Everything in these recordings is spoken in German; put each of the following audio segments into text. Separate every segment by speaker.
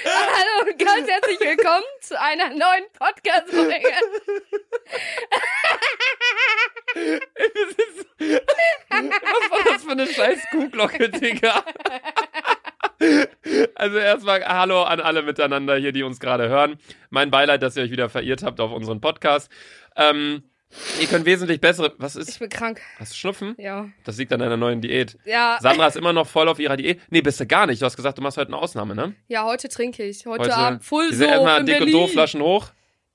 Speaker 1: und herzlich willkommen zu einer neuen Podcast-Folge.
Speaker 2: Was war das für eine scheiß Kuhglocke, Digga? Also erstmal Hallo an alle miteinander hier, die uns gerade hören. Mein Beileid, dass ihr euch wieder verirrt habt auf unseren Podcast. Ähm, ihr könnt wesentlich bessere. Was
Speaker 1: Ich
Speaker 2: ist?
Speaker 1: bin krank.
Speaker 2: Hast du Schnupfen?
Speaker 1: Ja.
Speaker 2: Das liegt an deiner neuen Diät.
Speaker 1: Ja,
Speaker 2: Sandra ist immer noch voll auf ihrer Diät. Nee, bist du gar nicht. Du hast gesagt, du machst heute eine Ausnahme, ne?
Speaker 1: ja, heute trinke ich. Heute, Abend Full
Speaker 2: diese
Speaker 1: Soap
Speaker 2: erstmal
Speaker 1: in
Speaker 2: dick und
Speaker 1: Berlin.
Speaker 2: doof Flaschen hoch.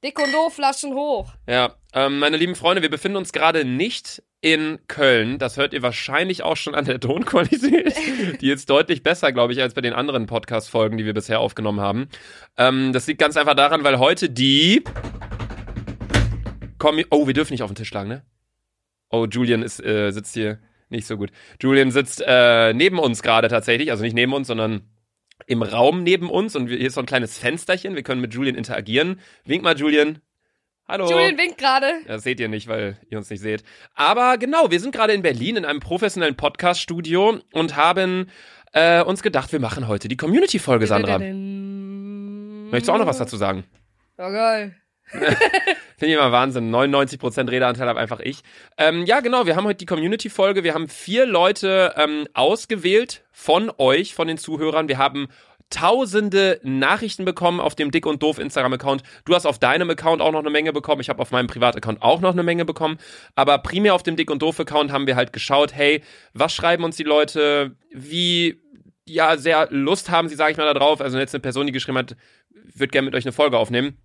Speaker 1: Dick und doof Flaschen hoch.
Speaker 2: Ja, ähm, meine lieben Freunde, wir befinden uns gerade nicht in Köln. Das hört ihr wahrscheinlich auch schon an der Tonqualität. Die ist deutlich besser, glaube ich, als bei den anderen Podcast-Folgen, die wir bisher aufgenommen haben. Ähm, das liegt ganz einfach daran, weil heute die. Kommi oh, wir dürfen nicht auf den Tisch schlagen, ne? Oh, Julian ist, äh, sitzt hier nicht so gut. Julian sitzt äh, neben uns gerade tatsächlich, also nicht neben uns, sondern im Raum neben uns. Und wir, hier ist so ein kleines Fensterchen. Wir können mit Julian interagieren. Wink mal, Julian. Hallo.
Speaker 1: Julian winkt gerade.
Speaker 2: Das Äh, seht ihr nicht, weil ihr uns nicht seht. Aber genau, wir sind gerade in Berlin in einem professionellen Podcast-Studio und haben äh, uns gedacht, wir machen heute die Community-Folge, Sandra. Möchtest
Speaker 1: Möchtest
Speaker 2: du auch noch was dazu sagen?
Speaker 1: Ja, geil.
Speaker 2: Finde ich immer Wahnsinn. 99% Redeanteil habe einfach ich. Ähm, ja, genau, wir haben heute die Community-Folge. Wir haben vier Leute ähm, ausgewählt von euch, von den Zuhörern. Wir haben tausende Nachrichten bekommen auf dem Dick und Doof Instagram-Account. Du hast auf deinem Account auch noch eine Menge bekommen. Ich habe auf meinem Privataccount auch noch eine Menge bekommen. Aber primär auf dem Dick und Doof-Account haben wir halt geschaut, hey, was schreiben uns die Leute? Wie ja, sehr Lust haben sie, sage ich mal, da drauf. Also jetzt eine Person, die geschrieben hat, wird gerne mit euch eine Folge aufnehmen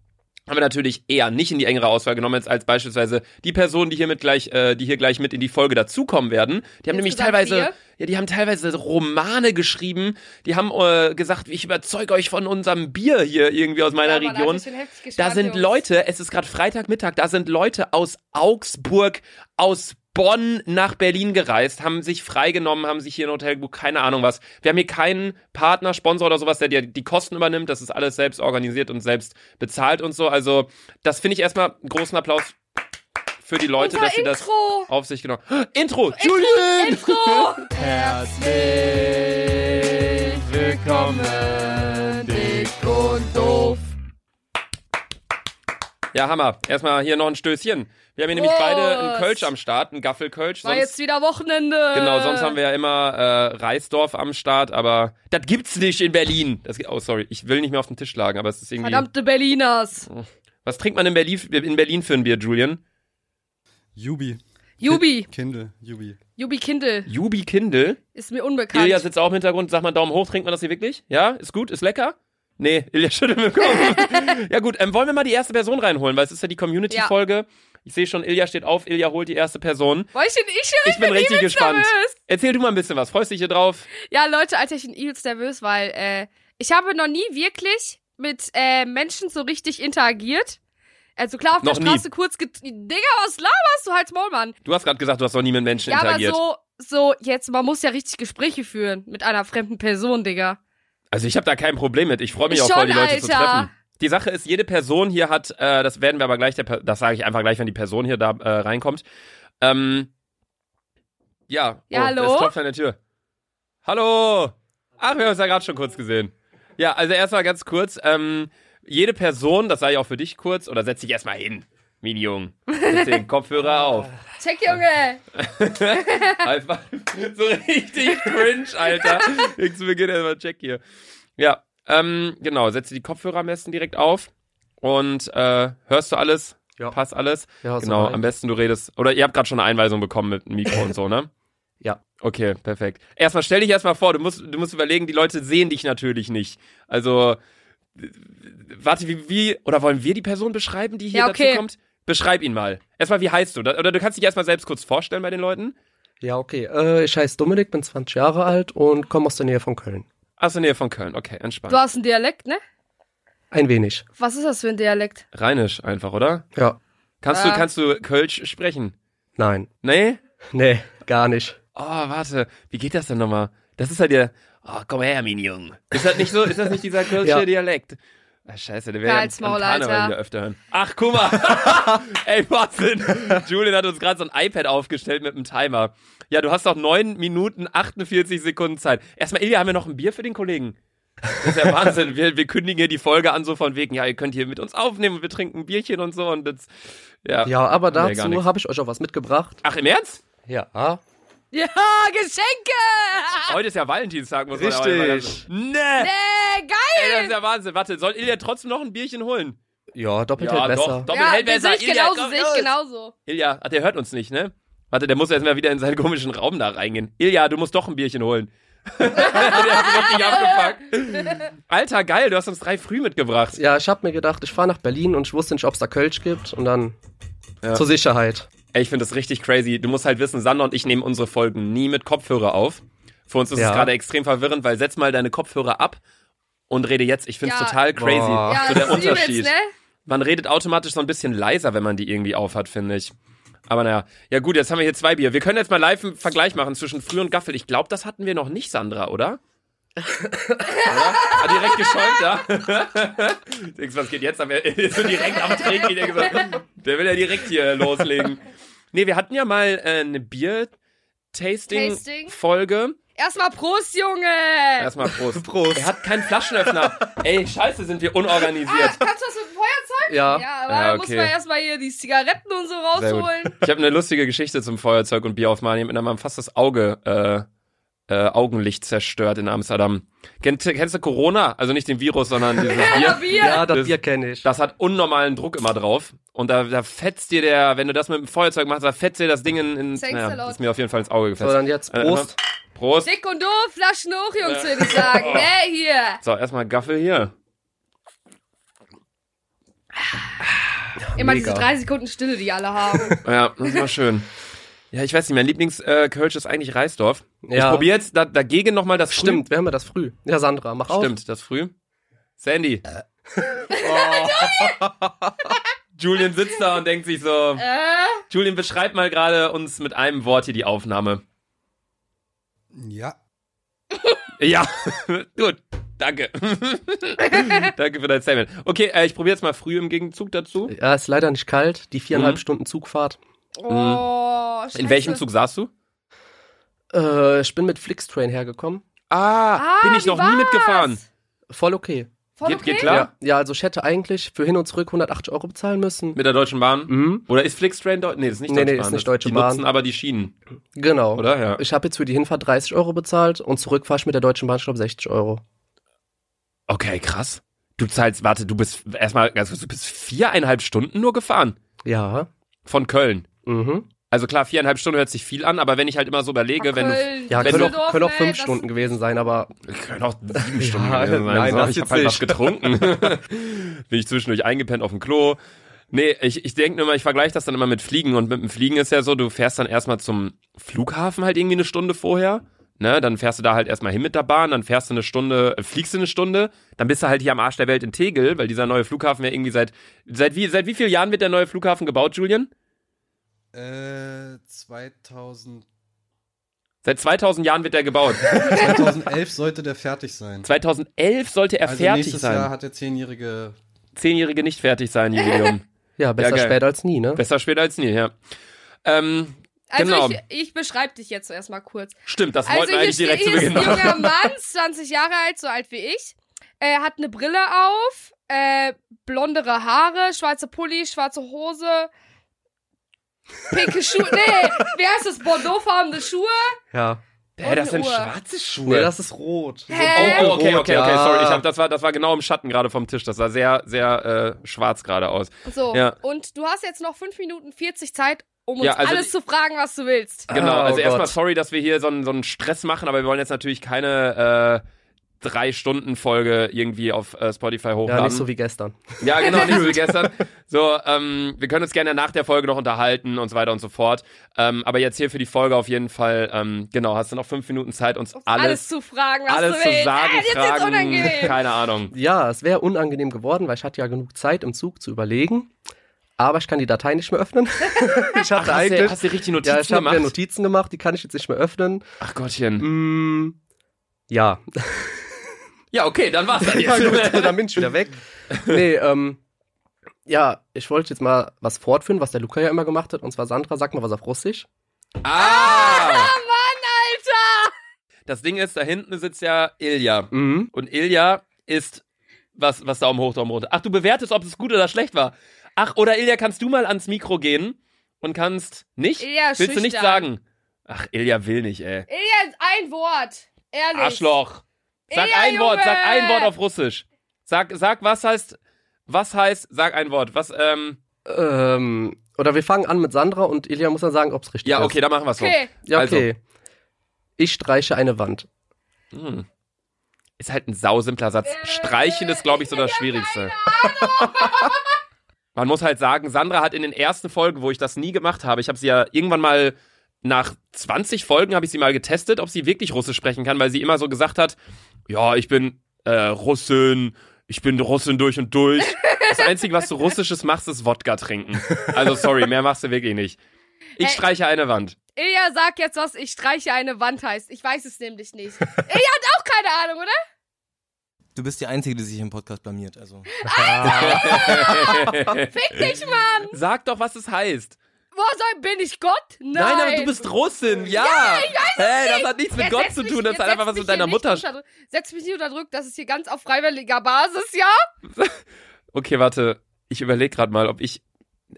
Speaker 2: haben wir natürlich eher nicht in die engere Auswahl genommen jetzt als beispielsweise die Personen, die hier mit gleich, äh, die hier gleich mit in die Folge dazukommen werden. Die haben nämlich
Speaker 1: Insgesamt
Speaker 2: teilweise,
Speaker 1: vier?
Speaker 2: ja, die haben teilweise Romane geschrieben. Die haben äh, gesagt, ich überzeuge euch von unserem Bier hier irgendwie aus meiner
Speaker 1: Ja, Mann,
Speaker 2: Region.
Speaker 1: Alter, ich bin heftig
Speaker 2: Da
Speaker 1: gespannt,
Speaker 2: sind
Speaker 1: Jungs.
Speaker 2: Leute, es ist gerade Freitagmittag, da sind Leute aus Augsburg, aus Bonn nach Berlin gereist, haben sich freigenommen, haben sich hier ein Hotel gebucht, keine Ahnung was. Wir haben hier keinen Partner, Sponsor oder sowas, der dir die Kosten übernimmt. Das ist alles selbst organisiert und selbst bezahlt und so. Also, das finde ich erstmal einen großen Applaus für die Leute,
Speaker 1: Unser
Speaker 2: dass sie das
Speaker 1: Intro.
Speaker 2: auf sich genommen Intro! Julian!
Speaker 1: Intro.
Speaker 2: Herzlich willkommen, dick und doof. Ja, Hammer. Erstmal hier noch ein Stößchen. Wir haben hier nämlich
Speaker 1: Prost.
Speaker 2: beide einen Kölsch am Start, einen Gaffelkölsch.
Speaker 1: War jetzt
Speaker 2: Sonst,
Speaker 1: wieder Wochenende.
Speaker 2: genau, sonst haben wir ja immer äh, Reisdorf am Start, aber das gibt's nicht in Berlin. Das, oh, sorry, ich will nicht mehr auf den Tisch schlagen, aber es ist irgendwie...
Speaker 1: Verdammte Berliners.
Speaker 2: Was trinkt man in Berlin, in Berlin für ein Bier, Julian?
Speaker 3: Jubi.
Speaker 1: Jubi.
Speaker 3: Kindle, Jubi.
Speaker 1: Jubi Kindle.
Speaker 2: Jubi Kindle?
Speaker 1: Ist mir unbekannt.
Speaker 2: Ilja sitzt auch im Hintergrund, sag mal Daumen hoch, trinkt man das hier wirklich? Ja, ist gut, ist lecker? Nee, Ilja schüttelt mit dem Kopf. ja gut, ähm, wollen wir mal die erste Person reinholen, weil es ist ja die Community-Folge. Ich sehe schon, Ilja steht auf, Ilja holt die erste Person.
Speaker 1: Boah, ich bin, ich,
Speaker 2: Ich bin richtig
Speaker 1: übelst
Speaker 2: gespannt.
Speaker 1: nervös.
Speaker 2: Erzähl du mal ein bisschen was, freust dich hier drauf?
Speaker 1: Ja, Leute, Alter, ich bin übelst nervös, weil äh, ich habe noch nie wirklich mit äh, Menschen so richtig interagiert. Also klar, auf
Speaker 2: Noch
Speaker 1: der
Speaker 2: nie.
Speaker 1: Straße kurz get Digga, was laberst du halt Maul, Mann?
Speaker 2: Du hast gerade gesagt, du hast noch nie mit Menschen
Speaker 1: Ja, aber
Speaker 2: interagiert.
Speaker 1: so, so, jetzt, man muss ja richtig Gespräche führen mit einer fremden Person, Digga.
Speaker 2: Also ich habe da kein Problem mit. Ich freue mich auch
Speaker 1: Schon,
Speaker 2: voll, die Leute zu
Speaker 1: Alter.
Speaker 2: treffen. Die Sache ist, jede Person hier hat, äh, das werden wir aber gleich, der, Per- das sage ich einfach gleich, wenn die Person hier da äh, reinkommt. Ähm, ja,
Speaker 1: Ja,
Speaker 2: oh,
Speaker 1: hallo?
Speaker 2: es klopft an der Tür. Hallo! Ach, wir haben uns ja gerade schon kurz gesehen. Ja, also erstmal ganz kurz, ähm, jede Person, das sage ich auch für dich kurz, oder setz dich erstmal hin, mini Jung. Setz den Kopfhörer auf.
Speaker 1: Check, Junge!
Speaker 2: Einfach so richtig cringe, Alter. Ich zu Beginn erstmal check hier. Ja, ähm, genau, setze die Kopfhörer am besten direkt auf und äh, hörst du alles?
Speaker 4: Ja.
Speaker 2: Passt alles?
Speaker 4: Ja, so
Speaker 2: genau,
Speaker 4: rein.
Speaker 2: am besten du redest. Oder ihr habt gerade schon eine Einweisung bekommen mit dem Mikro und so, ne?
Speaker 4: Ja.
Speaker 2: Okay, perfekt. Erstmal stell dich erstmal vor, du musst, du musst überlegen, die Leute sehen dich natürlich nicht. Also, äh, warte, wie, wie, oder wollen wir die Person beschreiben, die hier
Speaker 1: Ja, okay.
Speaker 2: dazu kommt? Beschreib ihn mal. Erstmal, wie heißt du? Oder du kannst dich erstmal selbst kurz vorstellen bei den Leuten.
Speaker 4: Ja, okay. Äh, ich heiße Dominik, bin 20 Jahre alt und komme aus der Nähe von Köln.
Speaker 2: Aus der Nähe von Köln, okay, entspannt.
Speaker 1: Du hast einen Dialekt, ne?
Speaker 4: Ein wenig.
Speaker 1: Was ist das für ein Dialekt?
Speaker 2: Rheinisch einfach, oder?
Speaker 4: Ja.
Speaker 2: Kannst
Speaker 1: Ah.
Speaker 2: du kannst du Kölsch sprechen?
Speaker 4: Nein.
Speaker 2: Nee?
Speaker 4: Nee, gar nicht.
Speaker 2: Oh, warte, wie geht das denn nochmal? Das ist halt der Oh, komm her, mein Junge. Ist das nicht so, ist das nicht dieser Kölsche
Speaker 4: Ja.
Speaker 2: Dialekt? Ah, scheiße, der wäre ja am
Speaker 1: Halsmaul,
Speaker 2: Karneval
Speaker 1: Alter.
Speaker 2: wieder öfter hören. Ach, guck mal. Ey, Wahnsinn. Julian hat uns gerade so ein iPad aufgestellt mit einem Timer. Ja, du hast noch 9 Minuten 48 Sekunden Zeit. Erstmal, Ilja, haben wir noch ein Bier für den Kollegen? Das ist ja Wahnsinn. Wir, wir kündigen hier die Folge an, so von wegen, ja, ihr könnt hier mit uns aufnehmen und wir trinken ein Bierchen und so und das, ja.
Speaker 4: Ja, aber
Speaker 2: Nee, gar nichts.
Speaker 4: dazu habe ich euch auch was mitgebracht.
Speaker 2: Ach, im Ernst?
Speaker 4: Ja.
Speaker 1: Ja, Geschenke!
Speaker 2: Heute ist ja Valentinstag, muss man ja auch immer
Speaker 4: Richtig.
Speaker 2: sagen. Nee!
Speaker 1: Äh, geil!
Speaker 2: Ey, das ist ja Wahnsinn. Warte, soll Ilja trotzdem noch ein Bierchen holen?
Speaker 4: Ja, doppelt
Speaker 2: Ja,
Speaker 4: hält
Speaker 2: doch,
Speaker 4: besser.
Speaker 2: doch. Doppel
Speaker 1: Ja,
Speaker 2: Hellwässer,
Speaker 1: sehe ich
Speaker 2: Ilja,
Speaker 1: genauso,
Speaker 2: komm,
Speaker 1: sehe
Speaker 2: los.
Speaker 1: ich genauso.
Speaker 2: Ilja, ah, der hört uns nicht, ne? Warte, der muss erst mal wieder in seinen komischen Raum da reingehen. Ilja, du musst doch ein Bierchen holen. der hat richtig abgefuckt. Alter, geil, du hast uns drei früh mitgebracht.
Speaker 4: Ja, ich habe mir gedacht, ich fahre nach Berlin und ich wusste nicht, ob es da Kölsch gibt und dann
Speaker 2: Ja.
Speaker 4: zur Sicherheit.
Speaker 2: Ey, ich finde das richtig crazy. Du musst halt wissen, Sander und ich nehmen unsere Folgen nie mit Kopfhörer auf. Für uns ist
Speaker 4: Ja.
Speaker 2: es gerade extrem verwirrend, weil setz mal deine Kopfhörer ab und rede jetzt. Ich finde es
Speaker 1: Ja.
Speaker 2: total crazy.
Speaker 4: Boah.
Speaker 1: Ja,
Speaker 2: so
Speaker 1: das
Speaker 2: der
Speaker 1: ist übelst,
Speaker 2: Unterschied.
Speaker 1: ne?
Speaker 2: Man redet automatisch so ein bisschen leiser, wenn man die irgendwie aufhat, finde ich. Aber naja, ja gut, jetzt haben wir hier zwei Bier. Wir können jetzt mal live einen Vergleich machen zwischen Früh und Gaffel. Ich glaube, das hatten wir noch nicht, Sandra, oder? oder? Hat direkt geschäumt, ja? Denkst, was geht jetzt? Haben wir so direkt am Trinken wieder gesagt. Der will ja direkt hier loslegen. Nee, wir hatten ja mal äh, eine
Speaker 1: Tasting?
Speaker 2: Bier-Tasting-Folge.
Speaker 1: Erstmal Prost, Junge!
Speaker 2: Erstmal Prost.
Speaker 3: Prost.
Speaker 2: Er hat keinen Flaschenöffner. Ey, scheiße, sind wir unorganisiert.
Speaker 1: Ah, kannst du das mit dem Feuerzeug?
Speaker 4: Ja.
Speaker 1: Ja, aber
Speaker 2: Ja,
Speaker 1: da muss
Speaker 2: okay.
Speaker 1: man erstmal hier die Zigaretten und so
Speaker 2: Sehr gut.
Speaker 1: rausholen.
Speaker 2: Ich habe eine lustige Geschichte zum Feuerzeug und Bier aufmachen. Ich habe mir fast das Auge, äh, äh, Augenlicht zerstört in Amsterdam. Kennst, du- kennst du Corona? Also nicht den Virus, sondern dieses
Speaker 1: Ja,
Speaker 2: Bier.
Speaker 1: Bier.
Speaker 4: Ja,
Speaker 2: Das-
Speaker 4: das Bier kenne ich.
Speaker 2: Das hat unnormalen Druck immer drauf. Und da, da fetzt dir der, wenn du das mit dem Feuerzeug machst, da fetzt dir das Ding in, in
Speaker 1: Thanks a
Speaker 2: naja,
Speaker 1: lot.
Speaker 2: ist mir auf jeden Fall ins Auge
Speaker 4: So,
Speaker 2: gefetzt.
Speaker 4: dann jetzt
Speaker 2: Äh,
Speaker 4: Prost.
Speaker 2: Prost.
Speaker 1: Dick und doof, Flaschen hoch, Jungs, würde ich
Speaker 2: Oh.
Speaker 1: sagen. Ne, hier.
Speaker 2: So, erstmal Gaffel hier.
Speaker 1: Immer
Speaker 4: mega.
Speaker 1: diese drei Sekunden Stille, die alle haben.
Speaker 2: Ja, das ist mal schön. Ja, ich weiß nicht, mein Lieblingskölsch ist eigentlich Reisdorf. Ich
Speaker 4: Ja.
Speaker 2: probiere jetzt da, dagegen nochmal das Früh.
Speaker 4: Stimmt, wir haben ja das früh. Ja, Sandra, mach auf.
Speaker 2: Stimmt, das früh. Sandy.
Speaker 4: Äh.
Speaker 2: Oh. Julian sitzt da und denkt sich so,
Speaker 1: äh,
Speaker 2: Julian, beschreib mal gerade uns mit einem Wort hier die Aufnahme.
Speaker 3: Ja.
Speaker 2: Ja, gut, danke. danke für dein Statement. Okay, äh, ich probiere jetzt mal früh im Gegenzug dazu.
Speaker 4: Ja, ist leider nicht kalt. Die viereinhalb
Speaker 2: Mhm.
Speaker 4: Stunden Zugfahrt.
Speaker 1: oh,
Speaker 2: In welchem
Speaker 1: Scheiße.
Speaker 2: Zug saßt du?
Speaker 4: Äh, ich bin mit Flixtrain hergekommen.
Speaker 2: Ah, bin ich
Speaker 1: wie
Speaker 2: noch nie mitgefahren.
Speaker 1: war's?
Speaker 4: Voll okay.
Speaker 1: Voll
Speaker 2: Geht-
Speaker 1: okay?
Speaker 2: geht klar.
Speaker 4: Ja, ja, also ich hätte eigentlich für hin und zurück 180 Euro bezahlen müssen.
Speaker 2: Mit der Deutschen Bahn?
Speaker 4: Mhm.
Speaker 2: Oder ist Flixtrain Deutsch? Nee, das ist nicht
Speaker 4: Nee,
Speaker 2: Deutsche
Speaker 4: nee,
Speaker 2: Bahn.
Speaker 4: ist nicht
Speaker 2: Das-
Speaker 4: Deutsche
Speaker 2: die
Speaker 4: Bahn.
Speaker 2: nutzen aber die Schienen,
Speaker 4: Genau.
Speaker 2: oder? Ja.
Speaker 4: Ich habe jetzt für die Hinfahrt 30 Euro bezahlt und zurück fahre ich mit der Deutschen Bahn, ich glaube, 60 Euro.
Speaker 2: Okay, krass. Du zahlst, warte, du bist erstmal, also du bist viereinhalb Stunden nur gefahren.
Speaker 4: Ja.
Speaker 2: Von Köln.
Speaker 4: Mhm.
Speaker 2: Also klar, viereinhalb Stunden hört sich viel an, aber wenn ich halt immer so überlege, wenn du.
Speaker 1: Köln,
Speaker 4: Ja,
Speaker 2: Wenn
Speaker 4: können
Speaker 2: du-
Speaker 1: Düsseldorf,
Speaker 4: auch, können auch
Speaker 1: ey,
Speaker 4: fünf
Speaker 1: das-
Speaker 4: Stunden gewesen sein, aber
Speaker 2: Können auch sieben Stunden
Speaker 4: Ja,
Speaker 2: gewesen sein.
Speaker 4: nein,
Speaker 2: so,
Speaker 4: das
Speaker 2: ich
Speaker 4: jetzt
Speaker 2: habe halt was
Speaker 4: nicht.
Speaker 2: getrunken. Bin ich zwischendurch eingepennt auf dem Klo. Nee, ich, ich denke immer, ich vergleiche das dann immer mit Fliegen. Und mit dem Fliegen ist ja so, du fährst dann erstmal zum Flughafen halt irgendwie eine Stunde vorher. Ne, dann fährst du da halt erstmal hin mit der Bahn, dann fährst du eine Stunde, äh, fliegst du eine Stunde, dann bist du halt hier am Arsch der Welt in Tegel, weil dieser neue Flughafen ja irgendwie seit, seit wie, seit wie vielen Jahren wird der neue Flughafen gebaut, Julian?
Speaker 3: Äh, 2000,
Speaker 2: Seit 2000 Jahren wird der gebaut.
Speaker 3: 2011 sollte der fertig sein.
Speaker 2: 2011 sollte er
Speaker 3: also
Speaker 2: fertig
Speaker 3: nächstes
Speaker 2: sein.
Speaker 3: Jahr hat der zehnjährige.
Speaker 2: Zehnjährige nicht fertig sein, Jubiläum.
Speaker 4: ja, besser
Speaker 2: geil.
Speaker 4: spät als nie, ne?
Speaker 2: Besser später als nie, ja. Ähm,
Speaker 1: Also
Speaker 2: Genau.
Speaker 1: ich, ich beschreibe dich jetzt erst mal kurz.
Speaker 2: stimmt, das
Speaker 1: Also
Speaker 2: wollten wir
Speaker 1: hier,
Speaker 2: eigentlich
Speaker 1: steht,
Speaker 2: direkt zu
Speaker 1: hier ist
Speaker 2: Beginn
Speaker 1: ein
Speaker 2: machen.
Speaker 1: junger Mann, 20 Jahre alt, so alt wie ich. Äh, hat eine Brille auf, äh, blondere Haare, schwarze Pulli, schwarze Hose, pinke Schuhe. Nee, wie heißt das? Bordeauxfarbene Schuhe?
Speaker 4: Ja.
Speaker 2: Hä, das sind
Speaker 1: Uhr. Äh,
Speaker 2: schwarze Schuhe.
Speaker 4: Nee, das ist rot.
Speaker 1: Hä?
Speaker 2: oh, oh, okay, okay, okay,
Speaker 4: Ja.
Speaker 2: sorry. Ich hab, das, war, das war genau im Schatten gerade vom Tisch. Das sah sehr, sehr äh, schwarz gerade aus.
Speaker 1: So,
Speaker 2: Ja.
Speaker 1: und du hast jetzt noch 5 Minuten 40 Zeit, um uns
Speaker 2: Ja, also
Speaker 1: alles zu fragen, was du willst.
Speaker 2: Genau,
Speaker 4: Ah, oh
Speaker 2: also erstmal
Speaker 4: Gott.
Speaker 2: sorry, dass wir hier so einen, so einen Stress machen, aber wir wollen jetzt natürlich keine äh, Drei-Stunden-Folge irgendwie auf äh, Spotify hochladen.
Speaker 4: Ja, nicht so wie gestern.
Speaker 2: Ja, genau, nicht so wie gestern. So, ähm, wir können uns gerne nach der Folge noch unterhalten und so weiter und so fort. Ähm, aber jetzt hier für die Folge auf jeden Fall, ähm, genau, hast du noch fünf Minuten Zeit, uns
Speaker 1: Alles,
Speaker 2: alles,
Speaker 1: zu fragen, was
Speaker 2: alles,
Speaker 1: du
Speaker 2: zu
Speaker 1: willst.
Speaker 2: sagen,
Speaker 1: Ah, jetzt ist
Speaker 2: Fragen,
Speaker 1: unangenehm.
Speaker 2: keine Ahnung.
Speaker 4: Ja, es wäre unangenehm geworden, weil ich hatte ja genug Zeit im Zug zu überlegen. Aber ich kann die Datei nicht mehr öffnen. ich hatte
Speaker 2: Hast
Speaker 4: eigentlich.
Speaker 2: du, hast du richtig Notizen
Speaker 4: ja, ich habe mir
Speaker 2: gemacht? Hm.
Speaker 4: Notizen gemacht, die kann ich jetzt nicht mehr öffnen.
Speaker 2: Ach Gottchen.
Speaker 4: Mm, ja,
Speaker 2: Ja, okay, dann war's dann
Speaker 4: ja
Speaker 2: jetzt.
Speaker 4: gut, dann bin ich wieder weg. Nee, ähm, ja, ich wollte jetzt mal was fortführen, was der Luca ja immer gemacht hat. Und zwar Sandra, sag mal was auf Russisch.
Speaker 2: ah!
Speaker 1: Alter!
Speaker 2: Das Ding ist, da hinten sitzt ja Ilja.
Speaker 4: Mhm.
Speaker 2: Und Ilja ist was, was Daumen hoch, Daumen runter. Ach, du bewertest, ob es gut oder schlecht war. Ach, oder Ilja, kannst du mal ans Mikro gehen und kannst nicht?
Speaker 1: Ilja ist
Speaker 2: Willst du nicht
Speaker 1: schüchtern.
Speaker 2: sagen? Ach, Ilja will nicht, ey.
Speaker 1: Ilja ist ein Wort. Ehrlich.
Speaker 2: Arschloch. Sag
Speaker 1: Ilja,
Speaker 2: ein Wort,
Speaker 1: Junge!
Speaker 2: sag ein Wort auf Russisch. Sag, sag, was heißt, was heißt, sag ein Wort. Was, ähm,
Speaker 4: Ähm, oder wir fangen an mit Sandra und Ilja muss dann sagen, ob es richtig
Speaker 2: ja,
Speaker 4: ist.
Speaker 2: okay, dann machen wir so.
Speaker 1: Okay.
Speaker 4: Ja,
Speaker 2: Also.
Speaker 4: okay. Ich streiche eine Wand.
Speaker 2: Hm. Ist halt ein sausimpler Satz.
Speaker 1: Äh,
Speaker 2: Streichen ist, glaube ich, so
Speaker 1: ich bin
Speaker 2: das Schwierigste. Man muss halt sagen, Sandra hat in den ersten Folgen, wo ich das nie gemacht habe, ich habe sie ja irgendwann mal nach 20 Folgen habe ich sie mal getestet, ob sie wirklich Russisch sprechen kann, weil sie immer so gesagt hat, ja, ich bin äh, Russin, ich bin Russin durch und durch. Das Einzige, was du Russisches machst, ist Wodka trinken. Also sorry, mehr machst du wirklich nicht. Ich
Speaker 1: Hey.
Speaker 2: streiche eine Wand.
Speaker 1: Ilja sagt jetzt, was ich streiche eine Wand heißt. Ich weiß es nämlich nicht. Ilja hat auch keine Ahnung, oder?
Speaker 5: Du bist die Einzige, die sich im Podcast blamiert. Also.
Speaker 1: Fick dich, Mann!
Speaker 2: Sag doch, was es heißt.
Speaker 1: Wo soll, bin ich Gott? Nein.
Speaker 2: Nein, aber du bist Russin, ja. hey, das hat nichts mit
Speaker 1: Jetzt
Speaker 2: Gott
Speaker 1: setz
Speaker 2: zu
Speaker 1: mich-
Speaker 2: tun, das
Speaker 1: jetzt
Speaker 2: hat einfach
Speaker 1: setz
Speaker 2: was
Speaker 1: mich
Speaker 2: mit deiner
Speaker 1: hier nicht
Speaker 2: Mutter.
Speaker 1: unter Druck. Setz mich nicht unter Druck, das ist hier ganz auf freiwilliger Basis, ja?
Speaker 2: Okay, warte, ich überlege gerade mal, ob ich.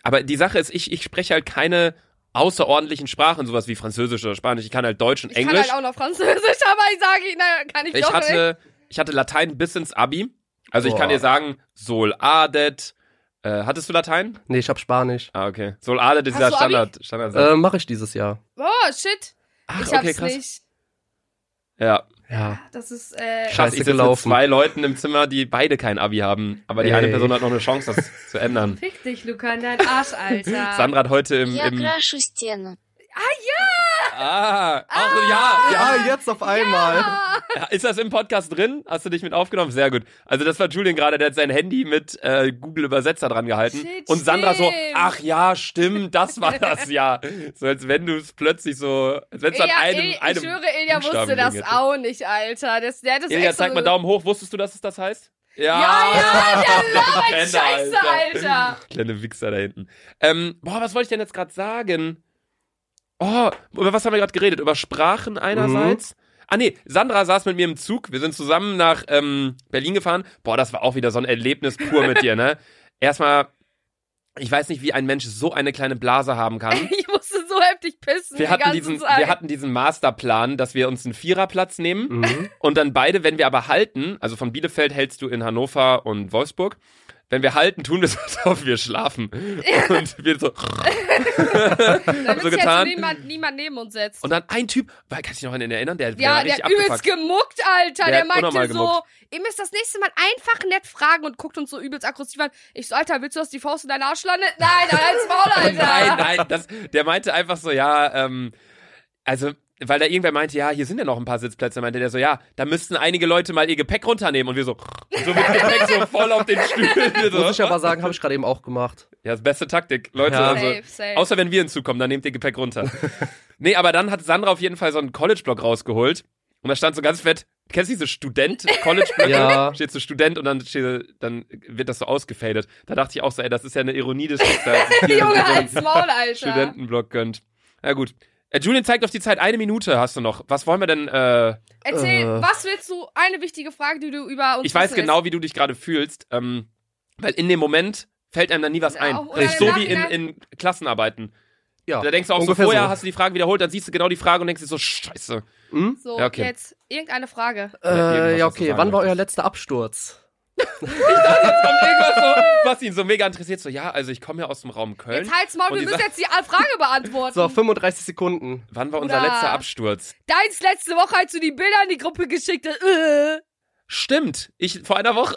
Speaker 2: Aber die Sache ist, ich, ich spreche halt keine außerordentlichen Sprachen, sowas wie Französisch oder Spanisch. Ich kann halt Deutsch und
Speaker 1: Ich
Speaker 2: Englisch.
Speaker 1: kann halt auch noch Französisch, aber ich sage, ich- naja, kann ich,
Speaker 2: ich
Speaker 1: doch nicht.
Speaker 2: hatte, ich hatte Latein bis ins Abi. Also ich kann
Speaker 4: Boah.
Speaker 2: dir sagen, Sol Adet. Äh, hattest du Latein?
Speaker 4: Nee, ich hab Spanisch.
Speaker 2: Ah, okay. Sol Adet ist
Speaker 1: Hast
Speaker 2: ja
Speaker 1: du Abi?
Speaker 2: Standard. Standard
Speaker 4: Äh, Mache ich dieses Jahr.
Speaker 1: Oh, shit.
Speaker 2: Ach,
Speaker 1: Ich hab's
Speaker 2: okay, krass.
Speaker 1: nicht.
Speaker 2: Ja.
Speaker 4: Ja.
Speaker 1: Das ist, äh,
Speaker 4: Scheiße
Speaker 2: Krass, ich sitze mit
Speaker 4: gelaufen.
Speaker 2: zwei Leuten im Zimmer, die beide kein Abi haben. Aber die eine
Speaker 4: Ey.
Speaker 2: Person hat noch eine Chance, das zu ändern.
Speaker 1: fick dich, Luca, in deinen Arsch, Alter.
Speaker 2: Sandra hat heute im,
Speaker 6: Я
Speaker 2: im
Speaker 6: крашу стену.
Speaker 2: Ah, auch, ja, ja.
Speaker 4: Ja, jetzt auf einmal.
Speaker 2: Ist das im Podcast drin? Hast du dich mit aufgenommen? Sehr gut. Also das war Julian gerade, der hat sein Handy mit äh, Google Übersetzer dran gehalten.
Speaker 1: Shit,
Speaker 2: und Sandra so,
Speaker 1: stimmt.
Speaker 2: ach ja, stimmt, das war das ja. So als wenn du es plötzlich so, als wenn es an
Speaker 1: Ilja,
Speaker 2: einem,
Speaker 1: Il-
Speaker 2: einem
Speaker 1: ich schwöre, Ilja
Speaker 2: Buchstaben
Speaker 1: wusste das
Speaker 2: hing hätte.
Speaker 1: auch nicht, Alter. Das, der hat das
Speaker 2: Ilja,
Speaker 1: extra
Speaker 2: zeig mal
Speaker 1: so-
Speaker 2: Daumen hoch. Wusstest du, dass es das heißt?
Speaker 1: Ja, ja, der labert
Speaker 2: Penner,
Speaker 1: Scheiße,
Speaker 2: Alter.
Speaker 1: Alter.
Speaker 2: Kleine Wichser da hinten. Ähm, boah, was wollte ich denn jetzt gerade sagen? Oh, über was haben wir gerade geredet? Über Sprachen einerseits?
Speaker 1: Mhm.
Speaker 2: Ah nee, Sandra saß mit mir im Zug. Wir sind zusammen nach ähm, Berlin gefahren. Boah, das war auch wieder so ein Erlebnis pur mit dir, ne? Erstmal, ich weiß nicht, wie ein Mensch so eine kleine Blase haben kann.
Speaker 1: Ich musste so heftig pissen
Speaker 2: Wir
Speaker 1: die
Speaker 2: hatten,
Speaker 1: ganze
Speaker 2: diesen,
Speaker 1: Zeit.
Speaker 2: wir hatten diesen Masterplan, dass wir uns einen Viererplatz nehmen.
Speaker 4: Mhm.
Speaker 2: Und dann beide, wenn wir aber halten, also von Bielefeld hältst du in Hannover und Wolfsburg. Wenn wir halten, tun wir so, als ob wir schlafen. Und wir so.
Speaker 1: Damit
Speaker 2: so
Speaker 1: sich
Speaker 2: also getan.
Speaker 1: Jetzt niemand, niemand neben uns setzt.
Speaker 2: Und dann ein Typ, weil kann ich noch an den erinnern, der, der
Speaker 1: ja,
Speaker 2: war
Speaker 1: der
Speaker 2: richtig
Speaker 1: hat übelst
Speaker 2: abgefuckt.
Speaker 1: gemuckt, Alter.
Speaker 2: Der
Speaker 1: Der,
Speaker 2: hat unnormal
Speaker 1: meinte so,
Speaker 2: gemuckt.
Speaker 1: ihr müsst das nächste Mal einfach nett fragen und guckt uns so übelst aggressiv an. Ich so, Alter, willst du, dass die Faust in deinen Arsch landet? Nein, dann halt's Maul, Alter.
Speaker 2: Nein, nein, das, der meinte einfach so, ja, ähm, also, weil da irgendwer meinte, ja, hier sind ja noch ein paar Sitzplätze, meinte der so, ja, da müssten einige Leute mal ihr Gepäck runternehmen und wir so, so mit Gepäck so voll auf den Stühlen. Wir
Speaker 4: Muss ich
Speaker 2: So.
Speaker 4: aber sagen, habe ich gerade eben auch gemacht.
Speaker 2: Ja, das beste Taktik, Leute.
Speaker 4: Ja.
Speaker 2: Also,
Speaker 1: Safe, safe.
Speaker 2: Außer wenn wir hinzukommen, dann nehmt ihr Gepäck runter. nee, aber dann hat Sandra auf jeden Fall so einen College-Block rausgeholt. Und da stand so ganz fett, kennst du diese Student-College-Blöcke?
Speaker 4: Ja.
Speaker 2: Steht so Student und dann, steht, dann wird das so ausgefadet. Da dachte ich auch so, ey, das ist ja eine Ironie des Schicksals. dass ihr so
Speaker 1: Junge,
Speaker 2: einen
Speaker 1: halt's Maul, Alter.
Speaker 2: Studentenblock gönnt. Ja, gut. Äh, Julian zeigt auf die Zeit, eine Minute hast du noch. Was wollen wir denn? Äh,
Speaker 1: Erzähl,
Speaker 4: Äh.
Speaker 1: was willst du, eine wichtige Frage, die du über uns
Speaker 2: ich weiß
Speaker 1: wissen
Speaker 2: genau, wie du dich gerade fühlst. Ähm, weil in dem Moment fällt einem dann nie was ein.
Speaker 1: Auch- oder
Speaker 2: Das ist so
Speaker 1: im
Speaker 2: wie in,
Speaker 1: Nachhinein-
Speaker 2: in Klassenarbeiten.
Speaker 4: Ja.
Speaker 2: Da denkst du auch so,
Speaker 4: Ungefähr
Speaker 2: vorher
Speaker 4: so.
Speaker 2: hast du die Frage wiederholt, dann siehst du genau die Frage und denkst dir so, scheiße.
Speaker 4: Hm?
Speaker 1: willst. So,
Speaker 2: Ja, okay.
Speaker 1: jetzt irgendeine Frage.
Speaker 2: irgendwas,
Speaker 4: Äh, ja,
Speaker 2: was du
Speaker 4: okay.
Speaker 2: sagen
Speaker 4: Wann war euer
Speaker 2: möchtest.
Speaker 4: letzter Absturz?
Speaker 2: Jetzt kommt irgendwas so, was ihn so mega interessiert, so, ja, also ich komme ja aus dem Raum Köln.
Speaker 1: Jetzt halt's Maul,
Speaker 2: Und
Speaker 1: wir
Speaker 2: die
Speaker 1: müssen
Speaker 2: Sa-
Speaker 1: jetzt die Frage beantworten.
Speaker 4: So, 35 Sekunden.
Speaker 2: Wann war unser
Speaker 1: Oder-
Speaker 2: letzter Absturz?
Speaker 1: Deins letzte Woche, als du die Bilder in die Gruppe geschickt hast. Äh.
Speaker 2: Stimmt, ich vor einer Woche.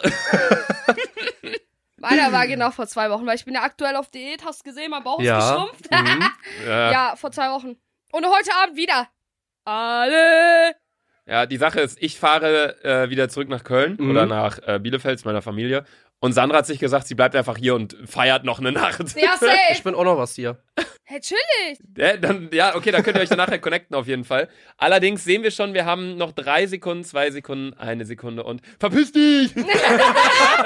Speaker 1: Meiner war genau vor zwei Wochen, weil ich bin ja aktuell auf Diät, hast gesehen, mein Bauch ist
Speaker 4: Ja.
Speaker 1: geschrumpft.
Speaker 4: Mhm.
Speaker 2: Ja, ja.
Speaker 1: ja, vor zwei Wochen. Und heute Abend wieder. Alle.
Speaker 2: die Sache ist, ich fahre äh, wieder zurück nach Köln
Speaker 4: Mhm.
Speaker 2: oder nach äh, Bielefeld zu meiner Familie. Und Sandra hat sich gesagt, sie bleibt einfach hier und feiert noch eine Nacht.
Speaker 1: Ja,
Speaker 4: Ich
Speaker 1: safe.
Speaker 4: bin auch noch was hier.
Speaker 1: Hey, chillig.
Speaker 2: Ja, dann, ja, okay, dann könnt ihr euch dann nachher connecten auf jeden Fall. Allerdings sehen wir schon, wir haben noch drei Sekunden, zwei Sekunden, eine Sekunde und verpiss dich!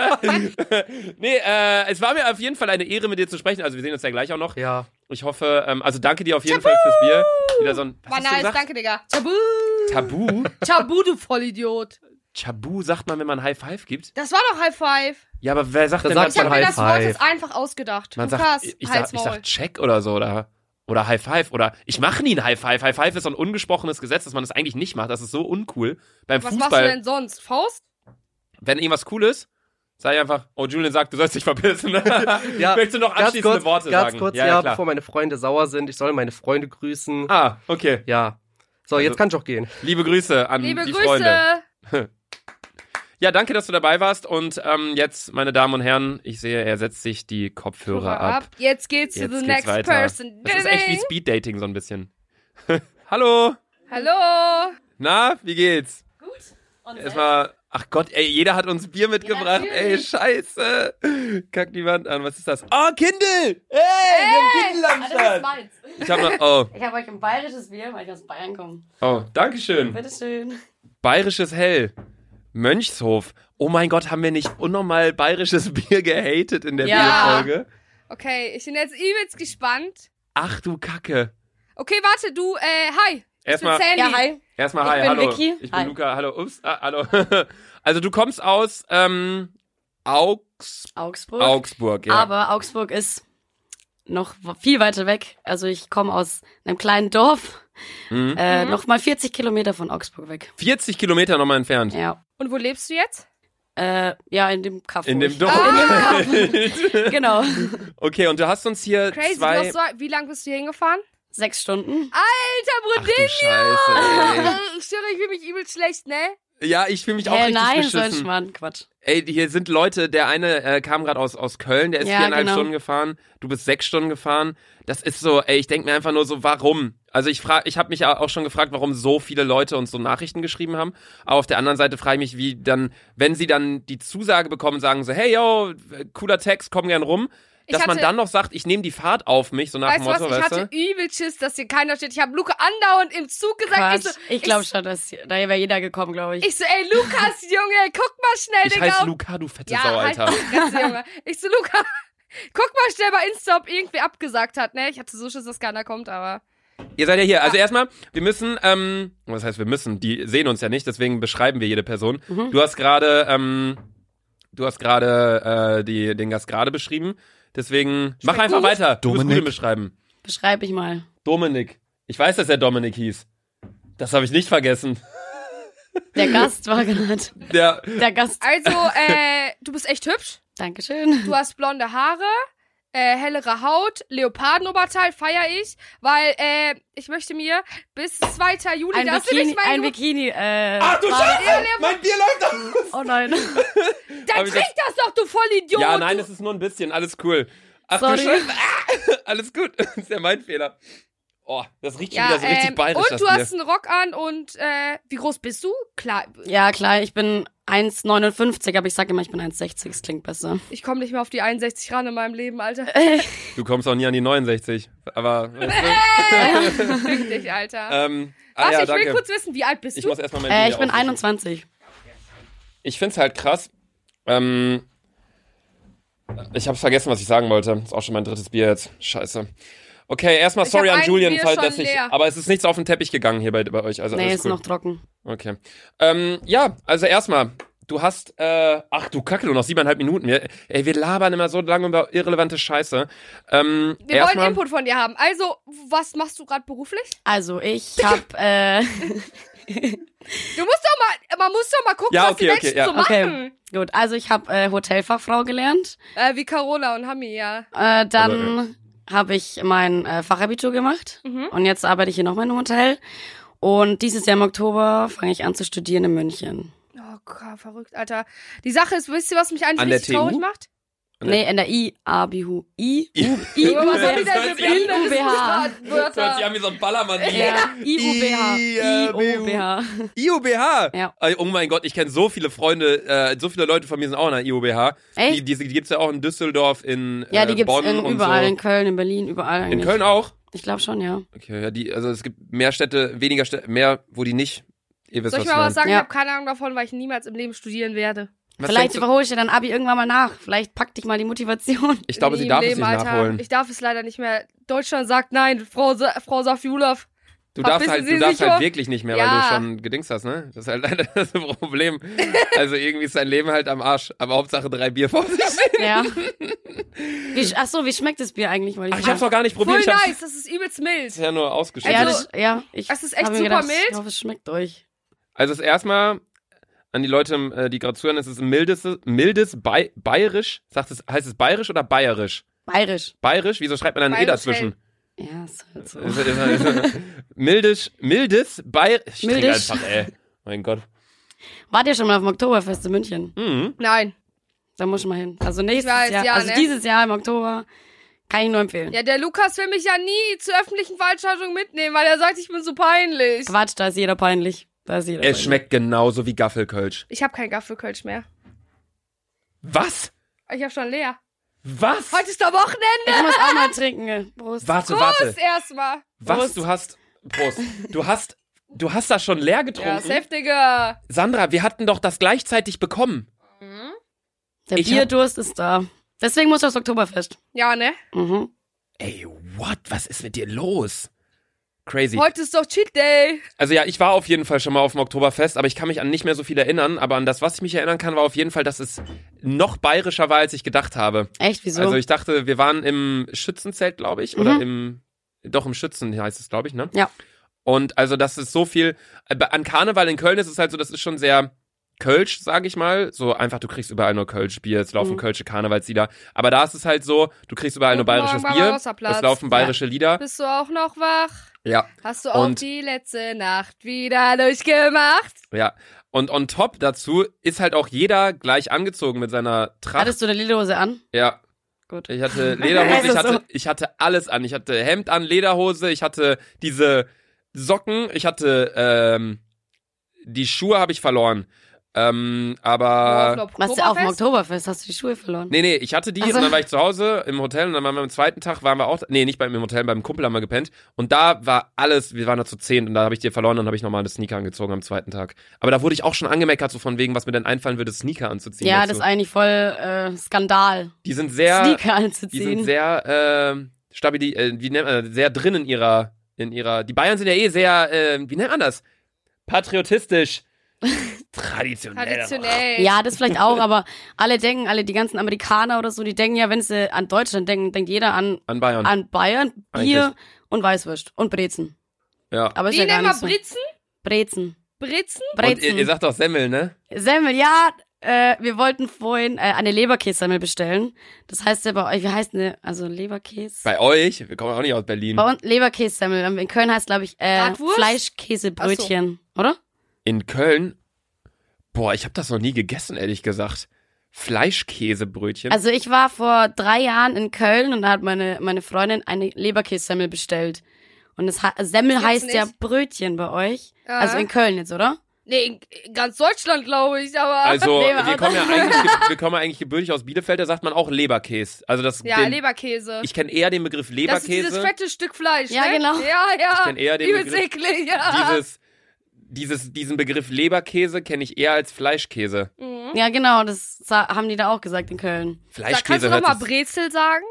Speaker 2: nee, äh, es war mir auf jeden Fall eine Ehre, mit dir zu sprechen. Also wir sehen uns ja gleich auch noch.
Speaker 4: Ja.
Speaker 2: Ich hoffe, ähm, also danke dir auf jeden Fall fürs Bier. Wieder so ein was
Speaker 1: War
Speaker 2: hast du
Speaker 1: nice,
Speaker 2: gesagt?
Speaker 1: danke, Digga. Tabu.
Speaker 2: Tabu?
Speaker 1: Tabu, du Vollidiot.
Speaker 2: Tabu sagt man, wenn man High Five gibt?
Speaker 1: Das war doch High Five.
Speaker 2: Ja, aber wer sagt
Speaker 4: Das
Speaker 2: denn
Speaker 4: sagt
Speaker 2: was
Speaker 1: Ich habe
Speaker 2: man
Speaker 4: man
Speaker 1: mir
Speaker 4: High
Speaker 1: das Wort
Speaker 4: Five.
Speaker 1: jetzt einfach ausgedacht.
Speaker 2: Man
Speaker 1: Lukas,
Speaker 2: sagt, ich, ich,
Speaker 1: halt's
Speaker 2: sag, ich
Speaker 1: Maul.
Speaker 2: sag Check oder so oder, oder High Five oder ich mache nie ein High Five. High Five ist so ein ungesprochenes Gesetz, dass man das eigentlich nicht macht. Das ist so uncool. Beim
Speaker 1: Was machst du
Speaker 2: Fußball,
Speaker 1: denn sonst? Faust?
Speaker 2: wenn irgendwas cool ist, sag ich einfach, oh Julian sagt, du sollst dich verpissen. ja, Möchtest du noch abschließende
Speaker 4: kurz,
Speaker 2: Worte
Speaker 4: ganz
Speaker 2: sagen?
Speaker 4: kurz, ja,
Speaker 2: ja, ja, klar.
Speaker 4: bevor meine Freunde sauer sind. Ich soll meine Freunde grüßen.
Speaker 2: Ah, okay.
Speaker 4: Ja. So,
Speaker 2: Also
Speaker 4: jetzt kann ich auch gehen.
Speaker 2: Liebe Grüße an
Speaker 1: Liebe
Speaker 2: Hm, die
Speaker 1: Grüße.
Speaker 2: Freunde. Ja, danke, dass du dabei warst. Und ähm, jetzt, meine Damen und Herren, ich sehe, er setzt sich die Kopfhörer ab.
Speaker 1: Jetzt geht's
Speaker 2: Jetzt
Speaker 1: to the
Speaker 2: geht's
Speaker 1: next
Speaker 2: weiter.
Speaker 1: person.
Speaker 2: Das ist echt wie Speeddating so ein bisschen. Hallo.
Speaker 1: Hallo.
Speaker 2: Na, wie geht's?
Speaker 1: Gut.
Speaker 2: Erstmal, ach Gott, ey, jeder hat uns Bier mitgebracht. ey,
Speaker 1: natürlich.
Speaker 2: scheiße. Kackt niemand an. Was ist das? Oh, Kindle! Ey, wir haben Kindle
Speaker 6: Ah,
Speaker 2: am Start.
Speaker 6: meins.
Speaker 2: Ich hab noch,
Speaker 6: Ich habe euch ein bayerisches Bier, weil ich aus Bayern komme.
Speaker 2: oh, oh, Dankeschön.
Speaker 6: Bitteschön.
Speaker 2: Bayerisches Hell. Mönchshof. Oh mein Gott, haben wir nicht unnormal bayerisches Bier gehatet in der
Speaker 1: Ja.
Speaker 2: Bierfolge?
Speaker 1: Okay, ich bin jetzt übelst gespannt.
Speaker 2: Ach du Kacke.
Speaker 1: Okay, warte, du, äh, hi. ich
Speaker 2: Erstmal,
Speaker 1: bin Sandy.
Speaker 6: Ja, hi.
Speaker 2: erstmal
Speaker 6: Ich
Speaker 2: hi,
Speaker 6: bin
Speaker 2: hallo.
Speaker 6: Vicky.
Speaker 2: Ich bin
Speaker 6: Hi.
Speaker 2: Luca, hallo. Ups, ah, hallo. Also du kommst aus ähm, Augs
Speaker 6: Augsburg.
Speaker 2: Augsburg, ja.
Speaker 6: Aber Augsburg ist noch w- viel weiter weg. Also ich komme aus einem kleinen Dorf,
Speaker 2: Mhm.
Speaker 6: äh,
Speaker 1: Mhm.
Speaker 6: nochmal 40 Kilometer von Augsburg weg.
Speaker 2: 40 Kilometer nochmal entfernt.
Speaker 6: Ja.
Speaker 1: Und wo lebst du jetzt?
Speaker 6: Äh, ja, in dem Kaffee.
Speaker 2: In dem Dorf.
Speaker 1: Ah,
Speaker 6: Genau.
Speaker 2: Okay, und du hast uns hier
Speaker 1: crazy. Du
Speaker 2: zwei.
Speaker 1: hast so, wie lang bist du hier hingefahren?
Speaker 6: Sechs Stunden.
Speaker 1: Alter,
Speaker 2: Ach du
Speaker 1: Brudin.
Speaker 2: Scheiße.
Speaker 1: Äh, Ich schwöre, ich fühle mich übel schlecht, ne?
Speaker 2: Ey. Ja, ich fühle mich auch
Speaker 6: Hä,
Speaker 2: richtig
Speaker 6: Äh, nein,
Speaker 2: beschissen.
Speaker 6: Mann, Quatsch.
Speaker 2: Ey, hier sind Leute, der eine äh, kam gerade aus, aus Köln, der ist
Speaker 6: Ja,
Speaker 2: viereinhalb
Speaker 6: genau.
Speaker 2: Stunden gefahren, du bist sechs Stunden gefahren. Das ist so, ey, ich denk mir einfach nur so, warum? Also ich frage, ich habe mich ja auch schon gefragt, warum so viele Leute uns so Nachrichten geschrieben haben. Aber auf der anderen Seite frage ich mich, wie dann, wenn sie dann die Zusage bekommen, sagen so, hey yo, cooler Text, komm gern rum,
Speaker 1: Ich
Speaker 2: dass man
Speaker 1: hatte-
Speaker 2: dann noch sagt, ich nehme die Fahrt auf mich, so nach
Speaker 1: weißt
Speaker 2: dem
Speaker 1: du was?
Speaker 2: Motto,
Speaker 1: Ich
Speaker 2: weißt
Speaker 1: hatte
Speaker 2: du?
Speaker 1: übel Schiss, dass hier keiner steht. Ich habe Luca andauernd im Zug gesagt.
Speaker 6: Quatsch.
Speaker 1: Ich, so,
Speaker 6: Ich glaube schon, dass da wäre jeder gekommen, glaube ich.
Speaker 1: Ich so, ey, Lukas, Junge, guck mal schnell,
Speaker 2: Ich
Speaker 1: Digga.
Speaker 2: heiße
Speaker 1: ob-
Speaker 2: Luca, du fette
Speaker 1: ja,
Speaker 2: Sau,
Speaker 1: halt
Speaker 2: Alter.
Speaker 1: die Fresse, Junge. Ich so, Luca, guck mal schnell bei Insta, ob irgendwer abgesagt hat, ne? Ich hatte so Schiss, dass keiner kommt, aber.
Speaker 2: Ihr seid ja hier. Also erstmal, wir müssen, ähm, was heißt wir müssen? Die sehen uns ja nicht, deswegen beschreiben wir jede Person.
Speaker 1: Mhm.
Speaker 2: Du hast gerade, ähm, du hast gerade äh, die, den Gast gerade beschrieben. Deswegen mach einfach weiter. Du musst gut
Speaker 3: Dominik.
Speaker 2: im beschreiben.
Speaker 6: Beschreibe ich mal.
Speaker 2: Dominik. Ich weiß, dass er Dominik hieß. Das habe ich nicht vergessen.
Speaker 6: Der Gast war genannt.
Speaker 2: Der,
Speaker 6: Der Gast.
Speaker 1: Also, äh, du bist echt hübsch.
Speaker 6: Dankeschön.
Speaker 1: Du hast blonde Haare, äh, hellere Haut, Leopardenoberteil feier ich, weil, äh, ich möchte mir bis 2. Juli,
Speaker 6: Ein
Speaker 1: da hast du
Speaker 6: Bikini,
Speaker 1: nicht
Speaker 6: ein
Speaker 1: mein
Speaker 6: Bikini, äh,
Speaker 2: Ach du Scheiße! Mein Bier läuft auf!
Speaker 6: oh nein.
Speaker 1: Dann
Speaker 2: Aber ich-
Speaker 1: trink das doch, du Vollidiot!
Speaker 2: Ja, nein,
Speaker 1: du-
Speaker 2: es ist nur ein bisschen. Alles cool. Ach du
Speaker 6: Sorry.
Speaker 2: Scheiße. Ah, alles gut. Das ist ja mein Fehler. Oh, das riecht schon
Speaker 1: ja,
Speaker 2: wieder so richtig
Speaker 1: ähm,
Speaker 2: bayerisch. das
Speaker 1: Und du
Speaker 2: Bier.
Speaker 1: hast einen Rock an und, äh, wie groß bist du? Klar,
Speaker 6: Ja, klar, ich bin 1,59, aber ich sage immer, ich bin 1,60, es klingt besser.
Speaker 1: ich komme nicht mehr auf die 61 ran in meinem Leben, Alter.
Speaker 2: Du kommst auch nie an die 69. Aber. Weißt du?
Speaker 1: Fick dich, Alter.
Speaker 2: Ähm, ah,
Speaker 1: Warte,
Speaker 2: ja,
Speaker 1: ich
Speaker 2: danke.
Speaker 1: will kurz wissen, wie alt bist
Speaker 2: ich
Speaker 1: du?
Speaker 2: muss erstmal mein
Speaker 6: Äh,
Speaker 2: Bier
Speaker 6: ich bin
Speaker 2: aufmachen.
Speaker 6: 21.
Speaker 2: Ich find's halt krass. Ähm, ich hab's vergessen, was ich sagen wollte. Ist auch schon mein drittes Bier jetzt. Scheiße. Okay, erstmal
Speaker 1: Ich
Speaker 2: sorry
Speaker 1: hab
Speaker 2: an
Speaker 1: ein
Speaker 2: Julian,
Speaker 1: Bier
Speaker 2: falls
Speaker 1: schon
Speaker 2: das nicht.
Speaker 1: leer.
Speaker 2: Aber es ist nichts auf den Teppich gegangen hier bei, bei euch. Also
Speaker 6: nee,
Speaker 2: alles
Speaker 6: ist
Speaker 2: cool.
Speaker 6: noch trocken.
Speaker 2: Okay. Ähm, ja, also erstmal, du hast, äh, ach du Kacke, du noch siebeneinhalb Minuten. Wir, ey, wir labern immer so lange über irrelevante Scheiße. Ähm,
Speaker 1: Wir wollen
Speaker 2: erstmal,
Speaker 1: Input von dir haben. Also, was machst du gerade beruflich?
Speaker 6: Also, ich hab, äh,
Speaker 1: Du musst doch mal, man muss doch mal gucken,
Speaker 2: Ja,
Speaker 1: was die
Speaker 2: okay,
Speaker 1: Menschen
Speaker 2: okay, ja.
Speaker 1: so
Speaker 6: Okay.
Speaker 1: machen.
Speaker 6: gut, also ich hab äh, Hotelfachfrau gelernt.
Speaker 1: Äh, wie Carola und Hami, ja.
Speaker 6: Äh, dann
Speaker 2: Also,
Speaker 6: habe ich mein äh, Fachabitur gemacht
Speaker 1: Mhm.
Speaker 6: und jetzt arbeite ich hier nochmal in einem Hotel. Und dieses Jahr im Oktober fange ich an zu studieren in München.
Speaker 1: Oh Gott, verrückt, Alter. Die Sache ist, wisst ihr, was mich eigentlich
Speaker 2: An der
Speaker 1: richtig traurig
Speaker 2: TU?
Speaker 1: macht?
Speaker 6: Nee, NRI, Abihu. I, U, I,
Speaker 1: Aber
Speaker 6: U,
Speaker 1: was haben
Speaker 6: B,
Speaker 1: die denn für
Speaker 2: Das hört sich
Speaker 1: behinderte
Speaker 6: IUBH.
Speaker 1: Wörter?
Speaker 2: Das hört sich an wie so ein Ballermann.
Speaker 6: Ja, IUBH. IUBH.
Speaker 2: IUBH.
Speaker 6: Ja.
Speaker 2: Äh, Oh mein Gott, ich kenne so viele Freunde, äh, so viele Leute von mir sind auch in der IUBH.
Speaker 6: Echt?
Speaker 2: Die, die, die gibt's ja auch in Düsseldorf, in
Speaker 6: Ja, die
Speaker 2: äh,
Speaker 6: gibt's
Speaker 2: Bonn
Speaker 6: in,
Speaker 2: und
Speaker 6: überall,
Speaker 2: so.
Speaker 6: in Köln, in Berlin, überall
Speaker 2: in
Speaker 6: eigentlich.
Speaker 2: Köln auch?
Speaker 6: Ich glaube schon, ja.
Speaker 2: Okay, ja, die, also es gibt mehr Städte, weniger Städte, mehr, wo die nicht. Ihr wisst,
Speaker 1: Soll ich
Speaker 2: was
Speaker 1: mal was
Speaker 2: ich meine.
Speaker 1: sagen?
Speaker 6: Ja.
Speaker 1: Ich habe keine Ahnung davon, weil ich niemals im Leben studieren werde.
Speaker 2: Was
Speaker 6: Vielleicht
Speaker 2: denkst du-
Speaker 6: überhole ich dir dann Abi irgendwann mal nach. Vielleicht packt dich mal die Motivation.
Speaker 2: ich glaube,
Speaker 1: Nie
Speaker 2: sie
Speaker 1: im
Speaker 2: darf es
Speaker 1: Leben,
Speaker 2: nicht
Speaker 1: Alter.
Speaker 2: nachholen.
Speaker 1: Ich darf es leider nicht mehr. Deutschland sagt nein, Frau, Sa Frau Safiulov.
Speaker 2: Du darfst
Speaker 1: Verpissen
Speaker 2: halt,
Speaker 1: Sie
Speaker 2: du darfst
Speaker 1: sich
Speaker 2: halt
Speaker 1: auf-
Speaker 2: wirklich nicht mehr,
Speaker 1: Ja.
Speaker 2: weil du schon gedingst hast, ne? Das ist halt leider das Problem. Also irgendwie ist dein Leben halt am Arsch. Aber Hauptsache drei Bier vor sich.
Speaker 6: Ja. Wie, sch- ach so, wie schmeckt das Bier eigentlich? wollte
Speaker 2: Ach,
Speaker 6: ich
Speaker 2: ich hab's
Speaker 6: fragen.
Speaker 2: noch gar nicht
Speaker 1: Voll
Speaker 2: probiert. ich hab's
Speaker 1: nice, das ist übelst mild.
Speaker 2: bisher nur ausgeschüttet.
Speaker 6: ja,
Speaker 1: Also-
Speaker 6: das, ja, ich
Speaker 1: Es ist echt
Speaker 6: hab mir
Speaker 1: super
Speaker 6: gedacht, Ich
Speaker 1: mild.
Speaker 6: hoffe, es schmeckt euch.
Speaker 2: Also es ist erstmal an die Leute, äh, die gerade zuhören, es ist ein mildes, mildes Bay bayerisch. Sagt es, heißt es bayerisch oder bayerisch?
Speaker 6: Bayerisch.
Speaker 2: Bayerisch, wieso schreibt man dann ein E
Speaker 1: Bayerisch
Speaker 2: dazwischen?
Speaker 6: Ja, ist halt so.
Speaker 2: Ist- ist- ist- Mildisch, mildes, bayerisch. Ich trinke
Speaker 6: Mildisch.
Speaker 2: einfach, ey. Mein Gott.
Speaker 6: Wart ihr schon mal auf dem Oktoberfest in München?
Speaker 2: Mhm.
Speaker 1: Nein.
Speaker 6: Da muss ich mal hin. Also nächstes
Speaker 1: weiß,
Speaker 6: Jahr,
Speaker 1: ja,
Speaker 6: also
Speaker 1: ne?
Speaker 6: dieses Jahr im Oktober, kann ich nur empfehlen.
Speaker 1: Ja, der Lukas will mich ja nie zu öffentlichen Veranstaltungen mitnehmen, weil er sagt, ich bin so peinlich.
Speaker 6: Quatsch, da ist jeder peinlich. Da ist jeder
Speaker 2: Es
Speaker 6: peinlich.
Speaker 2: schmeckt genauso wie Gaffelkölsch.
Speaker 1: Ich habe keinen Gaffelkölsch mehr.
Speaker 2: Was?
Speaker 1: Ich habe schon leer.
Speaker 2: Was?
Speaker 1: Heute ist der Wochenende
Speaker 6: Ich muss auch mal trinken. gell. Prost.
Speaker 2: Warte, warte.
Speaker 1: erstmal.
Speaker 2: Was?
Speaker 6: Prost.
Speaker 2: Du hast. Prost. Du hast. Du hast das schon leer
Speaker 1: Ja,
Speaker 2: getrunken.
Speaker 1: safe, Digga.
Speaker 2: Sandra, wir hatten doch das gleichzeitig bekommen.
Speaker 6: Der
Speaker 2: Ich hab-
Speaker 6: Bierdurst ist da. Deswegen muss ich aufs Oktoberfest.
Speaker 1: Ja, ne?
Speaker 6: Mhm.
Speaker 2: Ey, what? Was ist mit dir los? Crazy.
Speaker 1: Heute ist doch Cheat Day.
Speaker 2: Also ja, ich war auf jeden Fall schon mal auf dem Oktoberfest, aber ich kann mich an nicht mehr so viel erinnern. Aber an das, was ich mich erinnern kann, war auf jeden Fall, dass es noch bayerischer war, als ich gedacht habe.
Speaker 6: Echt, wieso? Mhm.
Speaker 2: Also ich dachte, wir waren im Schützenzelt, glaube ich, oder im, doch im Schützen heißt es, glaube ich, ne?
Speaker 6: Ja.
Speaker 2: Und also das ist so viel, aber an Karneval in Köln ist es halt so, das ist schon sehr Kölsch, sage ich mal. So einfach, du kriegst überall nur Kölsch-Bier, es laufen
Speaker 6: Mhm.
Speaker 2: Kölsche Karnevalslieder. Aber da ist es halt so, du kriegst überall nur
Speaker 1: Guten Morgen
Speaker 2: bayerisches
Speaker 1: beim
Speaker 2: Bier,
Speaker 1: Außerplatz.
Speaker 2: es laufen bayerische Lieder.
Speaker 1: Bist du auch noch wach?
Speaker 2: Ja.
Speaker 1: Hast du auch
Speaker 2: Und-
Speaker 1: die letzte Nacht wieder durchgemacht?
Speaker 2: Ja. Und on top dazu ist halt auch jeder gleich angezogen mit seiner Tracht.
Speaker 6: Hattest du eine Lederhose an?
Speaker 2: ja.
Speaker 6: Gut.
Speaker 2: Ich hatte Lederhose, ich
Speaker 6: Also so.
Speaker 2: hatte, ich hatte alles an. Ich hatte Hemd an, Lederhose, ich hatte diese Socken, ich hatte ähm, die Schuhe habe ich verloren. Ähm,
Speaker 1: Nur auf
Speaker 2: aber.
Speaker 1: dem
Speaker 6: Warst du auf dem
Speaker 1: Oktoberfest?
Speaker 6: Oktoberfest? Hast du die Schuhe verloren?
Speaker 2: Nee, nee, ich hatte die
Speaker 6: Also-
Speaker 2: und dann war ich zu Hause im Hotel und dann waren wir am zweiten Tag, waren wir auch. Nee, nicht beim im Hotel, beim Kumpel haben wir gepennt. Und da war alles, wir waren da zu zehn und da habe ich dir verloren und habe ich nochmal eine Sneaker angezogen am zweiten Tag. Aber da wurde ich auch schon angemeckert, so von wegen, was mir denn einfallen würde, Sneaker anzuziehen.
Speaker 6: Ja, das
Speaker 2: dazu.
Speaker 6: ist eigentlich voll äh, Skandal,
Speaker 2: Die sind sehr.
Speaker 6: Sneaker
Speaker 2: Die sind
Speaker 6: anzuziehen.
Speaker 2: sehr ähm, stabil, äh, wie nennt man das? sehr drin in ihrer, in ihrer. Die Bayern sind ja eh sehr, ähm, wie nennt man das? Patriotistisch. Traditionell.
Speaker 1: Traditionell.
Speaker 6: ja, das vielleicht auch, aber alle denken, alle die ganzen Amerikaner oder so, die denken ja, wenn sie an Deutschland denken, denkt jeder an,
Speaker 2: An Bayern.
Speaker 6: an Bayern, Bier
Speaker 2: Eigentlich.
Speaker 6: und Weißwurst und Brezen.
Speaker 2: ja.
Speaker 6: Aber ist
Speaker 1: Wie
Speaker 6: ja
Speaker 1: nennen
Speaker 6: gar
Speaker 1: wir
Speaker 6: nicht so.
Speaker 1: Britzen?
Speaker 6: Brezen.
Speaker 1: Britzen?
Speaker 2: Und
Speaker 6: Brezen.
Speaker 2: ihr, ihr sagt doch Semmel, ne?
Speaker 6: Semmel, ja, äh, wir wollten vorhin äh, eine Leberkässemmel bestellen. Das heißt ja bei euch, wie heißt eine, also Leberkäse?
Speaker 2: Bei euch. Wir kommen auch nicht aus Berlin.
Speaker 6: Bei uns Leberkässemmel. In Köln heißt, glaube ich, äh,
Speaker 1: Bratwurst?
Speaker 6: Fleischkäsebrötchen, oder?
Speaker 2: In Köln. Boah, ich habe das noch nie gegessen, ehrlich gesagt. Fleischkäsebrötchen.
Speaker 6: Also ich war vor drei Jahren in Köln und da hat meine, meine Freundin eine Leberkässemmel bestellt. Und das ha Semmel
Speaker 1: Jetzt
Speaker 6: heißt ja
Speaker 1: nicht.
Speaker 6: Brötchen bei euch.
Speaker 1: Ja.
Speaker 6: Also in Köln jetzt, oder?
Speaker 1: Nee, in- in ganz Deutschland, glaube ich, aber.
Speaker 2: Also,
Speaker 6: Nee,
Speaker 2: wir
Speaker 6: aber-
Speaker 2: kommen ja eigentlich, ge- wir kommen ja eigentlich gebürtig aus Bielefeld, da sagt man auch Leberkäse. Also das,
Speaker 1: ja,
Speaker 2: den,
Speaker 1: Leberkäse.
Speaker 2: ich kenne eher den Begriff
Speaker 1: das ist
Speaker 2: Leberkäse.
Speaker 1: dieses fette Stück Fleisch.
Speaker 6: Ja,
Speaker 1: ne?
Speaker 6: genau.
Speaker 1: Ja, ja.
Speaker 2: Ich kenn eher den
Speaker 1: Übelst
Speaker 2: Begriff-
Speaker 1: eklig, ja.
Speaker 2: dieses, dieses, diesen Begriff Leberkäse kenne ich eher als Fleischkäse.
Speaker 1: mhm.
Speaker 6: Ja, genau, das sa- haben die da auch gesagt in Köln.
Speaker 1: Sag, kannst
Speaker 2: Fleischkäse
Speaker 1: du nochmal
Speaker 2: hört sich-
Speaker 1: Brezel sagen?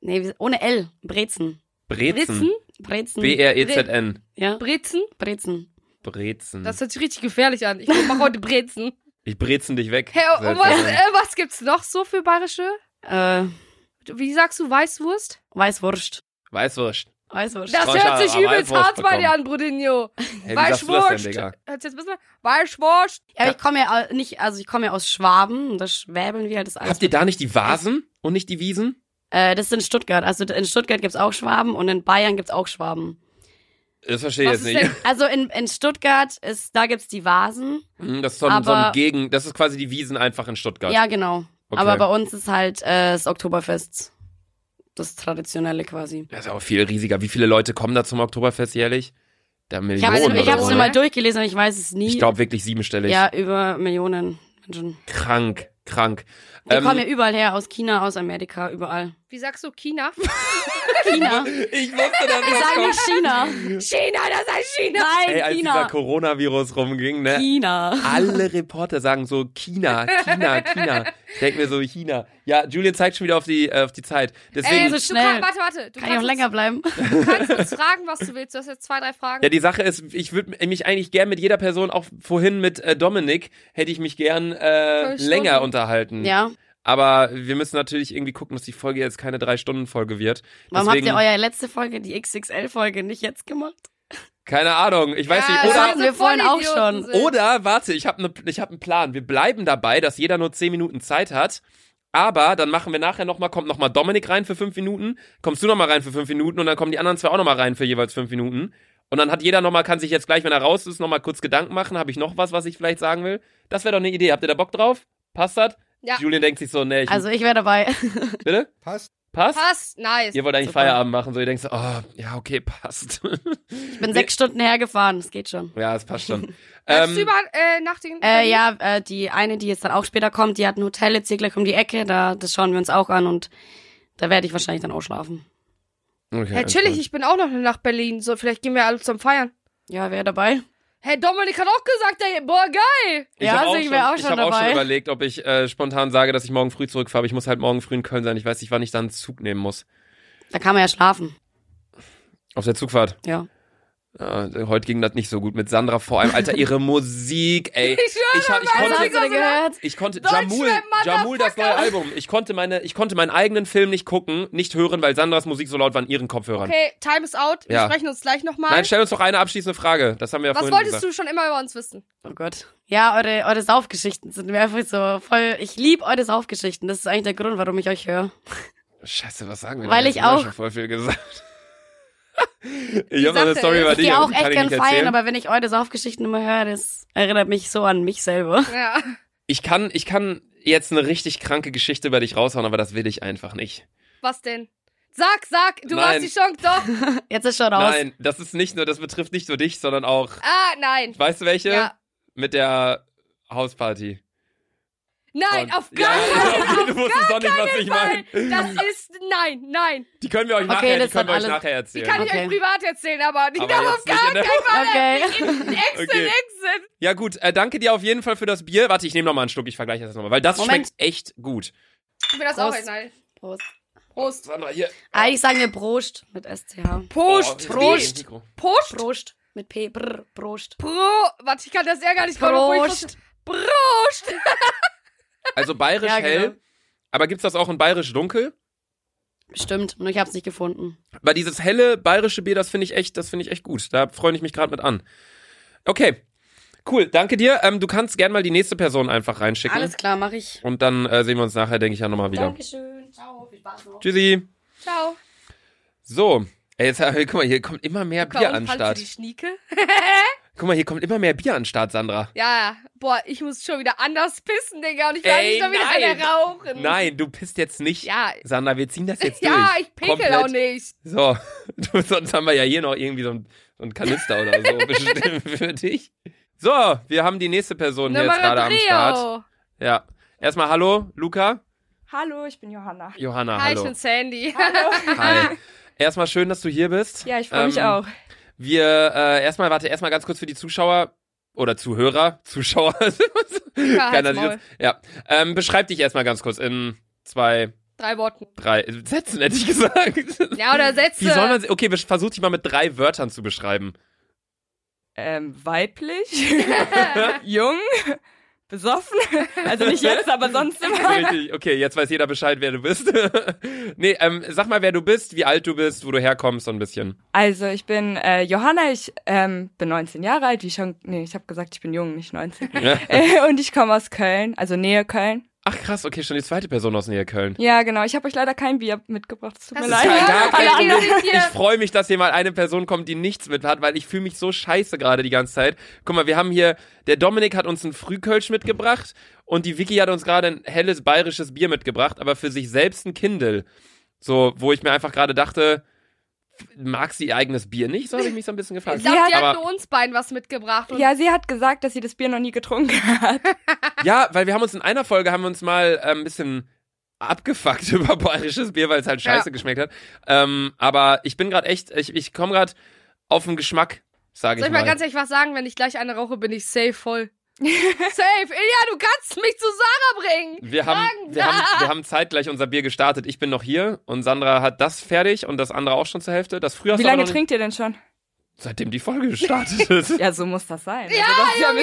Speaker 6: Nee, wie- ohne L. Brezen.
Speaker 2: Brezen.
Speaker 1: Britzen?
Speaker 6: Brezen.
Speaker 2: E B-R-E-Z-N.
Speaker 6: ja,
Speaker 1: Brezen?
Speaker 6: Brezen.
Speaker 2: Brezen.
Speaker 1: Das hört sich richtig gefährlich an. Ich mach heute Brezen.
Speaker 2: Ich brezen dich weg.
Speaker 1: Hey, und was,
Speaker 2: Selbstverständlich.
Speaker 1: äh, was gibt's noch so für bayerische?
Speaker 6: Äh,
Speaker 1: Wie sagst du, Weißwurst?
Speaker 6: Weißwurst.
Speaker 2: Weißwurst.
Speaker 6: Weißwurst.
Speaker 1: Das
Speaker 2: Strauch
Speaker 1: hört sich
Speaker 2: aber
Speaker 1: übelst
Speaker 2: Weißwurst
Speaker 1: hart bei dir
Speaker 2: bekommen.
Speaker 1: an, Brudinho.
Speaker 2: Hey, wie sagst du das
Speaker 1: Weißwurst.
Speaker 2: denn, Digga?
Speaker 1: Hört's jetzt besser? Weißwurst.
Speaker 6: ja, aber ich komme ja au- nicht, also ich komme ja aus Schwaben und da schwäbeln wir halt das alles.
Speaker 2: Habt ihr da nicht die Vasen und nicht die Wiesen?
Speaker 6: Äh, das ist in Stuttgart. Also in Stuttgart gibt's auch Schwaben und in Bayern gibt's auch Schwaben.
Speaker 2: Das verstehe
Speaker 1: Was
Speaker 2: ich
Speaker 1: ist
Speaker 2: jetzt nicht.
Speaker 6: Also in, in Stuttgart ist, da gibt's die Vasen.
Speaker 2: Hm, Das ist so ein, so ein
Speaker 6: Aber-
Speaker 2: Gegen, das ist quasi die Wiesen einfach in Stuttgart.
Speaker 6: Ja, genau.
Speaker 2: Okay.
Speaker 6: Aber bei uns ist halt äh, das Oktoberfest. Das Traditionelle quasi.
Speaker 2: das ist aber viel riesiger. Wie viele Leute kommen da zum Oktoberfest jährlich? Da
Speaker 6: Ich
Speaker 2: Millionen
Speaker 6: habe
Speaker 1: Millionen
Speaker 2: oder
Speaker 6: es
Speaker 1: hab's
Speaker 2: so,
Speaker 6: nur
Speaker 2: ne?
Speaker 6: mal durchgelesen, aber ich weiß es nie.
Speaker 2: Ich glaube wirklich siebenstellig.
Speaker 6: ja, über Millionen Menschen.
Speaker 2: Krank, krank.
Speaker 6: Die
Speaker 2: Ähm,
Speaker 6: kommen ja überall her, aus China, aus Amerika, überall.
Speaker 1: Wie sagst du China?
Speaker 6: China.
Speaker 2: ich wusste, dass
Speaker 6: Ich
Speaker 2: das
Speaker 6: sage
Speaker 2: kommt.
Speaker 6: nicht China.
Speaker 1: China, das heißt China.
Speaker 6: Nein,
Speaker 2: Ey, als dieser
Speaker 6: China.
Speaker 2: Coronavirus rumging, ne?
Speaker 6: China.
Speaker 2: Alle Reporter sagen so China, China, China. Ich denk mir so China. Ja, Julian zeigt schon wieder auf die, äh, auf die Zeit. Deswegen,
Speaker 1: Ey,
Speaker 6: so
Speaker 1: Äh, du
Speaker 6: schnell.
Speaker 1: Kann, warte, warte. Du
Speaker 6: Kann ich
Speaker 1: kannst
Speaker 6: auch länger
Speaker 1: uns,
Speaker 6: bleiben?
Speaker 1: Du kannst uns fragen, was du willst. Du hast jetzt zwei, drei Fragen.
Speaker 2: ja, die Sache ist, ich würde mich eigentlich gern mit jeder Person, auch vorhin mit äh, Dominik, hätte ich mich gern äh,
Speaker 1: Fünf Stunden.
Speaker 2: länger unterhalten.
Speaker 6: Ja.
Speaker 2: Aber wir müssen natürlich irgendwie gucken, dass die Folge jetzt keine Drei-Stunden-Folge wird.
Speaker 6: Warum
Speaker 2: Deswegen,
Speaker 6: habt ihr eure letzte Folge, die XXL-Folge, nicht jetzt gemacht?
Speaker 2: keine Ahnung, ich weiß
Speaker 1: Ja,
Speaker 2: nicht.
Speaker 1: das
Speaker 2: Oder,
Speaker 6: hatten wir vorhin auch schon.
Speaker 1: Vollidioten sind.
Speaker 2: Oder warte, ich habe ne, ich hab einen Plan. Wir bleiben dabei, dass jeder nur 10 Minuten Zeit hat. Aber dann machen wir nachher nochmal, kommt nochmal Dominik rein für 5 Minuten, kommst du nochmal rein für 5 Minuten und dann kommen die anderen zwei auch nochmal rein für jeweils 5 Minuten. Und dann hat jeder nochmal, kann sich jetzt gleich, wenn er raus ist, nochmal kurz Gedanken machen. Habe ich noch was, was ich vielleicht sagen will? Das wäre doch eine Idee. Habt ihr da Bock drauf? Passt das?
Speaker 1: Ja.
Speaker 2: Julian denkt sich so, nee, ich,
Speaker 6: Also ich wäre dabei.
Speaker 2: bitte?
Speaker 3: Passt.
Speaker 2: Passt?
Speaker 1: Passt, nice.
Speaker 2: Ihr wollt eigentlich
Speaker 6: Super.
Speaker 2: Feierabend machen, so ihr denkt so, oh, ja, okay, passt.
Speaker 6: Ich bin sechs Stunden hergefahren, das geht schon.
Speaker 2: ja, es passt schon.
Speaker 1: Bleibst du
Speaker 2: ähm,
Speaker 1: über äh, nach den
Speaker 6: Äh, ja, äh, die eine, die jetzt dann auch später kommt, die hat ein Hotel jetzt hier gleich um die Ecke, da, das schauen wir uns auch an und da werde ich wahrscheinlich dann auch schlafen.
Speaker 2: okay,
Speaker 1: Natürlich, ich bin auch noch nach Berlin. So, vielleicht gehen wir alle zum Feiern.
Speaker 6: Ja, wer dabei?
Speaker 1: Hey, Dominik hat auch gesagt, ey, boah, geil.
Speaker 2: Ich
Speaker 6: Ja,
Speaker 2: hab
Speaker 6: also
Speaker 2: auch
Speaker 6: ich
Speaker 2: schon-
Speaker 6: wär auch
Speaker 2: ich
Speaker 6: schon
Speaker 2: hab auch schon
Speaker 6: dabei.
Speaker 2: überlegt, ob ich äh, spontan sage, dass ich morgen früh zurückfahre. aber Ich muss halt morgen früh in Köln sein. Ich weiß nicht, wann ich dann einen Zug nehmen muss.
Speaker 6: Da kann man ja schlafen.
Speaker 2: Auf der Zugfahrt.
Speaker 6: Ja.
Speaker 2: Äh, heute ging das nicht so gut mit Sandra vor allem. Alter, ihre Musik, ey.
Speaker 1: Ich schwöre,
Speaker 2: ich, hab- ich
Speaker 1: Mann,
Speaker 6: Also hast
Speaker 2: konnte,
Speaker 6: du denn gehört?
Speaker 2: ich konnte
Speaker 1: Deutschrap,
Speaker 2: Jamul, Jamul das neue Album. Ich konnte meine, ich konnte meinen eigenen Film nicht gucken, nicht hören, weil Sandras Musik so laut war in ihren Kopfhörern.
Speaker 1: Okay, time is out. Wir
Speaker 2: Ja.
Speaker 1: sprechen uns gleich nochmal.
Speaker 2: Nein, stell uns doch eine abschließende Frage. Das haben wir ja
Speaker 1: Was
Speaker 2: vorhin
Speaker 1: wolltest du
Speaker 2: gesagt.
Speaker 1: schon immer über uns wissen?
Speaker 6: Oh Gott. Ja, eure, eure Saufgeschichten sind mir einfach so voll. Ich liebe eure Saufgeschichten. Das ist eigentlich der Grund, warum ich euch höre.
Speaker 2: Scheiße, was sagen wir
Speaker 6: Weil
Speaker 2: denn?
Speaker 6: ich
Speaker 2: Jetzt haben wir
Speaker 6: auch-
Speaker 2: schon voll viel gesagt. ich habe
Speaker 1: sagte,
Speaker 2: eine Story
Speaker 1: ich
Speaker 2: über
Speaker 6: Ich
Speaker 2: dich.
Speaker 6: gehe auch
Speaker 2: kann
Speaker 6: echt
Speaker 2: ich
Speaker 6: gern
Speaker 2: nicht
Speaker 6: feiern,
Speaker 2: erzählen.
Speaker 6: aber wenn ich eure Saufgeschichten immer höre, das erinnert mich so an mich selber.
Speaker 1: Ja.
Speaker 2: Ich kann, ich kann jetzt eine richtig kranke Geschichte über dich raushauen, aber das will ich einfach nicht.
Speaker 1: Was denn? Sag, sag, du
Speaker 2: Nein.
Speaker 1: hast die Chance, doch.
Speaker 6: Jetzt ist schon raus.
Speaker 2: Nein, das ist nicht nur, das betrifft nicht nur dich, sondern auch,
Speaker 1: Ah, nein.
Speaker 2: weißt du welche?
Speaker 1: Ja.
Speaker 2: Mit der Hausparty.
Speaker 1: Nein,
Speaker 2: Und-
Speaker 1: auf gar keinen
Speaker 2: ja, Du wusstest doch nicht, was ich
Speaker 1: Fall.
Speaker 2: meine.
Speaker 1: Das ist, nein, nein.
Speaker 2: Die können wir euch
Speaker 6: Okay,
Speaker 2: nachher, die
Speaker 6: das
Speaker 2: können wir
Speaker 6: hat
Speaker 2: euch
Speaker 6: alles-
Speaker 2: nachher
Speaker 1: Die
Speaker 2: erzählen.
Speaker 1: kann ich
Speaker 6: Okay.
Speaker 1: euch privat erzählen, aber die
Speaker 2: Aber
Speaker 1: darf
Speaker 2: jetzt
Speaker 1: auf gar
Speaker 2: nicht in der-
Speaker 1: keinen Fall.
Speaker 6: Okay.
Speaker 1: Exit,
Speaker 2: Okay.
Speaker 1: exit.
Speaker 2: Ja gut, äh, danke dir auf jeden Fall für das Bier. Warte, ich nehme nochmal einen Schluck, ich vergleiche das nochmal, weil das
Speaker 6: Moment.
Speaker 2: schmeckt echt gut.
Speaker 1: Ich will das
Speaker 6: Prost.
Speaker 1: auch nein.
Speaker 6: Prost. Ah,
Speaker 1: Prost.
Speaker 2: Sandra, hier.
Speaker 6: Eigentlich sagen wir Prost mit SCH.
Speaker 1: Prost.
Speaker 2: Oh,
Speaker 1: Prost.
Speaker 2: Mikro.
Speaker 1: Prost.
Speaker 6: Prost mit P. Brr, Prost.
Speaker 1: Pro. Warte, ich kann das ja gar nicht gerade ruhig
Speaker 6: Prost.
Speaker 1: Prost.
Speaker 2: Also bayerisch
Speaker 6: Ja, genau.
Speaker 2: hell, aber gibt's das auch in bayerisch dunkel?
Speaker 6: Stimmt, nur ich hab's nicht gefunden.
Speaker 2: Aber dieses helle bayerische Bier, das finde ich echt, das finde ich echt gut. Da freue ich mich gerade mit an. Okay. Cool, danke dir. Ähm, du kannst gern mal die nächste Person einfach reinschicken.
Speaker 6: Alles klar, mache ich.
Speaker 2: Und dann äh, sehen wir uns nachher, denke ich, ja nochmal wieder.
Speaker 6: Dankeschön. Ciao, viel Spaß noch.
Speaker 2: Tschüssi.
Speaker 1: Ciao.
Speaker 2: So. Ey, jetzt, äh, guck mal, hier kommt immer mehr Bier an den
Speaker 1: Fandst du die
Speaker 2: Start.
Speaker 1: Schnieke?
Speaker 2: Guck mal, hier kommt immer mehr Bier an den Start, Sandra.
Speaker 1: Ja, boah, ich muss schon wieder anders pissen, Digga. Und ich werde
Speaker 2: Ey,
Speaker 1: nicht schon wieder
Speaker 2: nein.
Speaker 1: eine
Speaker 6: Ähm.
Speaker 1: rauchen.
Speaker 2: Nein, du pisst jetzt nicht.
Speaker 1: Ja.
Speaker 2: Sandra, wir ziehen das jetzt durch.
Speaker 1: Ja, ich pinkel
Speaker 2: Komplett.
Speaker 1: auch nicht.
Speaker 2: So, du, sonst haben wir ja hier noch irgendwie so ein, so ein Kanister oder so bestimmt für dich. So, wir haben die nächste Person hier jetzt gerade am Start. Ah, Ja. Erstmal hallo, Luca.
Speaker 7: Hallo, ich bin Johanna.
Speaker 2: Johanna,
Speaker 1: Hi, ich
Speaker 2: hallo.
Speaker 1: bin Sandy.
Speaker 2: Hi. Erstmal schön, dass du hier bist.
Speaker 7: Ja, ich freue mich
Speaker 2: Ähm,
Speaker 7: auch.
Speaker 2: Wir, äh, erstmal, warte, erstmal ganz kurz für die Zuschauer oder Zuhörer, Zuschauer. Keiner
Speaker 1: halt's
Speaker 2: sieht uns. Ja. Ähm, beschreib dich erstmal ganz kurz in zwei,
Speaker 1: Drei Worten.
Speaker 2: drei Sätzen, hätte ich gesagt.
Speaker 1: Ja, oder Sätze.
Speaker 2: Wie soll man, okay, besch- versuch dich mal mit drei Wörtern zu beschreiben.
Speaker 7: Ähm, weiblich, jung, besoffen. Also nicht jetzt, aber sonst
Speaker 2: So
Speaker 7: immer.
Speaker 2: Richtig, okay, jetzt weiß jeder Bescheid, wer du bist. nee, ähm, sag mal, wer du bist, wie alt du bist, wo du herkommst, so ein bisschen.
Speaker 7: Also ich bin äh, Johanna, ich ähm, bin 19 Jahre alt. Wie schon, nee, ich habe gesagt, ich bin jung, nicht 19.
Speaker 2: Ja.
Speaker 7: Äh, Und ich komme aus Köln, also Nähe Köln.
Speaker 2: Ach krass, okay, schon die zweite Person aus Niederköln.
Speaker 7: Ja, genau. Ich habe euch leider kein Bier mitgebracht. Es tut
Speaker 1: Das
Speaker 7: mir
Speaker 1: ist
Speaker 7: leid.
Speaker 1: ja
Speaker 2: gar
Speaker 7: Alle
Speaker 2: kein
Speaker 7: anderen-
Speaker 2: Problem.
Speaker 1: hier.
Speaker 2: Ich freue mich, dass hier mal eine Person kommt, die nichts mit hat, weil ich fühle mich so scheiße gerade die ganze Zeit. Guck mal, wir haben hier, der Dominik hat uns einen Frühkölsch mitgebracht und die Vicky hat uns gerade ein helles bayerisches Bier mitgebracht, aber für sich selbst ein Kindle. So, wo ich mir einfach gerade dachte, mag sie ihr eigenes Bier nicht? So habe ich mich so ein bisschen gefragt.
Speaker 1: Ich glaube, die
Speaker 7: Ja,
Speaker 1: hat
Speaker 2: aber,
Speaker 1: nur uns beiden was mitgebracht. Und
Speaker 7: Ja, sie hat gesagt, dass sie das Bier noch nie getrunken hat.
Speaker 2: ja, weil wir haben uns in einer Folge haben wir uns mal äh, ein bisschen abgefuckt über bayerisches Bier, weil es halt scheiße
Speaker 1: Ja.
Speaker 2: geschmeckt hat. Ähm, aber ich bin gerade echt, ich, ich komme gerade auf den Geschmack, sage ich,
Speaker 1: Soll ich mal ganz ehrlich was sagen? Wenn ich gleich eine rauche, bin ich safe voll. safe. Ilja, du kannst mich zu Sarah bringen.
Speaker 2: Wir haben,
Speaker 1: Fragen
Speaker 2: wir,
Speaker 1: da.
Speaker 2: haben, wir haben zeitgleich unser Bier gestartet. Ich bin noch hier und Sandra hat das fertig und das andere auch schon zur Hälfte. Das früher hast
Speaker 7: Wie
Speaker 2: du aber
Speaker 7: lange
Speaker 2: noch
Speaker 7: trinkt ihr denn schon?
Speaker 2: nicht- Seitdem die Folge gestartet ist.
Speaker 7: Ja, so muss das sein. Ja, also, das ist ja ein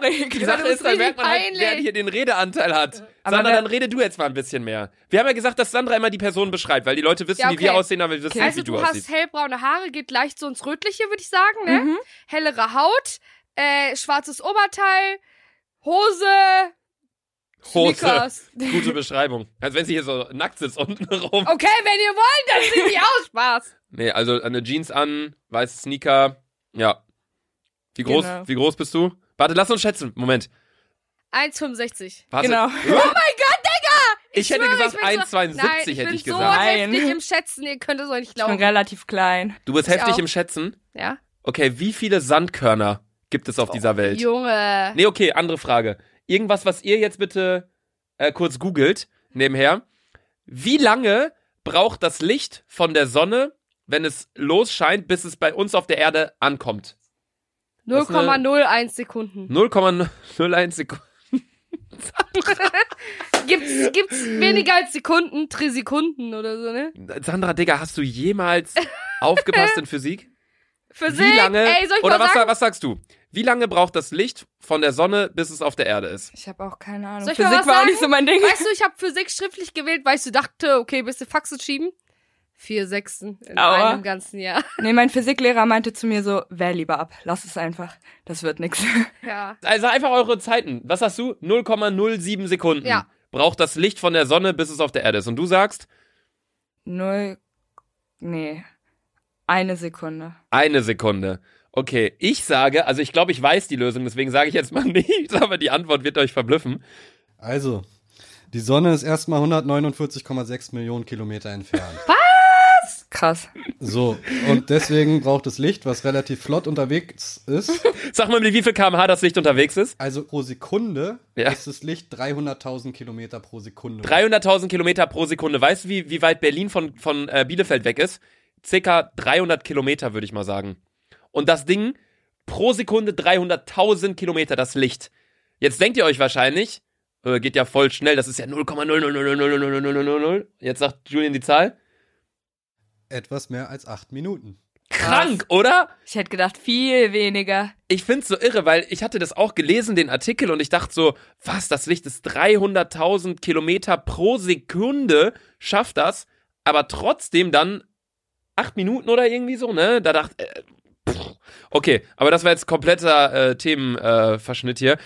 Speaker 7: bisschen
Speaker 2: Die
Speaker 7: traurig.
Speaker 2: Sache
Speaker 1: das
Speaker 2: ist,
Speaker 1: ist
Speaker 2: dann
Speaker 1: richtig
Speaker 2: merkt man halt, wer
Speaker 1: peinlich.
Speaker 2: hier den Redeanteil hat.
Speaker 7: Aber
Speaker 2: Sandra,
Speaker 7: wer-
Speaker 2: dann rede du jetzt mal ein bisschen mehr. Wir haben ja gesagt, dass Sandra immer die Person beschreibt, weil die Leute wissen,
Speaker 1: Ja,
Speaker 2: wie wir
Speaker 1: okay.
Speaker 2: aussehen, aber wir wissen
Speaker 1: Also
Speaker 2: nicht, wie du,
Speaker 1: du hast
Speaker 2: aussiehst.
Speaker 1: hellbraune Haare, geht leicht so ins Rötliche, würde ich sagen.
Speaker 2: halt,
Speaker 1: Ne?
Speaker 7: Mhm.
Speaker 1: Hellere Haut, äh, schwarzes Oberteil, Hose,
Speaker 2: Hose.
Speaker 1: Sneakers.
Speaker 2: Gute Beschreibung. Als wenn sie hier so nackt sitzt unten rum.
Speaker 1: Okay, wenn ihr wollt, dann sehe ich aus. Spaß.
Speaker 2: Nee, also eine Jeans an, weiße Sneaker. Ja. Wie groß,
Speaker 7: Genau.
Speaker 2: wie groß bist du? Warte, lass uns schätzen. Moment.
Speaker 1: 1,65.
Speaker 2: Warte.
Speaker 7: Genau.
Speaker 2: Oh mein Gott, Digga! Ich, hätte
Speaker 1: schwöre,
Speaker 2: gesagt
Speaker 1: ich bin so-
Speaker 2: 1,72
Speaker 1: Nein,
Speaker 2: hätte ich,
Speaker 1: bin
Speaker 2: gesagt.
Speaker 1: so
Speaker 7: Nein.
Speaker 1: heftig im Schätzen, ihr könnt es euch nicht
Speaker 7: Ich bin
Speaker 1: glauben.
Speaker 7: relativ klein.
Speaker 2: du bist
Speaker 1: Ich
Speaker 2: heftig
Speaker 1: auch.
Speaker 2: im Schätzen.
Speaker 1: Ja? Oh,
Speaker 2: Okay, wie viele Sandkörner gibt es auf dieser Welt?
Speaker 1: Junge.
Speaker 2: Nee, okay, andere Frage. Irgendwas, was ihr jetzt bitte äh, kurz googelt, nebenher. Wie lange braucht das Licht von der Sonne, wenn es losscheint, bis es bei uns auf der Erde ankommt? das ist eine-
Speaker 1: 0,01 Sekunden.
Speaker 2: 0,01 Sekunden.
Speaker 1: Gibt's, gibt's weniger als Sekunden, Trisekunden oder so, ne?
Speaker 2: Sandra, Digga, hast du jemals aufgepasst in Physik?
Speaker 1: Physik,
Speaker 2: Wie lange,
Speaker 1: ey, soll ich
Speaker 2: oder
Speaker 1: mal
Speaker 2: was,
Speaker 1: sagen?
Speaker 2: was sagst du? Wie lange braucht das Licht von der Sonne, bis es auf der Erde ist?
Speaker 7: Ich habe auch keine Ahnung.
Speaker 1: Soll ich mal
Speaker 7: Physik war
Speaker 1: was
Speaker 7: auch
Speaker 1: sagen?
Speaker 7: nicht so mein Ding.
Speaker 1: Weißt du, ich habe Physik schriftlich gewählt, weil ich so dachte, okay, bist du Faxen schieben? Vier Sechsten in
Speaker 7: Aua.
Speaker 1: einem ganzen Jahr.
Speaker 7: Nee, mein Physiklehrer meinte zu mir so, wähl lieber ab, lass es einfach. Das wird nix.
Speaker 1: Ja.
Speaker 2: Also einfach eure Zeiten. Was hast du? 0,07 Sekunden.
Speaker 1: Ja.
Speaker 2: Braucht das Licht von der Sonne, bis es auf der Erde ist. Und du sagst,
Speaker 7: Null. Nee. Eine Sekunde.
Speaker 2: eine Sekunde. Okay, ich sage, also ich glaube, ich weiß die Lösung, deswegen sage ich jetzt mal nichts, aber die Antwort wird euch verblüffen.
Speaker 3: Also, die Sonne ist erstmal 149,6 Millionen Kilometer entfernt.
Speaker 7: Krass.
Speaker 3: So, und deswegen braucht es Licht, was relativ flott unterwegs ist.
Speaker 2: Sag mal, mit wie viel kmh das Licht unterwegs ist?
Speaker 3: Also pro Sekunde
Speaker 2: Ja.
Speaker 3: ist das Licht 300.000 Kilometer pro Sekunde.
Speaker 2: 300.000 Kilometer pro Sekunde. Weißt du, wie, wie weit Berlin von, von äh, Bielefeld weg ist? Circa 300 Kilometer, würde ich mal sagen. Und das Ding, pro Sekunde 300.000 Kilometer, das Licht. Jetzt denkt ihr euch wahrscheinlich, äh, geht ja voll schnell, das ist ja 0,0000000. Jetzt sagt Julian die Zahl.
Speaker 3: Etwas mehr als acht Minuten.
Speaker 2: Krank, oder?
Speaker 7: Ich hätte gedacht, viel weniger.
Speaker 2: Ich find's so irre, weil ich hatte das auch gelesen, den Artikel, und ich dachte so, was, das Licht ist 300.000 Kilometer pro Sekunde, schafft das, aber trotzdem dann acht Minuten oder irgendwie so, ne? Da dachte, äh, pff. okay, aber das war jetzt kompletter äh, Themenverschnitt äh, Verschnitt hier.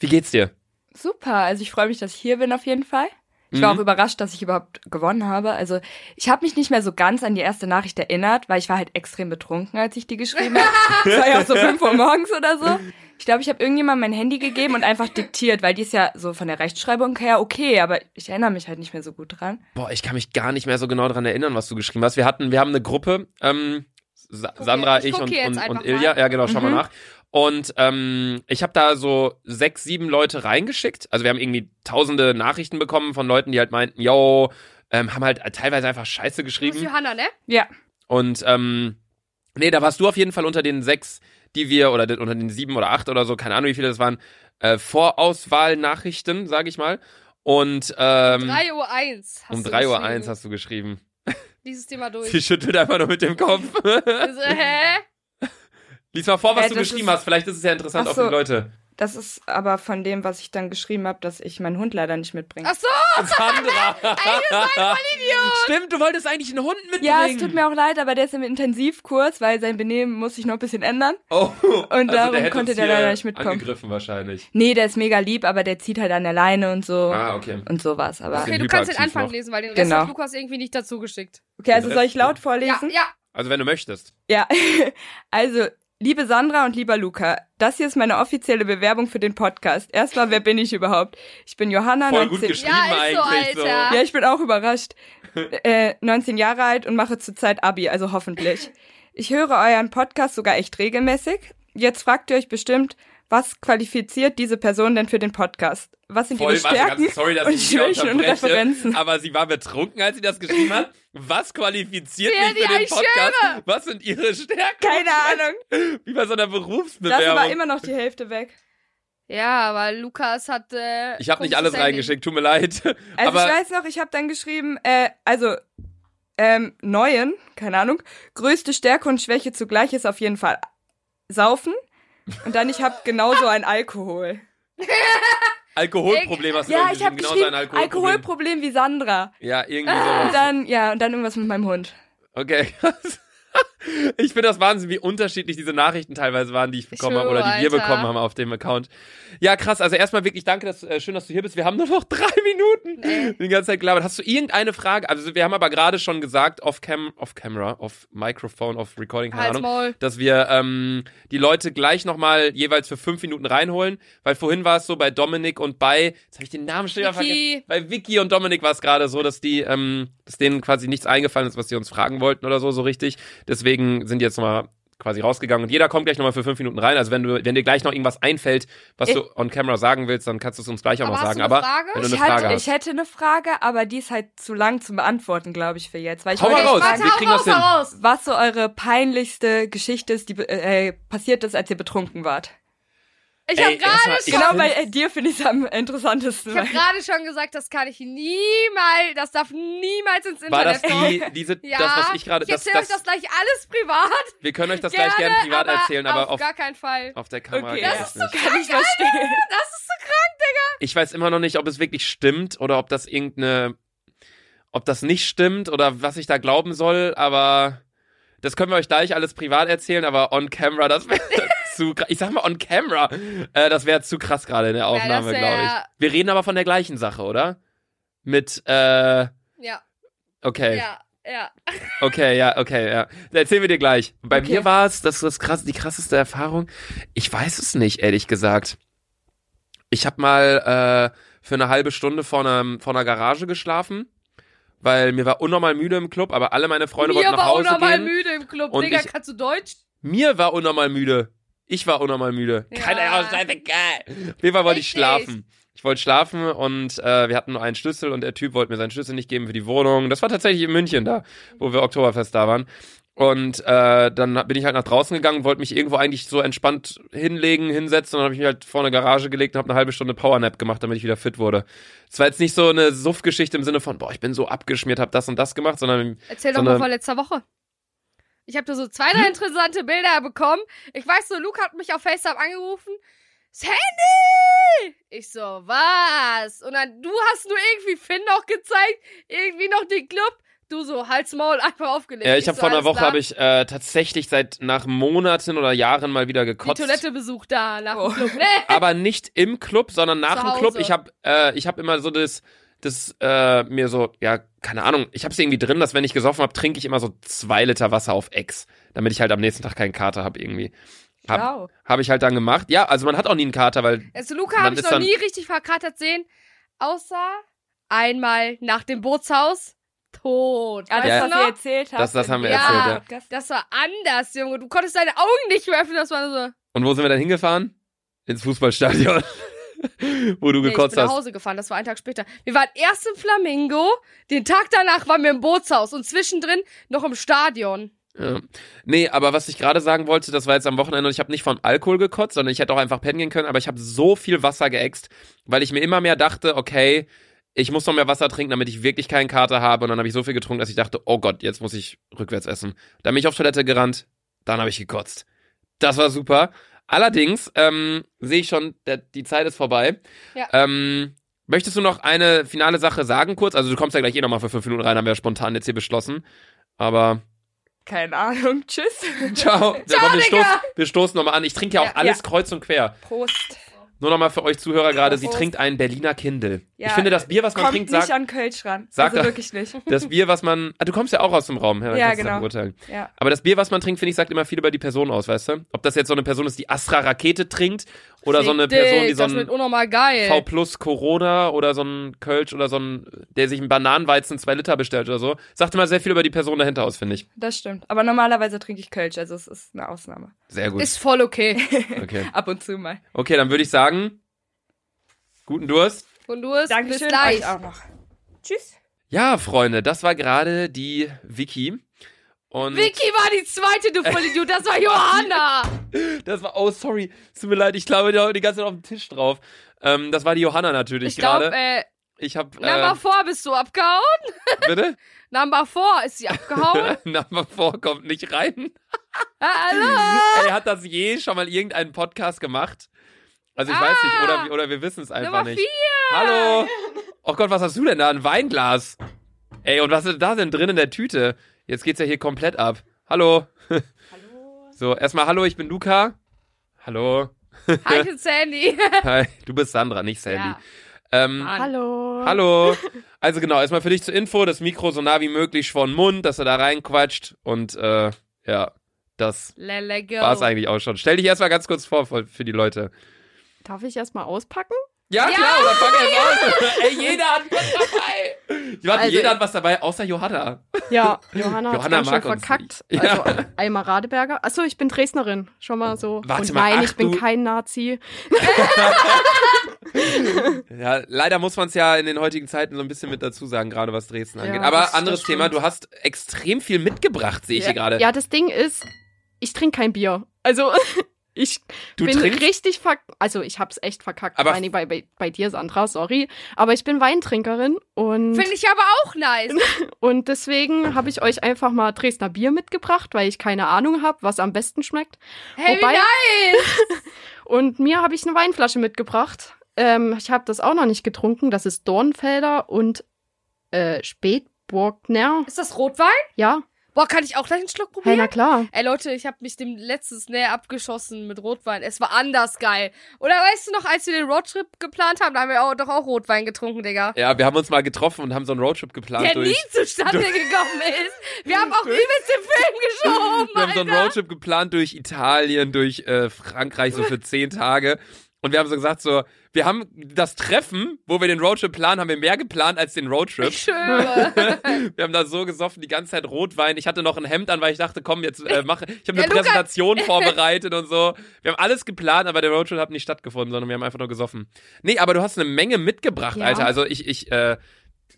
Speaker 2: Wie geht's dir?
Speaker 7: Super. Also ich freue mich, dass ich hier bin auf jeden Fall. Ich war
Speaker 2: Mhm.
Speaker 7: auch überrascht, dass ich überhaupt gewonnen habe. Also ich habe mich nicht mehr so ganz an die erste Nachricht erinnert, weil ich war halt extrem betrunken, als ich die geschrieben habe. Es war ja auch so 5 Uhr morgens oder so. Ich glaube, ich habe irgendjemandem mein Handy gegeben und einfach diktiert, weil die ist ja so von der Rechtschreibung her okay, aber ich erinnere mich halt nicht mehr so gut dran.
Speaker 2: Boah, ich kann mich gar nicht mehr so genau dran erinnern, was du geschrieben hast. Wir hatten, wir haben eine Gruppe, ähm, Sa
Speaker 1: Guck
Speaker 2: Sandra,
Speaker 1: hier, ich
Speaker 2: ich,
Speaker 1: guck
Speaker 2: und,
Speaker 1: hier jetzt
Speaker 2: und,
Speaker 1: einfach
Speaker 2: und Ilja.
Speaker 1: mal.
Speaker 2: Ja, genau, schau mal
Speaker 7: Mhm.
Speaker 2: nach. Und ähm, ich habe da so sechs, sieben Leute reingeschickt. Also wir haben irgendwie tausende Nachrichten bekommen von Leuten, die halt meinten, yo, ähm, haben halt teilweise einfach Scheiße
Speaker 1: Du bist
Speaker 2: geschrieben.
Speaker 1: Johanna, ne?
Speaker 7: Ja.
Speaker 2: Und ähm, nee, da warst du auf jeden Fall unter den sechs, die wir, oder den- unter den sieben oder acht oder so, keine Ahnung, wie viele das waren, äh, Vorauswahlnachrichten, sage ich mal. Und ähm,
Speaker 1: 3.01 Uhr. eins hast
Speaker 2: um
Speaker 1: du
Speaker 2: 3 Uhr
Speaker 1: geschrieben.
Speaker 2: eins hast du geschrieben.
Speaker 1: Dieses Thema durch.
Speaker 2: Sie schüttelt einfach nur mit dem Kopf.
Speaker 1: Also, hä?
Speaker 2: Lies mal vor, was
Speaker 7: Hä,
Speaker 2: du
Speaker 7: das
Speaker 2: geschrieben
Speaker 7: ist-
Speaker 2: hast. Vielleicht ist es ja interessant
Speaker 7: Ach
Speaker 2: auch für
Speaker 7: so.
Speaker 2: die Leute.
Speaker 7: Das ist aber von dem, was ich dann geschrieben habe, dass ich meinen Hund leider nicht mitbringe.
Speaker 1: Ach so,
Speaker 2: Sandra!
Speaker 1: ey, du seid voll Idiot.
Speaker 2: Stimmt, du wolltest eigentlich einen Hund mitbringen.
Speaker 7: ja, es tut mir auch leid, aber der ist im Intensivkurs, weil sein Benehmen muss sich noch ein bisschen ändern.
Speaker 2: Oh, und
Speaker 7: darum konnte der leider nicht mitkommen.
Speaker 2: Angegriffen wahrscheinlich.
Speaker 7: Nee, der ist mega lieb, aber der zieht halt an der Leine und so
Speaker 2: Ah, okay.
Speaker 7: und sowas. Aber
Speaker 2: Okay.
Speaker 7: okay,
Speaker 1: Okay,
Speaker 2: bin
Speaker 1: du kannst den
Speaker 2: hyperaktiv
Speaker 1: Anfang
Speaker 2: noch.
Speaker 1: lesen, weil den Rest
Speaker 7: Genau.
Speaker 1: hat Lukas irgendwie nicht dazu geschickt.
Speaker 7: also soll ich laut
Speaker 1: Ja,
Speaker 7: vorlesen?
Speaker 1: ja.
Speaker 2: Also wenn du möchtest.
Speaker 7: Ja, also, liebe Sandra und lieber Luca, das hier ist meine offizielle Bewerbung für den Podcast. Erstmal, wer bin ich überhaupt? Ich bin Johanna,
Speaker 2: Voll gut
Speaker 7: 19
Speaker 2: geschrieben
Speaker 1: Ja, ist so,
Speaker 2: eigentlich.
Speaker 1: Alter.
Speaker 7: Ja, ich bin auch überrascht. Äh, 19 Jahre alt und mache zurzeit Abi, also hoffentlich. Ich höre euren Podcast sogar echt regelmäßig. Jetzt fragt ihr euch bestimmt, was qualifiziert diese Person denn für den Podcast? Was sind
Speaker 2: Voll,
Speaker 7: ihre
Speaker 2: warte,
Speaker 7: Stärken
Speaker 2: ganz sorry, dass
Speaker 7: und
Speaker 2: ich dich da
Speaker 7: Schwächen und
Speaker 2: unterbreche,
Speaker 7: Referenzen?
Speaker 2: Aber sie war betrunken, als sie das geschrieben hat. Was qualifiziert
Speaker 1: Wer
Speaker 2: mich für
Speaker 1: die
Speaker 2: den Podcast? Was sind ihre Stärken?
Speaker 7: Keine Ahnung.
Speaker 2: Wie bei so einer
Speaker 7: Das war
Speaker 2: Berufsbewerbung.
Speaker 7: immer noch die Hälfte weg.
Speaker 1: Ja, aber Lukas hat. Äh,
Speaker 2: ich habe nicht
Speaker 1: komisches
Speaker 2: alles
Speaker 1: Handling.
Speaker 2: reingeschickt, tut mir leid.
Speaker 7: Also
Speaker 2: aber
Speaker 7: ich weiß noch, ich habe dann geschrieben, äh, also ähm, neuen, keine Ahnung, größte Stärke und Schwäche zugleich ist auf jeden Fall Saufen. Und dann, ich habe genauso ein Alkohol.
Speaker 2: Alkoholproblem hast du
Speaker 7: Ja,
Speaker 2: irgendwie
Speaker 7: ich habe
Speaker 2: genauso
Speaker 7: geschrieben,
Speaker 2: ein genau Alkoholproblem.
Speaker 7: Alkoholproblem Ah, wie Sandra.
Speaker 2: Ja, irgendwie
Speaker 7: Und
Speaker 2: sowas.
Speaker 7: dann, ja, und dann irgendwas mit meinem Hund.
Speaker 2: Okay, krass. Ich finde das Wahnsinn, wie unterschiedlich diese Nachrichten teilweise waren, die ich bekommen habe oder die
Speaker 1: schwöre,
Speaker 2: wir
Speaker 1: Alter.
Speaker 2: bekommen haben auf dem Account. Ja, krass. Also erstmal wirklich danke, dass, äh, schön, dass du hier bist. Wir haben nur noch drei Minuten. Die ganze Zeit gelabert. Hast du irgendeine Frage? Also wir haben aber gerade schon gesagt, off, cam off camera, off Microphone, off Recording, keine
Speaker 1: Halt's
Speaker 2: Ahnung.
Speaker 1: Maul.
Speaker 2: dass wir ähm, die Leute gleich nochmal jeweils für fünf Minuten reinholen, weil vorhin war es so bei Dominik und bei, jetzt habe ich den Namen schon wieder
Speaker 1: Vicky.
Speaker 2: vergessen, bei Vicky und Dominik war es gerade so, dass die, ähm, dass denen quasi nichts eingefallen ist, was sie uns fragen wollten oder so, so richtig. Deswegen sind die jetzt nochmal quasi rausgegangen und jeder kommt gleich nochmal für fünf Minuten rein. Also wenn du, wenn dir gleich noch irgendwas einfällt, was
Speaker 7: Ich-
Speaker 2: du on camera sagen willst, dann kannst du es uns gleich auch
Speaker 1: Aber
Speaker 2: noch
Speaker 1: hast
Speaker 2: sagen.
Speaker 1: du eine
Speaker 2: Aber
Speaker 1: Frage?
Speaker 2: wenn du eine
Speaker 7: Ich,
Speaker 2: Frage
Speaker 7: hatte,
Speaker 2: hast.
Speaker 7: ich hätte eine Frage, aber die ist halt zu lang zu beantworten, glaube ich, für jetzt. Weil ich
Speaker 2: Hau mal
Speaker 7: wollte euch
Speaker 2: raus,
Speaker 7: fragen,
Speaker 2: wir kriegen das hin.
Speaker 1: raus.
Speaker 7: was so eure peinlichste Geschichte ist, die be- äh, passiert ist, als ihr betrunken wart.
Speaker 1: Ich habe
Speaker 2: Ey, erstmal-
Speaker 1: gerade
Speaker 2: ich
Speaker 1: schon.
Speaker 7: Genau, bei äh, dir finde ich es am interessantesten.
Speaker 1: Ich habe gerade schon gesagt, das kann ich niemals, das darf niemals ins Internet
Speaker 2: War das
Speaker 1: kommen.
Speaker 2: die, diese,
Speaker 1: Ja,
Speaker 2: das, was ich gerade,
Speaker 1: ich
Speaker 2: das,
Speaker 1: erzähle euch das
Speaker 2: das,
Speaker 1: gleich alles privat.
Speaker 2: wir können euch das
Speaker 1: gerne,
Speaker 2: gleich gerne privat
Speaker 1: aber
Speaker 2: erzählen, aber
Speaker 1: auf
Speaker 2: auf, Oh.
Speaker 1: gar keinen Fall.
Speaker 2: auf der Kamera
Speaker 7: Okay.
Speaker 2: geht
Speaker 7: Das
Speaker 2: das
Speaker 7: ist
Speaker 2: nicht.
Speaker 7: kann ich verstehen.
Speaker 1: Das ist so krank.
Speaker 2: Ich weiß immer noch nicht, ob es wirklich stimmt oder ob das irgendeine, ob das nicht stimmt oder was ich da glauben soll, aber das können wir euch gleich alles privat erzählen, aber on camera, das wäre zu krass. Ich sag mal on camera, äh, das wäre zu krass gerade in der
Speaker 1: das
Speaker 2: Aufnahme,
Speaker 1: wär-
Speaker 2: glaube ich. Wir reden aber von der gleichen Sache, oder? Mit, äh,
Speaker 1: Ja,
Speaker 2: okay.
Speaker 1: ja, ja.
Speaker 2: Okay, ja, okay, ja. Erzählen wir dir gleich. Bei
Speaker 7: Okay.
Speaker 2: mir war es, das ist das krass, die krasseste Erfahrung. Ich weiß es nicht, ehrlich gesagt. Ich habe mal äh, für eine halbe Stunde vor einer, vor einer Garage geschlafen, weil mir war unnormal müde im Club, aber alle meine Freunde
Speaker 1: Mir
Speaker 2: wollten nach
Speaker 1: war
Speaker 2: Hause
Speaker 1: unnormal
Speaker 2: gehen.
Speaker 1: müde im Club.
Speaker 2: Und
Speaker 1: Digga,
Speaker 2: ich-
Speaker 1: kannst du Deutsch?
Speaker 2: Mir war unnormal müde. Ich war unnormal müde.
Speaker 1: Ja.
Speaker 2: Keine Ahnung, sei geil. Auf jeden Fall wollte ich
Speaker 1: Richtig.
Speaker 2: schlafen. Ich wollte schlafen und äh, wir hatten nur einen Schlüssel und der Typ wollte mir seinen Schlüssel nicht geben für die Wohnung. Das war tatsächlich in München da, wo wir Oktoberfest da waren. Und äh, dann bin ich halt nach draußen gegangen, wollte mich irgendwo eigentlich so entspannt hinlegen, hinsetzen. Und dann habe ich mich halt vor eine Garage gelegt und habe eine halbe Stunde Powernap gemacht, damit ich wieder fit wurde. Es war jetzt nicht so eine Suff-Geschichte im Sinne von, boah, ich bin so abgeschmiert, habe das und das gemacht, sondern
Speaker 1: Erzähl doch
Speaker 2: Sondern- Hm?
Speaker 1: mal von letzter Woche. Ich habe da so zwei, drei interessante Bilder bekommen. Ich weiß so, Luke hat mich auf FaceTime angerufen. Das Handy! Ich so, was? Und dann, du hast nur irgendwie Finn noch gezeigt, irgendwie noch den Club. Du so, Hals, Maul, einfach aufgelegt.
Speaker 2: Ja, Äh, ich habe
Speaker 1: so,
Speaker 2: vor einer
Speaker 1: alles
Speaker 2: Woche
Speaker 1: klar.
Speaker 2: habe ich äh, tatsächlich seit nach Monaten oder Jahren mal wieder
Speaker 1: die
Speaker 2: gekotzt.
Speaker 1: Toilette besucht da nach
Speaker 7: Oh.
Speaker 1: dem Club. ne? Nee.
Speaker 2: Aber nicht im Club, sondern nach
Speaker 1: Zu
Speaker 2: dem Club.
Speaker 1: Hause.
Speaker 2: Ich habe äh, ich habe immer so das das äh, mir so ja keine Ahnung. Ich habe es irgendwie drin, dass wenn ich gesoffen habe, trinke ich immer so zwei Liter Wasser auf Ex, damit ich halt am nächsten Tag keinen Kater habe irgendwie. Habe
Speaker 7: Wow.
Speaker 2: hab ich halt dann gemacht. Ja, also man hat auch nie einen Kater, weil
Speaker 1: Also Luca
Speaker 2: Man
Speaker 1: habe ich
Speaker 2: ist
Speaker 1: noch
Speaker 2: dann-
Speaker 1: nie richtig verkatert sehen, außer einmal nach dem Bootshaus tot.
Speaker 7: Ja, das,
Speaker 2: Ja.
Speaker 7: was ihr erzählt habt.
Speaker 2: Das- das haben wir
Speaker 7: im
Speaker 1: erzählt, ja.
Speaker 7: Podcast.
Speaker 1: Das war anders, Junge. Du konntest deine Augen nicht mehr öffnen. Das war nur so.
Speaker 2: und wo sind wir dann hingefahren? Ins Fußballstadion, wo du
Speaker 1: Nee, ich bin
Speaker 2: gekotzt
Speaker 1: nach
Speaker 2: hast.
Speaker 1: Hause gefahren. Das war einen Tag später. Wir waren erst im Flamingo. Den Tag danach waren wir im Bootshaus und zwischendrin noch im Stadion.
Speaker 2: Ja. Nee, aber was ich gerade sagen wollte, das war jetzt am Wochenende und ich habe nicht von Alkohol gekotzt, sondern ich hätte auch einfach pennen gehen können, aber ich habe so viel Wasser geäxt, weil ich mir immer mehr dachte, okay, ich muss noch mehr Wasser trinken, damit ich wirklich keinen Kater habe. Und dann habe ich so viel getrunken, dass ich dachte, oh Gott, jetzt muss ich rückwärts essen. Dann bin ich auf Toilette gerannt, dann habe ich gekotzt. Das war super. Allerdings ähm, sehe ich schon, der, die Zeit ist vorbei.
Speaker 1: Ja.
Speaker 2: Ähm, möchtest du noch eine finale Sache sagen kurz? Also du kommst ja gleich eh nochmal für fünf Minuten rein, haben wir ja spontan jetzt hier beschlossen. Aber
Speaker 7: Keine Ahnung, tschüss.
Speaker 2: ciao. Ja, komm, wir, stoßen, wir stoßen nochmal an. Ich trinke ja auch
Speaker 7: Ja,
Speaker 2: alles
Speaker 7: ja.
Speaker 2: kreuz und quer.
Speaker 7: Prost.
Speaker 2: Nur nochmal für euch Zuhörer gerade, sie
Speaker 7: Prost.
Speaker 2: trinkt einen Berliner Kindle.
Speaker 7: Ja,
Speaker 2: ich finde, das Bier, was man
Speaker 7: Kommt
Speaker 2: trinkt,
Speaker 7: nicht
Speaker 2: sagt,
Speaker 7: an Kölsch ran.
Speaker 2: Sagt er-
Speaker 7: also wirklich nicht.
Speaker 2: das Bier, was man. Ah, du kommst ja auch aus dem Raum, ja, dann
Speaker 7: Ja,
Speaker 2: kannst du das
Speaker 7: genau.
Speaker 2: beurteilen.
Speaker 7: Ja.
Speaker 2: Aber das Bier, was man trinkt, finde ich, sagt immer viel über die Person aus, weißt du? Ob das jetzt so eine Person ist, die Astra-Rakete trinkt oder so eine
Speaker 1: Fick
Speaker 2: Person, die
Speaker 1: dich,
Speaker 2: so
Speaker 1: Das wird
Speaker 2: ein
Speaker 1: unnormal geil.
Speaker 2: V plus Corona oder so ein Kölsch oder so ein, der sich einen Bananenweizen 2 Liter bestellt oder so, sagt immer sehr viel über die Person dahinter aus, finde ich.
Speaker 7: Das stimmt. Aber normalerweise trinke ich Kölsch, also es ist eine Ausnahme.
Speaker 2: Sehr gut.
Speaker 1: Ist voll okay.
Speaker 2: Okay,
Speaker 7: Ab und zu mal.
Speaker 2: okay dann würde ich sagen, guten Durst.
Speaker 1: Und du bist bis
Speaker 7: Dankeschön.
Speaker 1: gleich.
Speaker 7: Euch auch noch. Tschüss.
Speaker 2: Ja, Freunde, das war gerade die Vicky. Und
Speaker 1: Vicky war die zweite, du Vollidiot. Das war Johanna.
Speaker 2: Das war, oh, sorry, es tut mir leid, ich glaube, die, die ganze Zeit auf dem Tisch drauf. Ähm, das war die Johanna natürlich
Speaker 1: Ich glaube,
Speaker 2: gerade.
Speaker 1: äh,
Speaker 2: Ich habe, äh,
Speaker 1: Number 4 bist du abgehauen.
Speaker 2: bitte?
Speaker 1: Number 4 ist sie abgehauen.
Speaker 2: Number 4 kommt nicht rein.
Speaker 1: Ah, Hallo.
Speaker 2: Ey, hat das je schon mal irgendeinen Podcast gemacht? Also ich
Speaker 1: Ah.
Speaker 2: weiß nicht, oder, wir- oder wir wissen es einfach
Speaker 1: Nummer
Speaker 2: nicht.
Speaker 1: 4.
Speaker 2: Hallo! Oh Gott, was hast du denn da? Ein Weinglas. Ey, und was ist da denn drin in der Tüte? Jetzt geht's ja hier komplett ab. Hallo. Hallo. So, erstmal hallo, ich bin Luca. Hallo.
Speaker 1: Hi, ich bin Sandy.
Speaker 2: Hi, du bist Sandra, nicht Sandy.
Speaker 1: Ja.
Speaker 2: Ähm,
Speaker 1: Mann.
Speaker 7: Hallo.
Speaker 2: Hallo. Also genau, erstmal für dich zur Info, das Mikro so nah wie möglich vor den Mund, dass er da reinquatscht und äh, ja, das
Speaker 1: Lele go.
Speaker 2: war's eigentlich auch schon. Stell dich erstmal ganz kurz vor für für die Leute.
Speaker 8: Darf ich erstmal auspacken?
Speaker 2: Ja,
Speaker 1: Ja,
Speaker 2: klar, dann fang erst an. Ey, jeder hat was dabei. Ich warte,
Speaker 8: Also-
Speaker 2: jeder hat was dabei, außer Johanna.
Speaker 8: Ja, Johanna hat
Speaker 2: Johanna
Speaker 8: ganz schön
Speaker 2: mag uns
Speaker 8: verkackt.
Speaker 2: nicht. Ja.
Speaker 8: Also einmal Radeberger. Achso, ich bin Dresdnerin. Schon mal so.
Speaker 2: Warte
Speaker 8: Und
Speaker 2: mal,
Speaker 8: nein,
Speaker 2: ach,
Speaker 8: ich bin
Speaker 2: du-
Speaker 8: kein Nazi.
Speaker 2: Ja, leider muss man es ja in den heutigen Zeiten so ein bisschen mit dazu sagen, gerade was Dresden
Speaker 8: Ja,
Speaker 2: angeht.
Speaker 8: das-
Speaker 2: Aber
Speaker 8: das
Speaker 2: anderes
Speaker 8: stimmt.
Speaker 2: Thema, du hast extrem viel mitgebracht, sehe ich hier gerade.
Speaker 8: Ja, das Ding ist, ich trinke kein Bier. Also ich
Speaker 2: du
Speaker 8: bin
Speaker 2: trinkst
Speaker 8: richtig verk Also ich hab's echt verkackt.
Speaker 2: Aber-
Speaker 8: vor allen Dingen bei, bei, bei dir, Sandra, sorry. Aber ich bin Weintrinkerin und,
Speaker 1: Finde ich aber auch nice.
Speaker 8: und deswegen habe ich euch einfach mal Dresdner Bier mitgebracht, weil ich keine Ahnung habe, was am besten schmeckt.
Speaker 1: Hey,
Speaker 8: Wobei-
Speaker 1: wie nice.
Speaker 8: Und mir habe ich eine Weinflasche mitgebracht. Ähm, ich habe das auch noch nicht getrunken. Das ist Dornfelder und äh, Spätburgner.
Speaker 1: Ist das Rotwein?
Speaker 8: Ja,
Speaker 1: Boah, kann ich auch gleich einen Schluck
Speaker 8: hey,
Speaker 1: probieren?
Speaker 8: na klar.
Speaker 1: Ey Leute, ich habe mich dem letztes näher abgeschossen mit Rotwein. Es war anders geil. Oder weißt du noch, als wir den Roadtrip geplant haben, da haben wir auch, doch auch Rotwein getrunken, Digga.
Speaker 2: Ja, wir haben uns mal getroffen und haben so einen Roadtrip geplant
Speaker 1: Der
Speaker 2: durch.
Speaker 1: nie zustande gekommen ist. Wir haben auch übelst den
Speaker 8: oh
Speaker 1: Film geschoben,
Speaker 2: Wir haben so
Speaker 1: Alter.
Speaker 2: einen Roadtrip geplant durch Italien, durch äh, Frankreich, so für zehn Tage. Und wir haben so gesagt, so, wir haben das Treffen, wo wir den Roadtrip planen, haben wir mehr geplant als den Roadtrip.
Speaker 1: Ich schwöre.
Speaker 2: Wir haben da so gesoffen, die ganze Zeit Rotwein. Ich hatte noch ein Hemd an, weil ich dachte, komm, jetzt äh, mache. Ich habe eine
Speaker 1: Ja, Luca-
Speaker 2: Präsentation vorbereitet und so. Wir haben alles geplant, aber der Roadtrip hat nicht stattgefunden, sondern wir haben einfach nur gesoffen. Nee, aber du hast eine Menge mitgebracht,
Speaker 8: Ja.
Speaker 2: Alter. Also ich, ich, äh,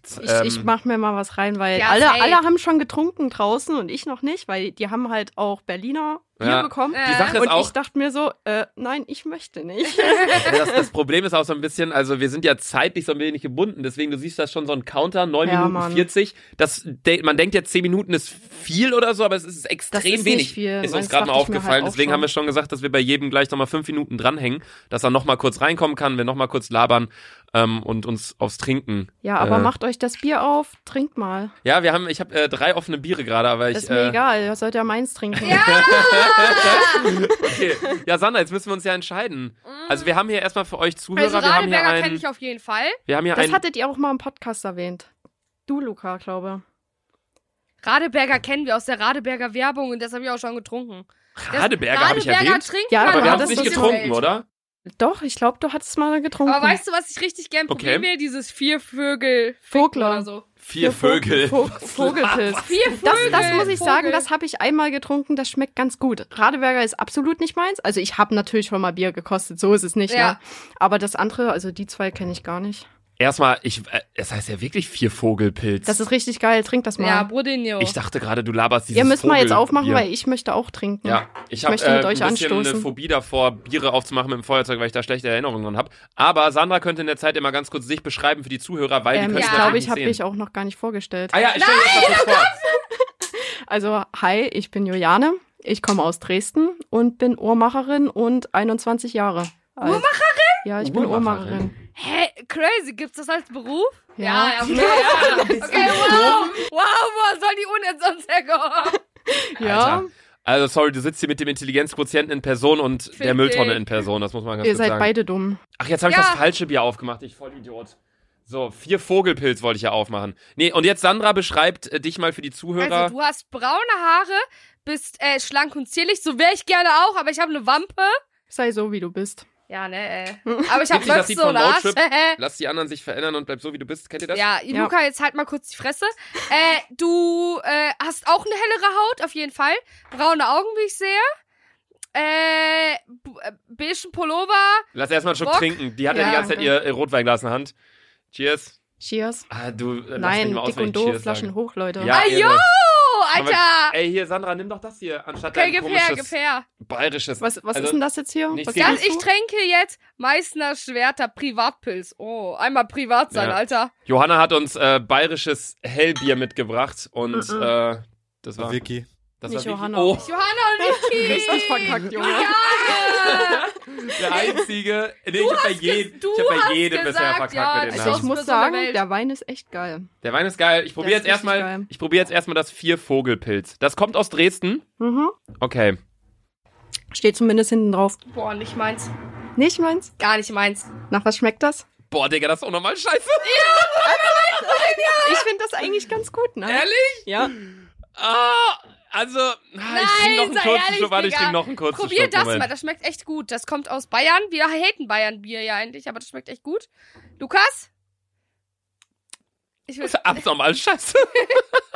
Speaker 8: Ich,
Speaker 2: Ähm,
Speaker 8: ich mach mir mal was rein, weil
Speaker 1: Ja,
Speaker 8: alle,
Speaker 1: safe.
Speaker 8: alle haben schon getrunken draußen und ich noch nicht, weil die haben halt auch Berliner Bier
Speaker 2: Ja.
Speaker 8: bekommen.
Speaker 1: Äh.
Speaker 2: die Sache ist
Speaker 8: Und
Speaker 2: auch,
Speaker 8: ich dachte mir so, äh, nein, ich möchte nicht.
Speaker 2: Ja, das, das Problem ist auch so ein bisschen, also wir sind ja zeitlich so ein wenig gebunden, deswegen, du siehst das schon so ein Counter, 9
Speaker 8: Ja,
Speaker 2: Minuten
Speaker 8: Mann.
Speaker 2: 40. Das, de, man denkt ja 10 Minuten ist viel oder so, aber es ist extrem
Speaker 8: Das ist nicht
Speaker 2: wenig.
Speaker 8: viel.
Speaker 2: Ist
Speaker 8: Das
Speaker 2: uns gerade
Speaker 8: dachte
Speaker 2: mal
Speaker 8: ich mir
Speaker 2: aufgefallen,
Speaker 8: halt auch
Speaker 2: deswegen
Speaker 8: schon.
Speaker 2: haben wir schon gesagt, dass wir bei jedem gleich nochmal 5 Minuten dranhängen, dass er nochmal kurz reinkommen kann, wir nochmal kurz labern ähm, und uns aufs Trinken.
Speaker 8: Ja, aber
Speaker 2: äh,
Speaker 8: macht euch das Bier auf, trinkt mal.
Speaker 2: Ja, wir haben, ich habe äh, drei offene Biere gerade, aber ich.
Speaker 8: ist mir
Speaker 2: äh,
Speaker 8: egal, ihr sollt ja meins trinken.
Speaker 2: okay. Ja, Sandra, jetzt müssen wir uns ja entscheiden. Also wir haben hier erstmal für euch Zuhörer,
Speaker 1: Also
Speaker 2: wir haben hier
Speaker 1: Radeberger kenne
Speaker 2: einen.
Speaker 1: ich auf jeden Fall.
Speaker 2: Wir haben hier
Speaker 8: Das
Speaker 2: einen.
Speaker 8: hattet ihr auch mal im Podcast erwähnt. Du, Luca, glaube.
Speaker 1: Radeberger kennen wir aus der Radeberger Werbung und das habe ich auch schon getrunken. Das-
Speaker 2: Radeberger habe ich
Speaker 1: Radeberger
Speaker 2: erwähnt.
Speaker 1: trinkt
Speaker 8: Ja,
Speaker 1: man
Speaker 2: Aber wir
Speaker 8: Ja,
Speaker 2: haben es
Speaker 8: das
Speaker 2: nicht
Speaker 8: ist-
Speaker 2: getrunken, oder?
Speaker 8: Doch, ich glaube, du hattest mal getrunken.
Speaker 1: Aber Oh, weißt du, was ich richtig gern
Speaker 2: Okay.
Speaker 1: probieren will? Dieses Viervögel.
Speaker 8: Vogler.
Speaker 1: oder so.
Speaker 2: Vier Vögel.
Speaker 8: Vog Vogelpilz.
Speaker 1: Vier
Speaker 8: Das,
Speaker 1: Vögel.
Speaker 8: das muss ich
Speaker 1: Äh, Vogel.
Speaker 8: sagen, das habe ich einmal getrunken, das schmeckt ganz gut. Radeberger ist absolut nicht meins. Also ich habe natürlich schon mal Bier gekostet, so ist es nicht.
Speaker 1: Ja.
Speaker 8: Ne? Aber das andere, also die zwei kenne ich gar nicht.
Speaker 2: Erstmal, ich, äh, es heißt ja wirklich vier Vogelpilz.
Speaker 8: Das ist richtig geil, trink das mal.
Speaker 1: Ja, Brudinho.
Speaker 2: ich dachte gerade, du laberst dieses
Speaker 8: ihr müsst mal jetzt
Speaker 2: Vogelbier.
Speaker 8: aufmachen, weil ich möchte auch trinken.
Speaker 2: ja, ich,
Speaker 8: ich
Speaker 2: hab,
Speaker 8: möchte
Speaker 2: äh,
Speaker 8: mit euch
Speaker 2: ein bisschen eine
Speaker 8: anstoßen.
Speaker 2: Phobie davor, Biere aufzumachen mit dem Feuerzeug, weil ich da schlechte Erinnerungen dran habe. Aber Sandra könnte in der Zeit immer ganz kurz sich beschreiben für die Zuhörer, weil die
Speaker 8: Ähm,
Speaker 2: können
Speaker 8: ich
Speaker 2: es
Speaker 1: ja.
Speaker 8: glaube,
Speaker 2: natürlich
Speaker 8: ich habe
Speaker 2: nicht
Speaker 8: mich
Speaker 2: sehen.
Speaker 8: auch noch gar nicht vorgestellt.
Speaker 2: Ah ja, ich stelle jetzt mal kurz vor.
Speaker 8: Also, hi, ich bin Juliane. Ich komme aus Dresden und bin Uhrmacherin und 21 Jahre. alt.
Speaker 1: Uhrmacherin?
Speaker 8: Ja, ich bin Uhrmacherin.
Speaker 1: Hä, crazy, gibt's das als Beruf?
Speaker 8: Ja.
Speaker 1: ja, ja. Okay, wow. Wow, wo soll die Uni denn sonst herkommen?
Speaker 8: Ja,
Speaker 2: Alter. Also sorry, du sitzt hier mit dem Intelligenzquotienten in Person und der
Speaker 1: Fick
Speaker 2: Mülltonne
Speaker 1: dich.
Speaker 2: in Person, das muss man ganz
Speaker 8: ihr
Speaker 2: kurz
Speaker 8: seid
Speaker 2: sagen.
Speaker 8: beide dumm.
Speaker 2: Ach, jetzt habe ich
Speaker 1: Ja.
Speaker 2: das falsche Bier aufgemacht, ich Vollidiot. So, vier Vogelpilz wollte ich ja aufmachen. Nee, und jetzt Sandra beschreibt äh, dich mal für die Zuhörer.
Speaker 1: Also, du hast braune Haare, bist äh, schlank und zierlich, so wäre ich gerne auch, aber ich habe eine Wampe.
Speaker 8: Sei so, wie du bist.
Speaker 1: Ja, ne, ey. Aber ich habe
Speaker 2: Witzig, das
Speaker 1: Möpse
Speaker 2: sieht von
Speaker 1: und Arsch.
Speaker 2: Roadtrip. Lass die anderen sich verändern und bleib so, wie du bist. Kennt ihr das?
Speaker 1: Ja,
Speaker 8: Ja.
Speaker 1: Luca, jetzt halt mal kurz die Fresse. Äh, du äh, hast auch eine hellere Haut, auf jeden Fall. Braune Augen, wie ich sehe. Äh, b- äh, beigen Pullover.
Speaker 2: Lass erstmal einen Schluck
Speaker 1: Bock?
Speaker 2: trinken. Die hat ja,
Speaker 8: Ja,
Speaker 2: die ganze Zeit ihr, ihr Rotweinglas in der Hand. Cheers.
Speaker 8: Cheers.
Speaker 2: Ah, du, äh, lass mich
Speaker 8: Nein,
Speaker 2: mal
Speaker 8: dick
Speaker 2: auswählen.
Speaker 8: und doof,
Speaker 2: Cheers
Speaker 8: Flaschen
Speaker 2: sagen.
Speaker 8: hoch, Leute.
Speaker 2: Ja,
Speaker 1: Ah,
Speaker 2: irre.
Speaker 1: jo, Alter!
Speaker 2: Aber, ey, hier, Sandra, nimm doch das hier, anstatt
Speaker 1: Okay,
Speaker 2: dein
Speaker 1: gib her,
Speaker 2: komisches
Speaker 1: gib her.
Speaker 2: bayerisches.
Speaker 8: Was, was
Speaker 2: Also,
Speaker 8: ist denn das jetzt hier?
Speaker 2: nicht
Speaker 8: Was
Speaker 2: viel.
Speaker 1: Dann,
Speaker 8: trinkst
Speaker 1: ich
Speaker 8: du?
Speaker 1: trinke jetzt Meißner Schwerter Privatpilz. Oh, einmal privat sein,
Speaker 2: Ja.
Speaker 1: Alter.
Speaker 2: Johanna hat uns äh, bayerisches Hellbier mitgebracht und äh, das war.
Speaker 3: Vicky.
Speaker 2: Das
Speaker 8: Nicht
Speaker 2: war
Speaker 8: Johanna.
Speaker 2: Oh,
Speaker 1: Johanna und Vicky!
Speaker 8: Richtig verkackt, Junge.
Speaker 1: Ja!
Speaker 2: der einzige. Nee, ich hab bei jedem,
Speaker 1: du
Speaker 2: ich hab bei
Speaker 1: hast
Speaker 2: jedem bisher
Speaker 1: gesagt,
Speaker 2: verkackt
Speaker 1: ja,
Speaker 2: mit den
Speaker 1: das Namen.
Speaker 8: Also ich
Speaker 2: Namen.
Speaker 8: muss
Speaker 1: Besondere
Speaker 8: sagen,
Speaker 1: Welt.
Speaker 8: der Wein ist echt geil.
Speaker 2: Der Wein ist geil. Ich probiere
Speaker 8: Der ist
Speaker 2: jetzt erstmal,
Speaker 8: richtig geil.
Speaker 2: ich probiere jetzt erstmal das vier Vogelpilz. Das kommt aus Dresden.
Speaker 8: Mhm.
Speaker 2: Okay.
Speaker 8: Steht zumindest hinten drauf.
Speaker 1: Boah, nicht meins.
Speaker 8: Nicht meins?
Speaker 1: Gar nicht meins.
Speaker 8: Nach was schmeckt das?
Speaker 2: Boah, Digga, das ist auch nochmal scheiße.
Speaker 8: Ich finde das eigentlich ganz gut, ne?
Speaker 2: Ehrlich?
Speaker 8: Ja.
Speaker 2: Ah, also, ah, ich
Speaker 1: Nein,
Speaker 2: trinke noch einen
Speaker 1: sei
Speaker 2: kurzen
Speaker 1: ehrlich,
Speaker 2: Schluck. Warte, ich
Speaker 1: Digga.
Speaker 2: trinke noch einen kurzen
Speaker 1: Probier
Speaker 2: Schluck.
Speaker 1: das
Speaker 2: Moment.
Speaker 1: mal, das schmeckt echt gut. Das kommt aus Bayern. Wir haten Bayern-Bier ja eigentlich, aber das schmeckt echt gut. Lukas? Ich will,
Speaker 2: Das ist abnormal scheiße.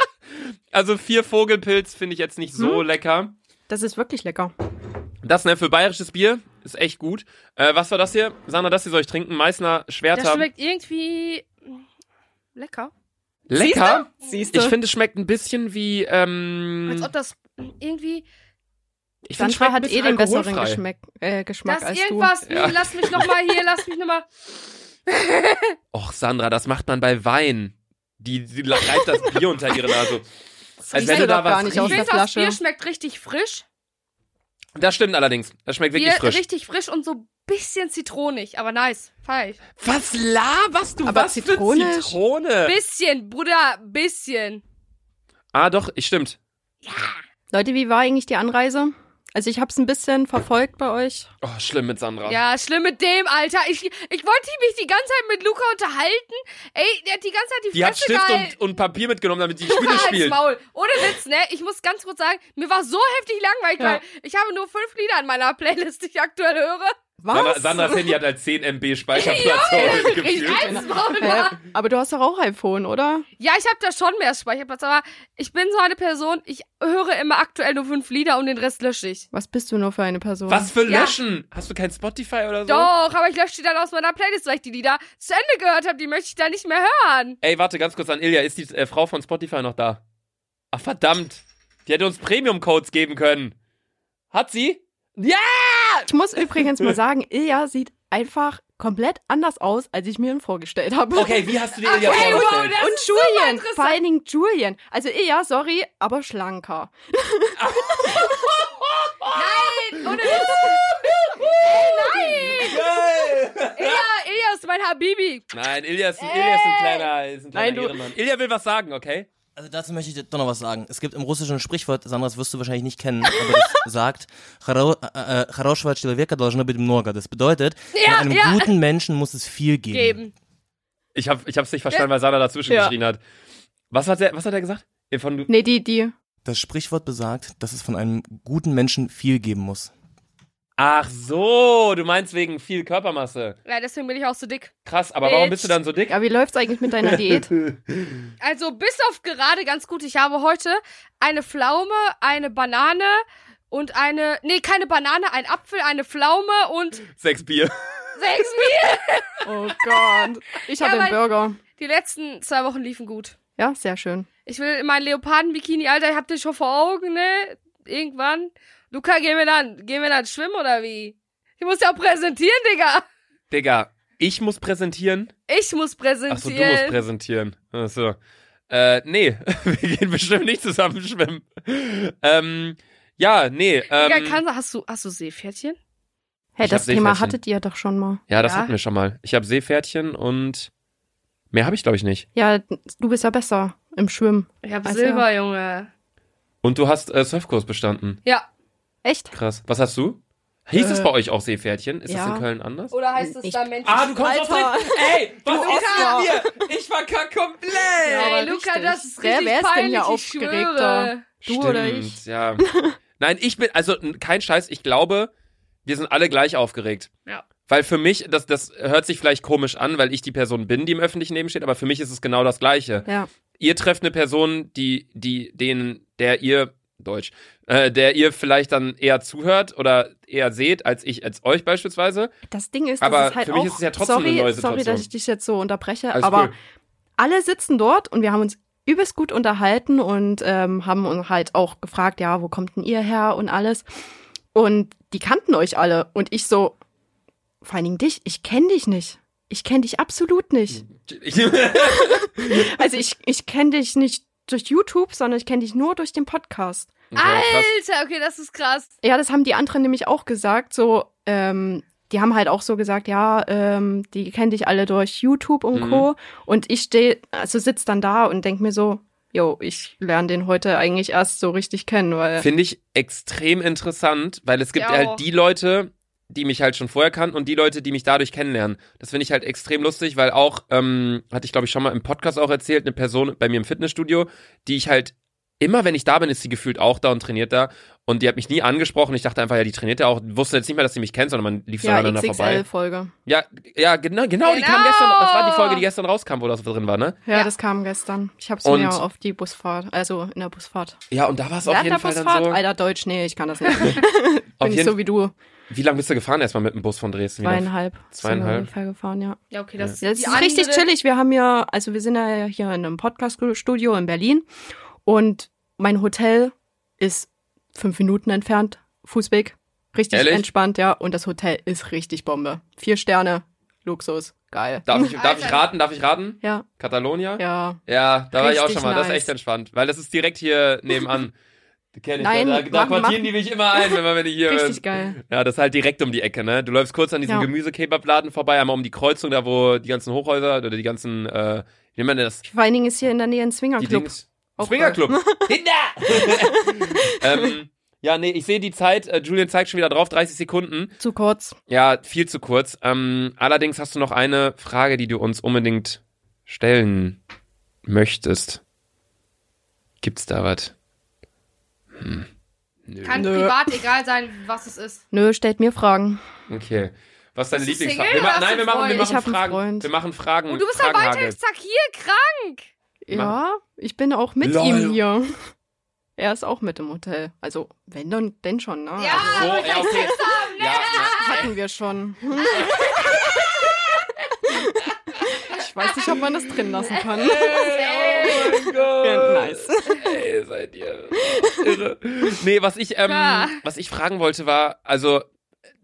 Speaker 2: also, vier Vogelpilz finde ich jetzt nicht so
Speaker 1: Hm?
Speaker 2: lecker.
Speaker 8: Das ist wirklich lecker.
Speaker 2: Das, ne, für bayerisches Bier ist echt gut. Äh, was war das hier? Sandra, das hier soll ich trinken. Meißner
Speaker 1: das
Speaker 2: Schwerter.
Speaker 1: schmeckt irgendwie mm, lecker.
Speaker 2: Lecker.
Speaker 8: Siehst
Speaker 2: Ich finde, es schmeckt ein bisschen wie,
Speaker 1: Als
Speaker 2: ähm,
Speaker 1: ob das irgendwie,
Speaker 2: ich finde, es
Speaker 8: Sandra
Speaker 2: schmeckt ein
Speaker 8: hat eh
Speaker 2: bisschen
Speaker 8: den besseren
Speaker 2: alkoholfrei.
Speaker 8: Geschmack, äh, Geschmack
Speaker 1: das
Speaker 8: als
Speaker 1: irgendwas, nee,
Speaker 2: Ja.
Speaker 1: lass mich nochmal hier, lass mich nochmal.
Speaker 2: Och, Sandra, das macht man bei Wein. Die, die reibt das Bier unter ihre Nase.
Speaker 8: du. Das
Speaker 2: als
Speaker 8: riechst
Speaker 2: wenn
Speaker 8: du
Speaker 2: du da
Speaker 8: doch gar
Speaker 2: was
Speaker 8: nicht
Speaker 2: riechst.
Speaker 8: aus
Speaker 1: Ich
Speaker 8: der
Speaker 1: finde, das Bier
Speaker 8: Flasche.
Speaker 1: schmeckt richtig frisch.
Speaker 2: Das stimmt allerdings. Das schmeckt wirklich
Speaker 1: Bier,
Speaker 2: frisch.
Speaker 1: Richtig frisch und so ein bisschen zitronig, aber nice. Feig.
Speaker 2: Was laberst du?
Speaker 8: Aber
Speaker 2: was
Speaker 8: Zitrone
Speaker 2: für
Speaker 8: ist-
Speaker 2: Zitrone?
Speaker 1: Bisschen, Bruder, bisschen.
Speaker 2: Ah, doch, ich stimmt.
Speaker 8: Leute, wie war eigentlich die Anreise? Also ich habe es ein bisschen verfolgt bei euch.
Speaker 2: Oh, schlimm mit Sandra.
Speaker 1: Ja, schlimm mit dem, Alter. Ich, ich wollte mich die ganze Zeit mit Luca unterhalten. Ey, der hat die ganze Zeit die,
Speaker 2: Die hat
Speaker 1: Fresse
Speaker 2: Stift
Speaker 1: gehalten.
Speaker 2: und, und Papier mitgenommen, damit sie
Speaker 1: Luca
Speaker 2: Spiele
Speaker 1: halt's
Speaker 2: spielt.
Speaker 1: Maul. Ohne Witz, ne? Ich muss ganz kurz sagen, mir war so heftig langweilig,
Speaker 8: Ja.
Speaker 1: weil ich habe nur fünf Lieder in meiner Playlist, die ich aktuell höre.
Speaker 2: Sandra, Sandras Handy hat halt 10 MB Speicherplatz.
Speaker 1: Ich
Speaker 2: gefühlt.
Speaker 1: halt's Maul,
Speaker 8: Äh,
Speaker 1: Mann.
Speaker 8: aber du hast doch auch iPhone, oder?
Speaker 1: Ja, ich habe da schon mehr Speicherplatz, aber ich bin so eine Person, ich höre immer aktuell nur fünf Lieder und den Rest lösche ich.
Speaker 8: Was bist du nur für eine Person?
Speaker 2: Was für
Speaker 1: Ja.
Speaker 2: Löschen? Hast du kein Spotify oder so?
Speaker 1: Doch, aber ich lösche die dann aus meiner Playlist, weil ich die Lieder zu Ende gehört habe. Die möchte ich dann nicht mehr hören.
Speaker 2: Ey, warte ganz kurz an Ilja. Ist die äh, Frau von Spotify noch da? Ach, verdammt. Die hätte uns Premium-Codes geben können. Hat sie? Ja!
Speaker 8: Ich muss übrigens mal sagen, Ilja sieht einfach komplett anders aus, als ich mir ihn vorgestellt habe.
Speaker 2: Okay, wie hast du dir Ilja
Speaker 1: Okay, wow,
Speaker 2: vorgestellt?
Speaker 1: das
Speaker 8: Und
Speaker 1: ist
Speaker 8: Julian,
Speaker 1: interessant.
Speaker 8: vor allen Dingen Julian. Also Ilja, sorry, aber schlanker.
Speaker 1: Nein, ohne Witz. Ilja, Ilja ist mein Habibi.
Speaker 2: Nein, Ilja ist, ein- Ilja ist ein kleiner, ist ein kleiner
Speaker 8: Nein, du-
Speaker 2: Ehrenmann. Ilja will was sagen, okay?
Speaker 5: Also dazu möchte ich doch noch was sagen. Es gibt im russischen Sprichwort, Sandra, das wirst du wahrscheinlich nicht kennen, aber das sagt, «Хоро- äh, äh, хорошего человека должно быть много. Das bedeutet,
Speaker 1: Ja,
Speaker 5: von einem
Speaker 1: ja.
Speaker 5: guten Menschen muss es viel geben.
Speaker 1: Geben.
Speaker 2: Ich, hab, ich hab's nicht verstanden, weil Sandra dazwischen
Speaker 8: Ja.
Speaker 2: geschrien hat. Was hat, er, was hat er gesagt? Äh, Von,
Speaker 8: Nee, die, die.
Speaker 5: Das Sprichwort besagt, dass es von einem guten Menschen viel geben muss.
Speaker 2: ach so, du meinst wegen viel Körpermasse.
Speaker 1: Ja, deswegen bin ich auch so dick.
Speaker 2: Krass, aber warum
Speaker 1: Bitch.
Speaker 2: bist du dann so dick?
Speaker 8: Ja, wie läuft's eigentlich mit deiner Diät?
Speaker 1: Also bis auf gerade ganz gut. Ich habe heute eine Pflaume, eine Banane und eine... Nee, keine Banane, ein Apfel, eine Pflaume und
Speaker 2: Sechs Bier.
Speaker 1: sechs Bier.
Speaker 8: Oh Gott. Ich habe
Speaker 1: Ja,
Speaker 8: einen Burger.
Speaker 1: Die letzten zwei Wochen liefen gut.
Speaker 8: Ja, sehr schön.
Speaker 1: Ich will in mein Leoparden-Bikini, Alter, ich hab den schon vor Augen, ne? Irgendwann. Luca, gehen wir dann, gehen wir dann schwimmen oder wie? Ich muss ja auch präsentieren, Digga.
Speaker 2: Digga, ich muss präsentieren.
Speaker 1: Ich muss präsentieren.
Speaker 2: Achso, du musst präsentieren. Achso. Äh, nee, wir gehen bestimmt nicht zusammen schwimmen. Ähm, Ja, nee.
Speaker 1: Digga,
Speaker 2: Ähm,
Speaker 1: kannst, du- hast, du, hast du Seepferdchen?
Speaker 8: Hey,
Speaker 2: Ich
Speaker 8: das
Speaker 2: hab
Speaker 8: Thema
Speaker 2: Seepferdchen.
Speaker 8: hattet ihr doch schon mal.
Speaker 2: ja, das
Speaker 1: Ja.
Speaker 2: hatten wir schon mal. Ich habe Seepferdchen und mehr habe ich, glaube ich, nicht.
Speaker 8: Ja, du bist ja besser im Schwimmen.
Speaker 1: Ich hab
Speaker 8: Also-
Speaker 1: Silber, Junge.
Speaker 2: Und du hast äh, Surfkurs bestanden.
Speaker 1: Ja.
Speaker 8: Echt?
Speaker 2: Krass. Was hast du? Hieß es
Speaker 8: Äh,
Speaker 2: bei euch auch Seepferdchen? Ist das
Speaker 8: ja.
Speaker 2: in Köln anders?
Speaker 1: Oder heißt es da Menschen?
Speaker 2: Ah, du kommst aus
Speaker 8: Alter.
Speaker 2: Dresden. Ey, was ist mit mir? Ich verkack komplett.
Speaker 8: Ja, aber
Speaker 1: Ey, Luca,
Speaker 8: richtig.
Speaker 1: das ist
Speaker 8: Wer-
Speaker 1: richtig
Speaker 8: wer ist denn
Speaker 1: peinlich,
Speaker 8: hier
Speaker 1: ich
Speaker 8: aufgeregter?
Speaker 1: schwöre.
Speaker 8: Du oder ich?
Speaker 2: Ja. Nein, ich bin, also n- kein Scheiß, ich glaube, wir sind alle gleich aufgeregt.
Speaker 1: Ja.
Speaker 2: Weil für mich, das, das hört sich vielleicht komisch an, weil ich die Person bin, die im öffentlichen Leben steht, aber für mich ist es genau das Gleiche.
Speaker 8: Ja.
Speaker 2: Ihr trefft eine Person, die, die, den, der ihr, Deutsch, äh, der ihr vielleicht dann eher zuhört oder eher seht, als ich, als euch beispielsweise.
Speaker 8: Das Ding ist,
Speaker 2: Aber
Speaker 8: das ist halt
Speaker 2: für mich
Speaker 8: auch,
Speaker 2: ist es ja trotzdem
Speaker 8: sorry,
Speaker 2: eine neue
Speaker 8: sorry,
Speaker 2: Situation.
Speaker 8: dass ich dich jetzt so unterbreche,
Speaker 2: Alles
Speaker 8: aber
Speaker 2: cool.
Speaker 8: alle sitzen dort und wir haben uns übelst gut unterhalten und ähm, haben uns halt auch gefragt, ja, wo kommt denn ihr her und alles. Und die kannten euch alle und ich so, vor allen Dingen dich, ich kenne dich nicht. Ich kenne dich absolut nicht. Also ich, ich kenne dich nicht durch YouTube, sondern ich kenne dich nur durch den Podcast.
Speaker 2: krass.
Speaker 1: Alter, okay, das ist krass.
Speaker 8: Ja, das haben die anderen nämlich auch gesagt. So, ähm, die haben halt auch so gesagt, ja, ähm, die kennen dich alle durch YouTube und
Speaker 2: Mhm.
Speaker 8: Co. Und ich stehe, also sitz dann da und denk mir so, yo, ich lerne den heute eigentlich erst so richtig kennen, weil
Speaker 2: Finde ich extrem interessant, weil es gibt
Speaker 1: Ja, auch.
Speaker 2: halt die Leute, die mich halt schon vorher kannten und die Leute, die mich dadurch kennenlernen. Das finde ich halt extrem lustig, weil auch, ähm, hatte ich glaube ich schon mal im Podcast auch erzählt, eine Person bei mir im Fitnessstudio, die ich halt immer, wenn ich da bin, ist sie gefühlt auch da und trainiert da. Und die hat mich nie angesprochen. Ich dachte einfach, ja, die trainiert ja auch. Wusste jetzt nicht mehr, dass sie mich kennt, sondern man lief so
Speaker 8: ja,
Speaker 2: aneinander vorbei.
Speaker 8: XXL-Folge.
Speaker 2: Ja, ja, genau, genau, die kam
Speaker 1: Genau.
Speaker 2: gestern. Das war die Folge, die gestern rauskam, wo das drin war, ne?
Speaker 8: Ja,
Speaker 1: Ja.
Speaker 8: das kam gestern. Ich hab's
Speaker 2: Und-
Speaker 8: mir auf die Busfahrt, also in der Busfahrt.
Speaker 2: Ja, und da war es auf
Speaker 8: Während
Speaker 2: jeden
Speaker 8: der
Speaker 2: Fall dann
Speaker 8: Busfahrt?
Speaker 2: so.
Speaker 8: Alter, Deutsch, nee, ich kann das nicht. Bin
Speaker 2: Auf
Speaker 8: ich so
Speaker 2: jeden,
Speaker 8: wie du.
Speaker 2: wie lange bist du gefahren erstmal mit dem Bus von Dresden? Wie lange-
Speaker 8: Zweieinhalb.
Speaker 2: Zweieinhalb.
Speaker 8: Sind wir ungefähr gefahren, ja.
Speaker 1: Ja, okay, das
Speaker 8: Das
Speaker 1: die
Speaker 8: ist richtig
Speaker 1: andere-
Speaker 8: chillig. Wir haben ja, also wir sind ja hier in einem Podcast-Studio in Berlin und mein Hotel ist fünf Minuten entfernt, Fußweg. Richtig
Speaker 2: Ehrlich?
Speaker 8: entspannt, ja. Und das Hotel ist richtig Bombe. Vier Sterne, Luxus, geil.
Speaker 2: Darf ich, darf ich
Speaker 1: Alter.
Speaker 2: raten? Darf ich raten?
Speaker 8: Ja,
Speaker 2: Katalonia?
Speaker 8: ja.
Speaker 2: Ja, da war ich auch
Speaker 8: Richtig
Speaker 2: schon mal. Das ist
Speaker 8: nice.
Speaker 2: echt entspannt, weil das ist direkt hier nebenan. Die kenn ich.
Speaker 8: Nein,
Speaker 2: da, da, da
Speaker 8: mach-
Speaker 2: quartieren
Speaker 8: mach-
Speaker 2: die mich immer ein, wenn man wenn ich hier
Speaker 8: Richtig
Speaker 2: bin.
Speaker 8: geil.
Speaker 2: Ja, das ist halt direkt um die Ecke, ne? Du läufst kurz an diesem
Speaker 8: Ja.
Speaker 2: Gemüsekebabladen vorbei, einmal um die Kreuzung, da wo die ganzen Hochhäuser oder die ganzen, äh, wie nennt man das?
Speaker 8: Vor allen Dingen ist hier in der Nähe ein
Speaker 2: Die
Speaker 8: Swingerclub.
Speaker 2: Dings.
Speaker 8: Auch
Speaker 2: Swingerclub. Hinder! ähm, ja, nee, ich sehe die Zeit. Äh, Julian zeigt schon wieder drauf, 30 Sekunden.
Speaker 8: Zu kurz.
Speaker 2: Ja, viel zu kurz. Ähm, allerdings hast du noch eine Frage, die du uns unbedingt stellen möchtest. Gibt's da was? Hm. Nö.
Speaker 1: Kann
Speaker 8: Nö.
Speaker 1: privat egal sein, was es ist.
Speaker 8: Nö, stellt mir Fragen.
Speaker 2: Okay. Was ist deine
Speaker 1: Bist du
Speaker 2: Lieblingsfrage?
Speaker 1: Single
Speaker 2: Wir ma-
Speaker 1: oder hast du
Speaker 2: Nein, wir machen, wir
Speaker 1: einen Freund?
Speaker 2: machen
Speaker 8: Ich hab einen
Speaker 2: Fragen.
Speaker 8: Freund.
Speaker 2: Wir machen Hm, Fragen.
Speaker 1: Und du bist ja weiter
Speaker 2: Fragenhagel.
Speaker 1: exakt hier krank.
Speaker 8: Ja, ich bin auch mit
Speaker 2: Lol.
Speaker 8: ihm hier. Er ist auch mit im Hotel. Also, wenn dann, denn schon, ne?
Speaker 1: Ja,
Speaker 8: Also,
Speaker 2: So,
Speaker 1: aber
Speaker 2: ja,
Speaker 1: gleich
Speaker 2: okay.
Speaker 1: Sex haben.
Speaker 2: Ja, ja.
Speaker 8: hatten wir schon. Ich weiß nicht, ob man das drin lassen kann.
Speaker 2: Hey, oh mein Gott.
Speaker 8: Nice.
Speaker 2: Ey, seid ihr irre. Nee, was ich, ähm,
Speaker 1: Ja.
Speaker 2: was ich fragen wollte war, also,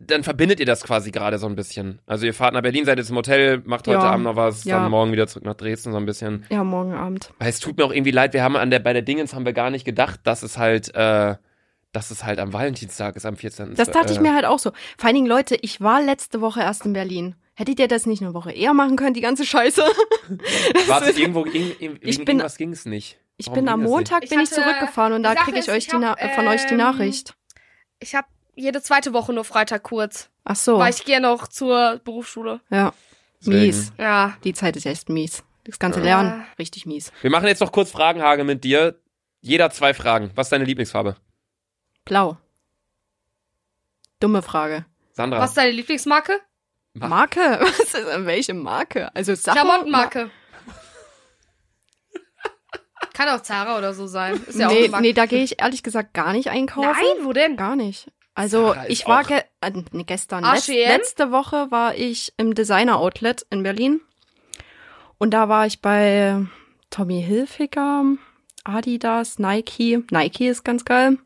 Speaker 2: dann verbindet ihr das quasi gerade so ein bisschen. Also ihr fahrt nach Berlin, seid jetzt im Hotel, macht heute
Speaker 8: Ja.
Speaker 2: Abend noch was,
Speaker 8: Ja.
Speaker 2: dann morgen wieder zurück nach Dresden so ein bisschen.
Speaker 8: Ja, morgen Abend.
Speaker 2: Weil es tut mir auch irgendwie leid, wir haben an der, bei der Dingens haben wir gar nicht gedacht, dass es halt, äh, dass es halt am Valentinstag ist, am 14.
Speaker 8: Das dachte ich
Speaker 2: Äh,
Speaker 8: mir halt auch so. Vor allen Dingen, Leute, ich war letzte Woche erst in Berlin. Hättet ihr das nicht eine Woche eher machen können, die ganze Scheiße?
Speaker 2: Äh, Warte, irgendwo, irgend, irgend,
Speaker 8: Ich
Speaker 2: wegen
Speaker 8: bin-
Speaker 2: irgendwas ging es nicht.
Speaker 8: Ich
Speaker 2: Warum
Speaker 8: bin am
Speaker 2: ging das nicht?
Speaker 8: Montag
Speaker 1: Ich
Speaker 8: bin ich
Speaker 1: hatte-
Speaker 8: zurückgefahren und da
Speaker 1: die Sache
Speaker 8: kriege ich
Speaker 1: ist,
Speaker 8: euch
Speaker 1: ich
Speaker 8: die Na
Speaker 1: hab,
Speaker 8: von euch die
Speaker 1: ähm,
Speaker 8: Nachricht.
Speaker 1: Ich habe jede zweite Woche nur Freitag kurz,
Speaker 8: Ach so,
Speaker 1: weil ich gehe noch zur Berufsschule.
Speaker 8: ja.
Speaker 2: Deswegen.
Speaker 8: Mies.
Speaker 1: Ja.
Speaker 8: Die Zeit ist echt mies. Das ganze
Speaker 2: Ja.
Speaker 8: Lernen, richtig mies.
Speaker 2: Wir machen jetzt noch kurz Fragenhage mit dir. Jeder zwei Fragen. Was ist deine Lieblingsfarbe?
Speaker 8: Blau. Dumme Frage.
Speaker 2: Sandra.
Speaker 1: Was ist deine Lieblingsmarke?
Speaker 2: Ma-
Speaker 8: Marke? Was ist, welche Marke? Also Sachen,
Speaker 1: Klamottenmarke. Kann auch Zara oder so sein. Ist ja auch
Speaker 8: nee,
Speaker 1: eine Marke.
Speaker 8: nee, da gehe ich ehrlich gesagt gar nicht einkaufen.
Speaker 1: Nein, wo denn?
Speaker 8: Gar nicht. Also
Speaker 2: Sarah ist
Speaker 8: ich war
Speaker 2: auch-
Speaker 8: ge äh, nee, gestern, letz
Speaker 1: H&M?
Speaker 8: letzte Woche war ich im Designer Outlet in Berlin und da war ich bei Tommy Hilfiger, Adidas, Nike. Nike ist ganz geil.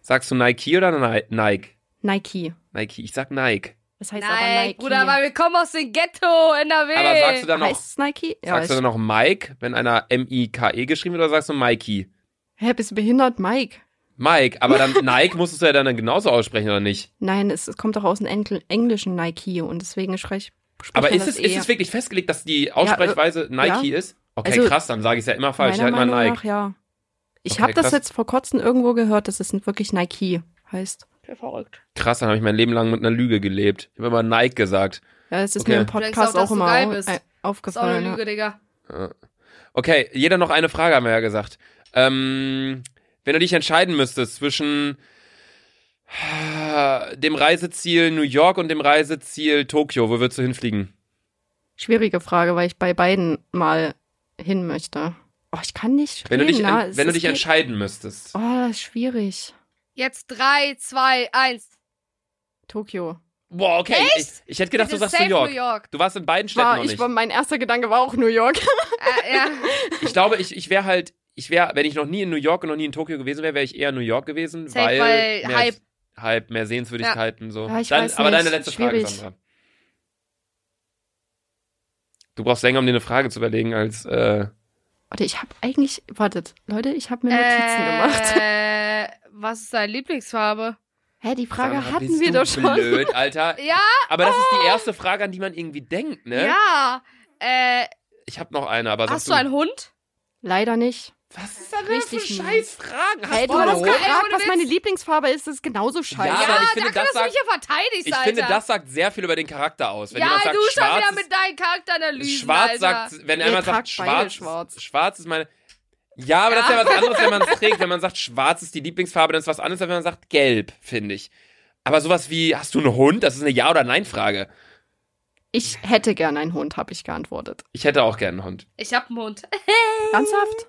Speaker 2: Sagst du Nike oder Ni- Nike?
Speaker 8: Nike.
Speaker 2: Nike, ich sag Nike.
Speaker 8: Das heißt aber
Speaker 1: Nein,
Speaker 8: Nike.
Speaker 1: Bruder, weil wir kommen aus dem Ghetto NRW.
Speaker 2: Aber sagst du dann noch,
Speaker 8: heißt es Nike? Ja,
Speaker 2: sagst du
Speaker 8: ich,
Speaker 2: dann noch E Mike, wenn einer M-I-K-E geschrieben wird, oder sagst du Mikey?
Speaker 8: hä, bist du behindert, Mike?
Speaker 2: Mike, aber dann Nike musstest du ja dann genauso aussprechen, oder nicht?
Speaker 8: Nein, es, es kommt doch aus dem Enkl- englischen Nike und deswegen spreche ich.
Speaker 2: Aber ist es, ist es wirklich festgelegt, dass die Aussprechweise Nike ist? Okay,
Speaker 8: äh, Also-
Speaker 2: krass, dann sage ich es ja immer falsch. Ich
Speaker 8: meiner
Speaker 2: halt mal
Speaker 8: Meinung
Speaker 2: Nike.
Speaker 8: nach, ja. Ich
Speaker 2: Okay,
Speaker 8: habe das
Speaker 2: krass.
Speaker 8: jetzt vor kurzem irgendwo gehört, dass es wirklich Nike heißt.
Speaker 1: Verrückt.
Speaker 2: Krass, dann habe ich mein Leben lang mit einer Lüge gelebt. Ich habe immer Nike gesagt.
Speaker 8: Ja, es ist
Speaker 2: Okay.
Speaker 8: mir im
Speaker 1: Vielleicht
Speaker 8: Podcast
Speaker 1: auch,
Speaker 8: auch,
Speaker 1: dass du
Speaker 8: immer
Speaker 1: geil
Speaker 8: au
Speaker 1: bist.
Speaker 8: äh,
Speaker 1: Ist auch eine
Speaker 8: aufgefallen.
Speaker 1: Lüge, Digga.
Speaker 2: Ja. Okay, jeder noch eine Frage, haben wir ja gesagt. Ähm, wenn du dich entscheiden müsstest zwischen äh, dem Reiseziel New York und dem Reiseziel Tokio, wo würdest du hinfliegen?
Speaker 8: Schwierige Frage, weil ich bei beiden mal hin möchte. Oh, ich kann nicht
Speaker 2: Wenn du
Speaker 8: reden,
Speaker 2: dich,
Speaker 8: na,
Speaker 2: en-
Speaker 8: es
Speaker 2: wenn du
Speaker 8: ist
Speaker 2: dich
Speaker 8: mir-
Speaker 2: entscheiden müsstest.
Speaker 8: Oh, schwierig.
Speaker 1: Jetzt drei, zwei, eins.
Speaker 8: Tokio.
Speaker 2: Boah, okay. Ich, ich hätte gedacht,
Speaker 1: Bitte
Speaker 2: du sagst
Speaker 1: safe
Speaker 2: New York.
Speaker 1: New York.
Speaker 2: Du warst in beiden Städten
Speaker 8: War,
Speaker 2: noch
Speaker 8: ich,
Speaker 2: nicht.
Speaker 8: war, mein erster Gedanke war auch New York.
Speaker 1: Äh, ja.
Speaker 2: Ich glaube, ich, ich wäre halt, ich wäre, wenn ich noch nie in New York und noch nie in Tokio gewesen wäre, wäre ich eher in New York gewesen,
Speaker 1: Safe,
Speaker 2: weil,
Speaker 1: weil
Speaker 2: mehr,
Speaker 1: Hype.
Speaker 2: Hype, mehr Sehenswürdigkeiten so.
Speaker 8: Ja, ich
Speaker 2: Dann,
Speaker 8: weiß
Speaker 2: aber
Speaker 8: nicht.
Speaker 2: deine letzte Frage,
Speaker 8: Schwierig.
Speaker 2: Sandra. Du brauchst länger, um dir eine Frage zu überlegen, als äh,
Speaker 8: Warte, ich habe eigentlich. Wartet, Leute, ich habe mir Notizen gemacht.
Speaker 1: äh, was ist deine Lieblingsfarbe?
Speaker 8: Hä, die Frage
Speaker 2: Sandra,
Speaker 8: hatten
Speaker 2: bist
Speaker 8: wir
Speaker 2: du
Speaker 8: doch schon. Oh.
Speaker 2: Blöd, Alter.
Speaker 1: Ja,
Speaker 2: Aber das ist die erste Frage, an die man irgendwie denkt, ne?
Speaker 1: ja. Äh,
Speaker 2: Ich habe noch eine, aber
Speaker 1: hast du
Speaker 2: sag
Speaker 1: einen Hund?
Speaker 8: Leider nicht.
Speaker 2: Was ist denn das für
Speaker 8: Richtig
Speaker 2: scheiß Fragen? Hast
Speaker 8: Hey, du
Speaker 1: Oh.
Speaker 8: hast
Speaker 2: einen?
Speaker 8: gefragt,
Speaker 1: ohne
Speaker 8: was
Speaker 1: Witz.
Speaker 8: meine Lieblingsfarbe ist, ist genauso scheiße.
Speaker 2: Ja, aber ich finde,
Speaker 1: da kannst
Speaker 2: das
Speaker 1: du mich ja verteidigt,
Speaker 2: Ich
Speaker 1: Alter.
Speaker 2: finde, das sagt sehr viel über den Charakter aus. Wenn
Speaker 1: ja,
Speaker 2: jemand sagt,
Speaker 1: du schon
Speaker 2: schwarz
Speaker 1: wieder
Speaker 2: ist-
Speaker 1: mit deinen Charakteranalysen,
Speaker 2: Schwarz
Speaker 1: Alter.
Speaker 2: sagt, wenn
Speaker 8: Ihr
Speaker 2: jemand sagt,
Speaker 8: tragt beide
Speaker 2: schwarz, schwarz.
Speaker 8: schwarz.
Speaker 2: schwarz ist meine. Ja, aber das ist ja was anderes, wenn man es trägt. Wenn man sagt, schwarz ist die Lieblingsfarbe, dann ist was anderes, als wenn man sagt, gelb, finde ich. Aber sowas wie, hast du einen Hund? Das ist eine Ja- oder Nein-Frage.
Speaker 8: Ich hätte gern einen Hund, habe ich geantwortet.
Speaker 2: Ich hätte auch gerne einen Hund.
Speaker 1: Ich hab einen Hund.
Speaker 8: Ernsthaft?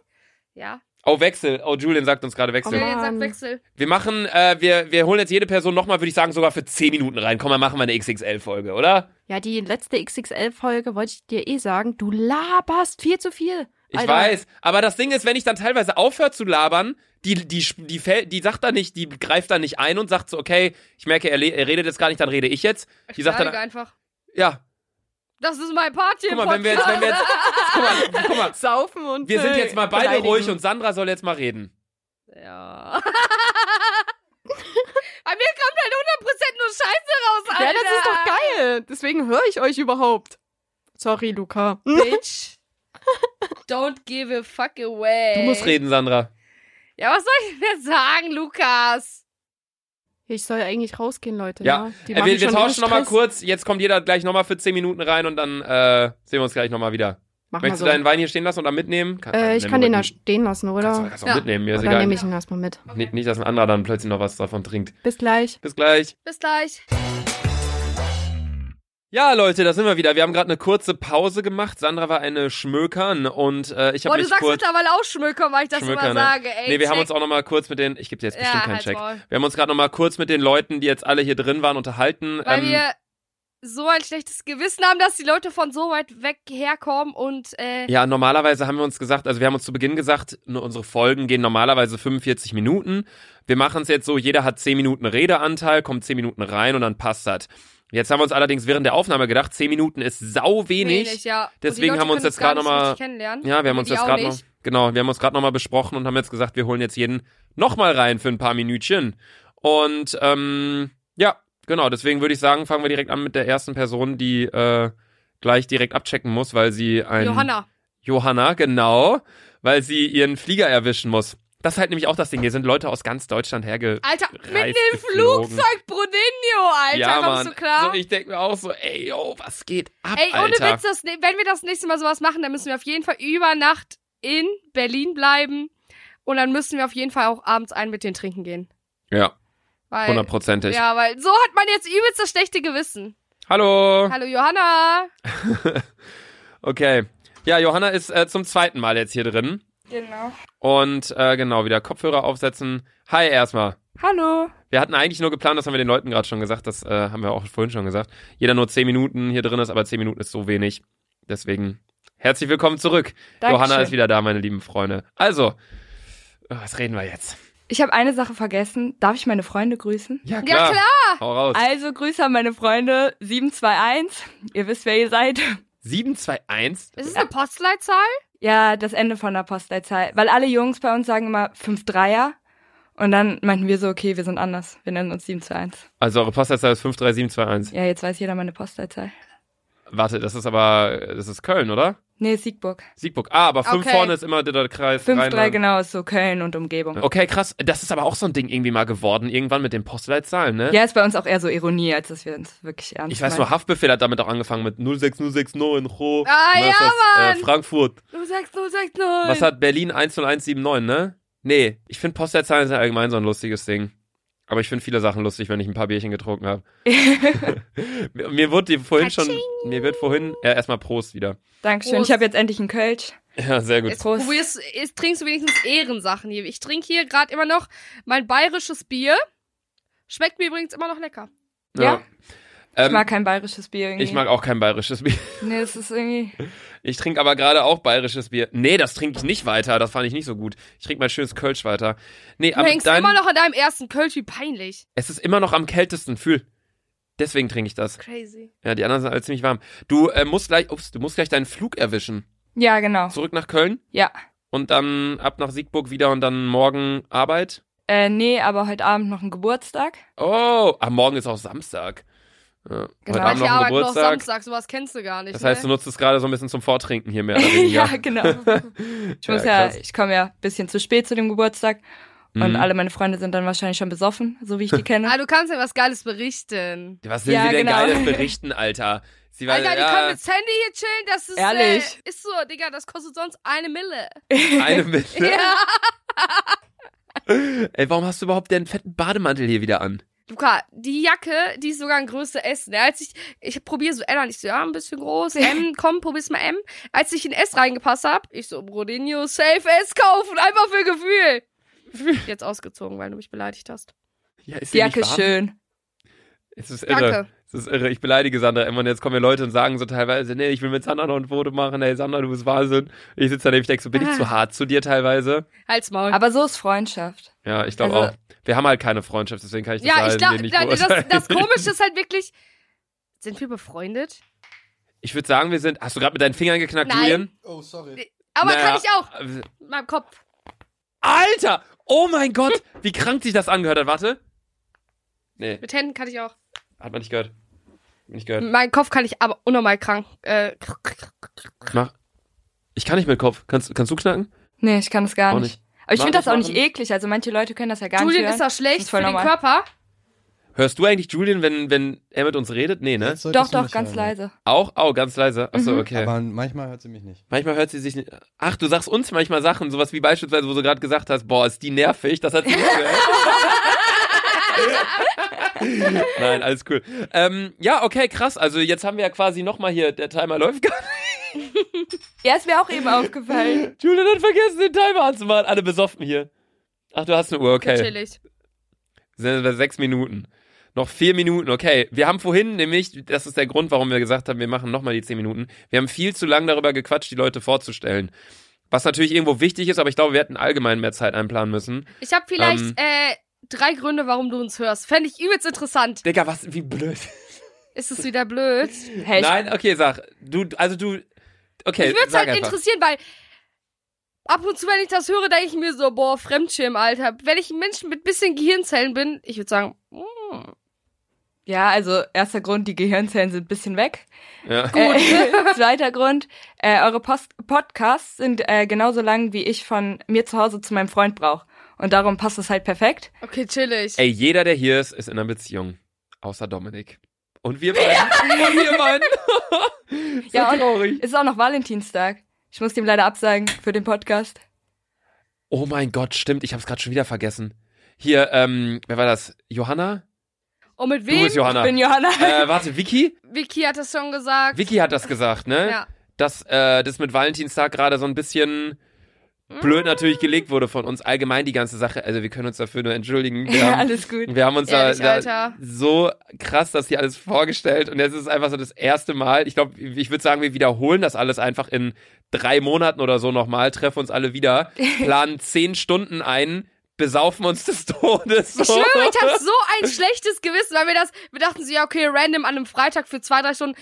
Speaker 1: Ja.
Speaker 2: Oh, Wechsel. Oh, Julian sagt uns gerade
Speaker 8: Oh
Speaker 2: Wechsel.
Speaker 1: Julian sagt
Speaker 8: Mann.
Speaker 1: Wechsel.
Speaker 2: wir machen, äh, wir, wir holen jetzt jede Person nochmal, würde ich sagen, sogar für 10 Minuten rein. Komm, dann machen wir eine XXL-Folge, oder?
Speaker 8: Ja, die letzte XXL-Folge wollte ich dir eh sagen. Du laberst viel zu viel.
Speaker 2: Ich
Speaker 8: Alter.
Speaker 2: weiß. Aber das Ding ist, wenn ich dann teilweise aufhöre zu labern, die, die, die, fäll- die sagt da nicht, die greift da nicht ein und sagt so, okay, ich merke, er, le- er redet jetzt gar nicht, dann rede ich jetzt.
Speaker 1: Ich
Speaker 2: Die sagt
Speaker 1: beleidige
Speaker 2: dann,
Speaker 1: einfach.
Speaker 2: ja,
Speaker 1: Das ist mein Part hier
Speaker 2: guck
Speaker 1: im
Speaker 2: mal, wenn wir jetzt, wenn wir jetzt, guck mal, guck mal,
Speaker 8: Saufen und.
Speaker 2: wir sind
Speaker 8: äh,
Speaker 2: jetzt mal beide
Speaker 8: beleidigen.
Speaker 2: ruhig und Sandra soll jetzt mal reden.
Speaker 1: Ja. Bei mir kommt halt 100% nur Scheiße raus, Alter.
Speaker 8: Ja, das ist doch geil. Deswegen höre ich euch überhaupt. Sorry, Luca. Hm.
Speaker 1: Bitch. Don't give a fuck away.
Speaker 8: Äh,
Speaker 2: Du musst reden, Sandra.
Speaker 1: Ja, was soll ich denn sagen, Lukas?
Speaker 8: Ich soll eigentlich rausgehen, Leute.
Speaker 2: Ja.
Speaker 8: Ja, Die
Speaker 2: Äh,
Speaker 8: machen
Speaker 2: wir wir
Speaker 8: schon
Speaker 2: tauschen
Speaker 8: ihren
Speaker 2: nochmal
Speaker 8: Stress.
Speaker 2: kurz, jetzt kommt jeder gleich nochmal für 10 Minuten rein und dann äh, sehen wir uns gleich nochmal wieder.
Speaker 8: Mach mal
Speaker 2: Möchtest
Speaker 8: so.
Speaker 2: du deinen Wein hier stehen lassen oder mitnehmen? Kann-
Speaker 8: äh, ich
Speaker 2: wenn
Speaker 8: kann
Speaker 2: du
Speaker 8: den da
Speaker 2: mitnehmen-
Speaker 8: stehen lassen,
Speaker 2: Kannst du
Speaker 8: oder?
Speaker 2: kannst du
Speaker 1: Ja.
Speaker 2: mitnehmen, mir ist
Speaker 8: Dann
Speaker 2: egal.
Speaker 8: nehme ich ihn erstmal mit.
Speaker 2: Nicht, nicht, dass ein anderer dann plötzlich noch was davon trinkt.
Speaker 8: Bis gleich.
Speaker 2: Bis gleich.
Speaker 1: Bis gleich.
Speaker 2: Ja, Leute, da sind wir wieder. Wir haben gerade eine kurze Pause gemacht. Sandra war eine Schmökern und äh, ich
Speaker 1: Boah,
Speaker 2: habe
Speaker 1: Oh, du
Speaker 2: mich
Speaker 1: sagst
Speaker 2: kurz.
Speaker 1: mittlerweile auch Schmöker, weil ich das
Speaker 2: Schmöker,
Speaker 1: immer
Speaker 2: ne?
Speaker 1: sage. Ey,
Speaker 2: Nee, wir haben
Speaker 1: check.
Speaker 2: uns auch nochmal kurz mit den. Ich gebe dir jetzt
Speaker 1: ja, halt
Speaker 2: bestimmt keinen
Speaker 1: halt's
Speaker 2: Check.
Speaker 1: Maul.
Speaker 2: Wir haben uns gerade nochmal kurz mit den Leuten, die jetzt alle hier drin waren, unterhalten.
Speaker 1: Weil
Speaker 2: Ähm,
Speaker 1: wir so ein schlechtes Gewissen haben, dass die Leute von so weit weg herkommen und äh,
Speaker 2: ja, normalerweise haben wir uns gesagt, also wir haben uns zu Beginn gesagt, nur unsere Folgen gehen normalerweise 45 Minuten. Wir machen es jetzt so, jeder hat 10 Minuten Redeanteil, kommt 10 Minuten rein und dann passt das. Jetzt haben wir uns allerdings während der Aufnahme gedacht, 10 Minuten ist sau wenig.
Speaker 1: wenig, ja. Und die
Speaker 2: Deswegen
Speaker 1: Leute
Speaker 2: haben wir uns
Speaker 1: können
Speaker 2: jetzt
Speaker 1: gar
Speaker 2: gerade
Speaker 1: nicht
Speaker 2: noch mal-
Speaker 1: richtig kennenlernen.
Speaker 2: Ja, wir haben
Speaker 1: Und
Speaker 2: uns
Speaker 1: die
Speaker 2: jetzt
Speaker 1: auch
Speaker 2: gerade noch,
Speaker 1: nicht.
Speaker 2: genau, wir haben uns gerade noch mal besprochen und haben jetzt gesagt, wir holen jetzt jeden noch mal rein für ein paar Minütchen. Und ähm, ja, genau. Deswegen würde ich sagen, fangen wir direkt an mit der ersten Person, die äh, gleich direkt abchecken muss, weil sie ein
Speaker 1: Johanna.
Speaker 2: Johanna, genau, weil sie ihren Flieger erwischen muss. Das ist halt nämlich auch das Ding. Hier sind Leute aus ganz Deutschland herge.
Speaker 1: Alter, mit
Speaker 2: Reis
Speaker 1: dem
Speaker 2: geflogen.
Speaker 1: Flugzeug Brunino, Alter,
Speaker 2: ja,
Speaker 1: kommst
Speaker 2: Mann.
Speaker 1: du klar?
Speaker 2: So, ich denke mir auch so, ey, yo, was geht ab,
Speaker 1: Ey, ohne
Speaker 2: Alter?
Speaker 1: Witz, das, ne- wenn wir das nächste Mal sowas machen, dann müssen wir auf jeden Fall über Nacht in Berlin bleiben und dann müssen wir auf jeden Fall auch abends ein mit denen trinken gehen.
Speaker 2: Ja,
Speaker 1: Weil,
Speaker 2: hundertprozentig.
Speaker 1: ja, weil so hat man jetzt übelst das schlechte Gewissen.
Speaker 2: Hallo.
Speaker 1: Hallo Johanna.
Speaker 2: Okay. Ja, Johanna ist äh, zum zweiten Mal jetzt hier drin.
Speaker 7: Genau.
Speaker 2: Und äh, genau, wieder Kopfhörer aufsetzen. Hi erstmal.
Speaker 7: Hallo.
Speaker 2: Wir hatten eigentlich nur geplant, das haben wir den Leuten gerade schon gesagt, das äh, haben wir auch vorhin schon gesagt. Jeder nur 10 Minuten hier drin ist, aber 10 Minuten ist so wenig. Deswegen herzlich willkommen zurück.
Speaker 7: Dankeschön.
Speaker 2: Johanna ist wieder da, meine lieben Freunde. Also, äh, was reden wir jetzt?
Speaker 7: Ich habe eine Sache vergessen. Darf ich meine Freunde grüßen?
Speaker 2: Ja,
Speaker 1: Ja, klar.
Speaker 2: Hau raus.
Speaker 7: Also Grüße an meine Freunde 721. Ihr wisst, wer ihr seid.
Speaker 2: 721?
Speaker 1: Ist es eine Postleitzahl?
Speaker 7: Ja, das Ende von der Postleitzahl. Weil alle Jungs bei uns sagen immer 5-3er. Und dann meinten wir so, okay, wir sind anders. Wir nennen uns 721.
Speaker 2: Also eure Postleitzahl ist 53721.
Speaker 7: Ja, jetzt weiß jeder meine Postleitzahl.
Speaker 2: Warte, das ist aber, das ist Köln, oder?
Speaker 7: Nee, Siegburg.
Speaker 2: Siegburg. Ah, aber 5
Speaker 1: Okay.
Speaker 2: vorne ist immer der Kreis.
Speaker 7: 5-3
Speaker 2: Rheinland.
Speaker 7: genau ist so Köln und Umgebung.
Speaker 2: Okay, krass. Das ist aber auch so ein Ding irgendwie mal geworden, irgendwann mit den Postleitzahlen, ne?
Speaker 7: Ja, ist bei uns auch eher so Ironie, als dass wir uns wirklich ernst
Speaker 2: Ich weiß nur,
Speaker 7: meinen.
Speaker 2: Haftbefehl hat damit auch angefangen mit 06069 in Ro.
Speaker 1: Ah,
Speaker 2: Und dann
Speaker 1: ja,
Speaker 2: ist das,
Speaker 1: Mann.
Speaker 2: Äh, Frankfurt.
Speaker 1: 06069.
Speaker 2: Was hat Berlin 10179, ne? Nee, ich finde Postleitzahlen sind allgemein so ein lustiges Ding. Aber ich finde viele Sachen lustig, wenn ich ein paar Bierchen getrunken habe. mir, mir wurde die vorhin schon, mir wird vorhin, äh, erstmal Prost wieder.
Speaker 7: Dankeschön.
Speaker 1: Prost.
Speaker 7: Ich habe jetzt endlich einen Kölsch.
Speaker 2: Ja, sehr gut.
Speaker 1: Jetzt probierst, jetzt trinkst du wenigstens Ehrensachen hier. Ich trinke hier gerade immer noch mein bayerisches Bier. Schmeckt mir übrigens immer noch lecker.
Speaker 7: ja.
Speaker 2: Ähm,
Speaker 7: ich mag kein bayerisches Bier irgendwie.
Speaker 2: ich mag auch kein bayerisches Bier.
Speaker 7: Nee, es ist irgendwie.
Speaker 2: Ich trinke aber gerade auch bayerisches Bier. Nee, das trinke ich nicht weiter. Das fand ich nicht so gut. Ich trinke mein schönes Kölsch weiter. Nee,
Speaker 1: Du
Speaker 2: aber
Speaker 1: hängst
Speaker 2: dein,
Speaker 1: immer noch an deinem ersten Kölsch, wie peinlich.
Speaker 2: es ist immer noch am kältesten. Fühl. Deswegen trinke ich das.
Speaker 1: Crazy.
Speaker 2: Ja, die anderen sind alle ziemlich warm. Du äh, musst gleich, ups, du musst gleich deinen Flug erwischen.
Speaker 7: Ja, genau.
Speaker 2: Zurück nach Köln
Speaker 7: Ja.
Speaker 2: und dann ab nach Siegburg wieder und dann morgen Arbeit.
Speaker 7: Äh, nee, aber heute Abend noch ein Geburtstag.
Speaker 2: Oh, am Morgen ist auch Samstag. Ja,
Speaker 7: Genau.
Speaker 2: Heute Abend
Speaker 1: Manche
Speaker 2: noch ein
Speaker 1: arbeiten noch
Speaker 2: Geburtstag.
Speaker 1: Samstag, sowas kennst du gar nicht.
Speaker 2: das heißt, du
Speaker 1: ne?
Speaker 2: nutzt es gerade so ein bisschen zum Vortrinken hier mehr oder
Speaker 7: ja,
Speaker 2: weniger.
Speaker 7: genau. Ich muss ja,
Speaker 2: krass.
Speaker 7: ich komme ja ein bisschen zu spät zu dem Geburtstag und
Speaker 2: Mhm.
Speaker 7: alle meine Freunde sind dann wahrscheinlich schon besoffen, so wie ich die kenne.
Speaker 1: Ah, du kannst ja was Geiles berichten.
Speaker 2: Was will
Speaker 7: Ja,
Speaker 2: sie denn
Speaker 7: genau.
Speaker 2: Geiles berichten, Alter? Sie war,
Speaker 1: Alter, die
Speaker 2: ja,
Speaker 1: können mit Sandy hier chillen, das ist.
Speaker 7: Ehrlich?
Speaker 1: Äh, ist so, Digga, das kostet sonst eine Mille.
Speaker 2: eine mit.
Speaker 1: Ja.
Speaker 2: Ey, warum hast du überhaupt den fetten Bademantel hier wieder an?
Speaker 1: Luca, die Jacke, die ist sogar in Größe S. Ne? Als ich, ich probiere so L an, ich so, ja, ein bisschen groß, M, komm, probier's mal M. Als ich in S reingepasst hab, ich so, Brodinho, safe S kaufen, einfach für Gefühl. Jetzt ausgezogen, weil du mich beleidigt hast.
Speaker 2: Ja, ist
Speaker 7: Die
Speaker 2: dir nicht
Speaker 7: Jacke ist
Speaker 2: warm?
Speaker 7: schön.
Speaker 2: Es ist irre.
Speaker 1: Danke.
Speaker 2: Es ist irre. Ich beleidige Sandra immer und jetzt kommen mir Leute und sagen so teilweise, nee, ich will mit Sandra noch ein Foto machen. Ey, Sandra, du bist Wahnsinn. Ich sitze daneben, ich denke so,
Speaker 1: Ah.
Speaker 2: bin ich zu hart zu dir teilweise?
Speaker 1: Halt's Maul.
Speaker 7: Aber so ist Freundschaft.
Speaker 2: Ja, ich glaube
Speaker 7: Also-
Speaker 2: auch. Wir haben halt keine Freundschaft, deswegen kann ich das
Speaker 1: ja,
Speaker 2: halt
Speaker 1: ich glaube,
Speaker 2: hier nicht
Speaker 1: das,
Speaker 2: beurteilen.
Speaker 1: das Komische ist halt wirklich, sind wir befreundet?
Speaker 2: Ich würde sagen, wir sind. Hast du gerade mit deinen Fingern geknackt,
Speaker 1: Nein.
Speaker 2: Julian?
Speaker 3: Oh, sorry.
Speaker 1: Aber
Speaker 2: Naja,
Speaker 1: kann ich auch,
Speaker 2: äh,
Speaker 1: mit meinem Kopf.
Speaker 2: Alter! Oh mein Gott! Wie krank sich das angehört hat. Warte. Nee,
Speaker 1: Mit Händen kann ich auch.
Speaker 2: hat man nicht gehört. Nicht gehört.
Speaker 1: Mein Kopf kann ich aber unnormal krank. Äh,
Speaker 2: Mach. Ich kann nicht mit Kopf. Kannst, kannst du knacken?
Speaker 7: Nee, ich kann das gar
Speaker 2: Auch
Speaker 7: nicht.
Speaker 2: nicht.
Speaker 7: Aber ich
Speaker 2: Mag
Speaker 7: finde
Speaker 2: ich
Speaker 7: das auch nicht
Speaker 2: machen.
Speaker 7: eklig. Also manche Leute können das ja gar
Speaker 1: Julian
Speaker 7: nicht.
Speaker 1: ist das schlecht
Speaker 7: Ist
Speaker 1: für
Speaker 7: voll
Speaker 1: den
Speaker 7: normal.
Speaker 1: Körper.
Speaker 2: Hörst du eigentlich Julian, wenn, wenn er mit uns redet? Nee, ne?
Speaker 3: Jetzt solltest
Speaker 7: Doch,
Speaker 3: du
Speaker 7: doch,
Speaker 3: mich
Speaker 7: ganz
Speaker 3: hören.
Speaker 7: leise.
Speaker 2: Auch? Oh, ganz leise. Achso,
Speaker 7: Mhm.
Speaker 2: okay.
Speaker 3: Aber manchmal hört sie mich nicht.
Speaker 2: manchmal hört sie sich nicht. Ach, du sagst uns manchmal Sachen, sowas wie beispielsweise, wo du gerade gesagt hast, boah, ist die nervig, das hat sie nicht gehört. Nein, alles cool. Ähm, ja, okay, krass. Also jetzt haben wir ja quasi nochmal hier, der Timer läuft gar nicht.
Speaker 7: Ja, ist mir auch eben aufgefallen.
Speaker 2: Julian hat vergessen, den Timer anzumachen. Alle besoffen hier. Ach, du hast eine Uhr, okay.
Speaker 1: Natürlich.
Speaker 2: sind wir bei sechs Minuten. Noch vier Minuten, okay. Wir haben vorhin nämlich, das ist der Grund, warum wir gesagt haben, wir machen nochmal die zehn Minuten. Wir haben viel zu lange darüber gequatscht, die Leute vorzustellen. Was natürlich irgendwo wichtig ist, aber ich glaube, wir hätten allgemein mehr Zeit einplanen müssen.
Speaker 1: Ich habe vielleicht
Speaker 2: Ähm.
Speaker 1: äh, drei Gründe, warum du uns hörst. Fände ich übelst interessant.
Speaker 2: Digga, was, wie blöd.
Speaker 1: Ist es wieder blöd?
Speaker 7: Hey, ich-
Speaker 2: Nein, okay, sag. Du, also du, okay,
Speaker 1: Mich würde es
Speaker 2: sag
Speaker 1: halt
Speaker 2: einfach.
Speaker 1: interessieren, weil ab und zu, wenn ich das höre, denke ich mir so, boah, Fremdschirm, Alter. Wenn ich ein Mensch mit bisschen Gehirnzellen bin, ich würde sagen, mm,
Speaker 7: Ja, also erster Grund, die Gehirnzellen sind ein bisschen weg.
Speaker 2: Ja.
Speaker 7: Äh, zweiter Grund, äh, eure Post Podcasts sind äh, genauso lang, wie ich von mir zu Hause zu meinem Freund brauche. Und darum passt es halt perfekt.
Speaker 1: okay, chillig.
Speaker 2: Ey, jeder, der hier ist, ist in einer Beziehung. Außer Dominik. Und wir beiden. Und wir beiden. so
Speaker 7: Ja, und-
Speaker 2: traurig.
Speaker 7: Es ist auch noch Valentinstag. Ich muss dem leider absagen für den Podcast.
Speaker 2: Oh mein Gott, stimmt, ich hab's gerade schon wieder vergessen. Hier, ähm, wer war das? Johanna?
Speaker 1: Und mit
Speaker 2: Du
Speaker 1: wem?
Speaker 2: bist Johanna.
Speaker 7: Ich bin Johanna.
Speaker 2: äh, warte, Vicky?
Speaker 1: Vicky hat das schon gesagt.
Speaker 2: Vicky hat das gesagt, ne?
Speaker 1: Ja.
Speaker 2: Dass äh, das mit Valentinstag gerade so ein bisschen blöd natürlich gelegt wurde von uns allgemein die ganze Sache. Also wir können uns dafür nur entschuldigen. Wir
Speaker 7: ja,
Speaker 2: haben,
Speaker 7: alles gut.
Speaker 2: wir haben uns
Speaker 1: Ehrlich,
Speaker 2: da, da
Speaker 1: Alter.
Speaker 2: so krass das hier alles vorgestellt und jetzt ist es einfach so das erste Mal. Ich glaube, ich würde sagen, wir wiederholen das alles einfach in drei Monaten oder so nochmal, treffen uns alle wieder, planen zehn Stunden ein, besaufen uns des Todes.
Speaker 1: Ich schwöre, ich hatte so ein schlechtes Gewissen, weil wir das, wir dachten so, ja, okay, random an einem Freitag für zwei, drei Stunden.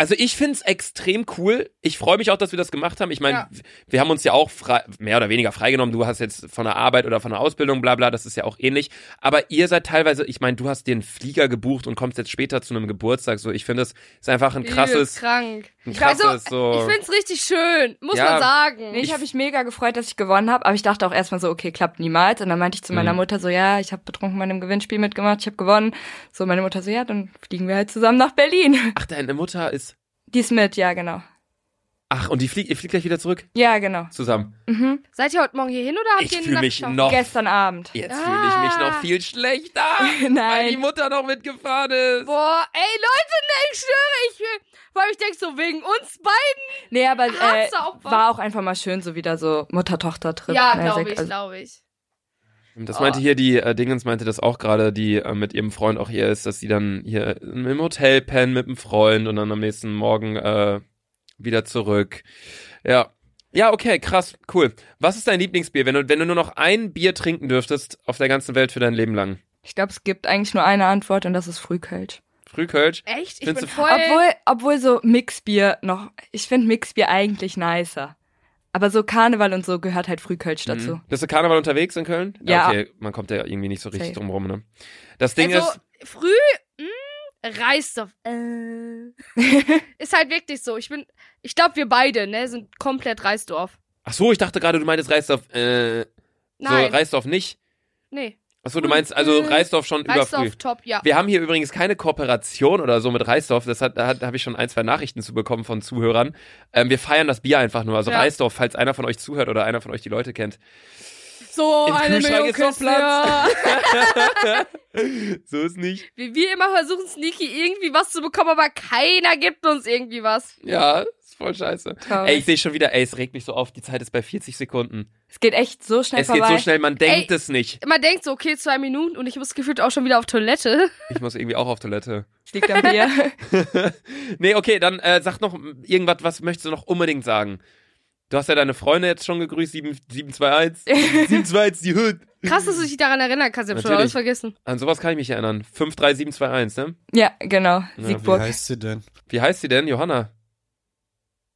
Speaker 2: Also ich find's extrem cool. Ich freue mich auch, dass wir das gemacht haben. Ich meine,
Speaker 1: Ja.
Speaker 2: w- wir haben uns ja auch frei, mehr oder weniger freigenommen. Du hast jetzt von der Arbeit oder von der Ausbildung, bla bla, das ist ja auch ähnlich. Aber ihr seid teilweise, ich meine, du hast dir einen Flieger gebucht und kommst jetzt später zu einem Geburtstag. So, ich finde, das ist einfach ein krasses,
Speaker 1: krank.
Speaker 2: ein
Speaker 1: Also,
Speaker 2: krasses
Speaker 1: Ich
Speaker 2: so.
Speaker 1: find's richtig schön, muss
Speaker 2: Ja.
Speaker 1: man sagen.
Speaker 7: Nee, ich habe mich mega gefreut, dass ich gewonnen habe, aber ich dachte auch erstmal so, okay, klappt niemals. Und dann meinte ich zu meiner
Speaker 2: Mhm.
Speaker 7: Mutter so, ja, ich habe betrunken bei einem Gewinnspiel mitgemacht, ich habe gewonnen. So, meine Mutter so, ja, dann fliegen wir halt zusammen nach Berlin.
Speaker 2: Ach, deine Mutter ist.
Speaker 7: Die ist mit, ja, genau.
Speaker 2: Ach, und die fliegt, ihr fliegt gleich wieder zurück
Speaker 7: Ja, genau.
Speaker 2: zusammen.
Speaker 7: Mhm.
Speaker 1: Seid ihr heute Morgen hier hin oder habt
Speaker 2: Ich
Speaker 1: ihr eine
Speaker 2: fühl
Speaker 1: Nacht
Speaker 2: mich
Speaker 1: geschafft?
Speaker 2: noch- Och.
Speaker 7: Gestern Abend.
Speaker 2: Jetzt
Speaker 1: Ah.
Speaker 2: fühle ich mich noch viel schlechter, weil die
Speaker 7: Nein.
Speaker 2: Mutter noch mitgefahren ist.
Speaker 1: Boah, ey Leute, ne, ich schwöre, ich will, weil ich denk so wegen uns beiden.
Speaker 7: Nee, aber äh,
Speaker 1: Harz auch war-
Speaker 7: war auch einfach mal schön, so wieder so Mutter-Tochter-Trip.
Speaker 1: Ja,
Speaker 7: mäßig.
Speaker 1: glaube ich,
Speaker 7: Also,
Speaker 1: glaube ich.
Speaker 2: Das meinte hier die äh, Dingens meinte das auch gerade, die äh, mit ihrem Freund auch hier ist, dass sie dann hier im Hotel pennen mit einem Freund und dann am nächsten Morgen äh, wieder zurück. Ja. Ja, okay, krass, cool. Was ist dein Lieblingsbier, wenn du, wenn du nur noch ein Bier trinken dürftest auf der ganzen Welt für dein Leben lang?
Speaker 7: ich glaube, es gibt eigentlich nur eine Antwort und das ist Frühkölsch.
Speaker 2: Frühkölsch?
Speaker 1: Echt? Ich
Speaker 2: Findest
Speaker 1: bin
Speaker 2: du-
Speaker 1: voll. also,
Speaker 7: Obwohl, obwohl so Mixbier noch, ich finde Mixbier eigentlich nicer. Aber so Karneval und so gehört halt Frühkölsch dazu.
Speaker 2: Mhm. Bist du Karneval unterwegs in Köln?
Speaker 7: Ja.
Speaker 2: Okay, man kommt ja irgendwie nicht so richtig
Speaker 7: Safe.
Speaker 2: drum rum, ne? Das Ding
Speaker 1: also,
Speaker 2: ist,
Speaker 1: früh, mh, Reisstoff. Äh. ist halt wirklich so. Ich bin, ich glaube, wir beide, ne, sind komplett Reisdorf.
Speaker 2: ach so, ich dachte gerade, du meintest Reisdorf, äh, so
Speaker 1: Nein,
Speaker 2: Reisdorf nicht.
Speaker 1: nee.
Speaker 2: Ach so, du meinst also
Speaker 1: Mhm.
Speaker 2: Reisdorf schon über früh.
Speaker 1: Reisdorf top, ja.
Speaker 2: Wir haben hier übrigens keine Kooperation oder so mit Reisdorf. Das hat, da hat- habe ich schon ein, zwei Nachrichten zu bekommen von Zuhörern. Ähm, wir feiern das Bier einfach nur. Also
Speaker 1: Ja.
Speaker 2: Reisdorf, falls einer von euch zuhört oder einer von euch die Leute kennt.
Speaker 1: So,
Speaker 2: Im
Speaker 1: Oh, eine
Speaker 2: Kühlschrank
Speaker 1: Million
Speaker 2: ist noch
Speaker 1: Küsse,
Speaker 2: Platz.
Speaker 1: ja.
Speaker 2: so ist nicht.
Speaker 1: Wie wir immer versuchen, Sneaky irgendwie was zu bekommen, aber keiner gibt uns irgendwie was.
Speaker 2: Ja, ist voll scheiße.
Speaker 7: Traurig.
Speaker 2: Ey, ich sehe schon wieder, ey, es regt mich so auf. Die Zeit ist bei 40 Sekunden.
Speaker 7: Es geht echt so schnell
Speaker 2: es
Speaker 7: vorbei.
Speaker 2: geht so schnell, man denkt
Speaker 1: Ey.
Speaker 2: es nicht.
Speaker 1: Man denkt so, okay, zwei Minuten und ich muss gefühlt auch schon wieder auf Toilette.
Speaker 2: Ich muss irgendwie auch auf Toilette.
Speaker 7: Es liegt an dir.
Speaker 2: Nee, okay, dann äh, sag noch irgendwas, was möchtest du noch unbedingt sagen? Du hast ja deine Freunde jetzt schon gegrüßt, 7- 721. 721, die Hüt.
Speaker 1: Krass, dass du dich daran erinnern kannst. Ich hab schon
Speaker 2: Natürlich.
Speaker 1: alles vergessen.
Speaker 2: An sowas kann ich mich erinnern. 53721, ne?
Speaker 7: ja, genau.
Speaker 3: Wie
Speaker 7: Siegburg.
Speaker 3: heißt sie denn?
Speaker 2: Wie heißt sie denn? Johanna.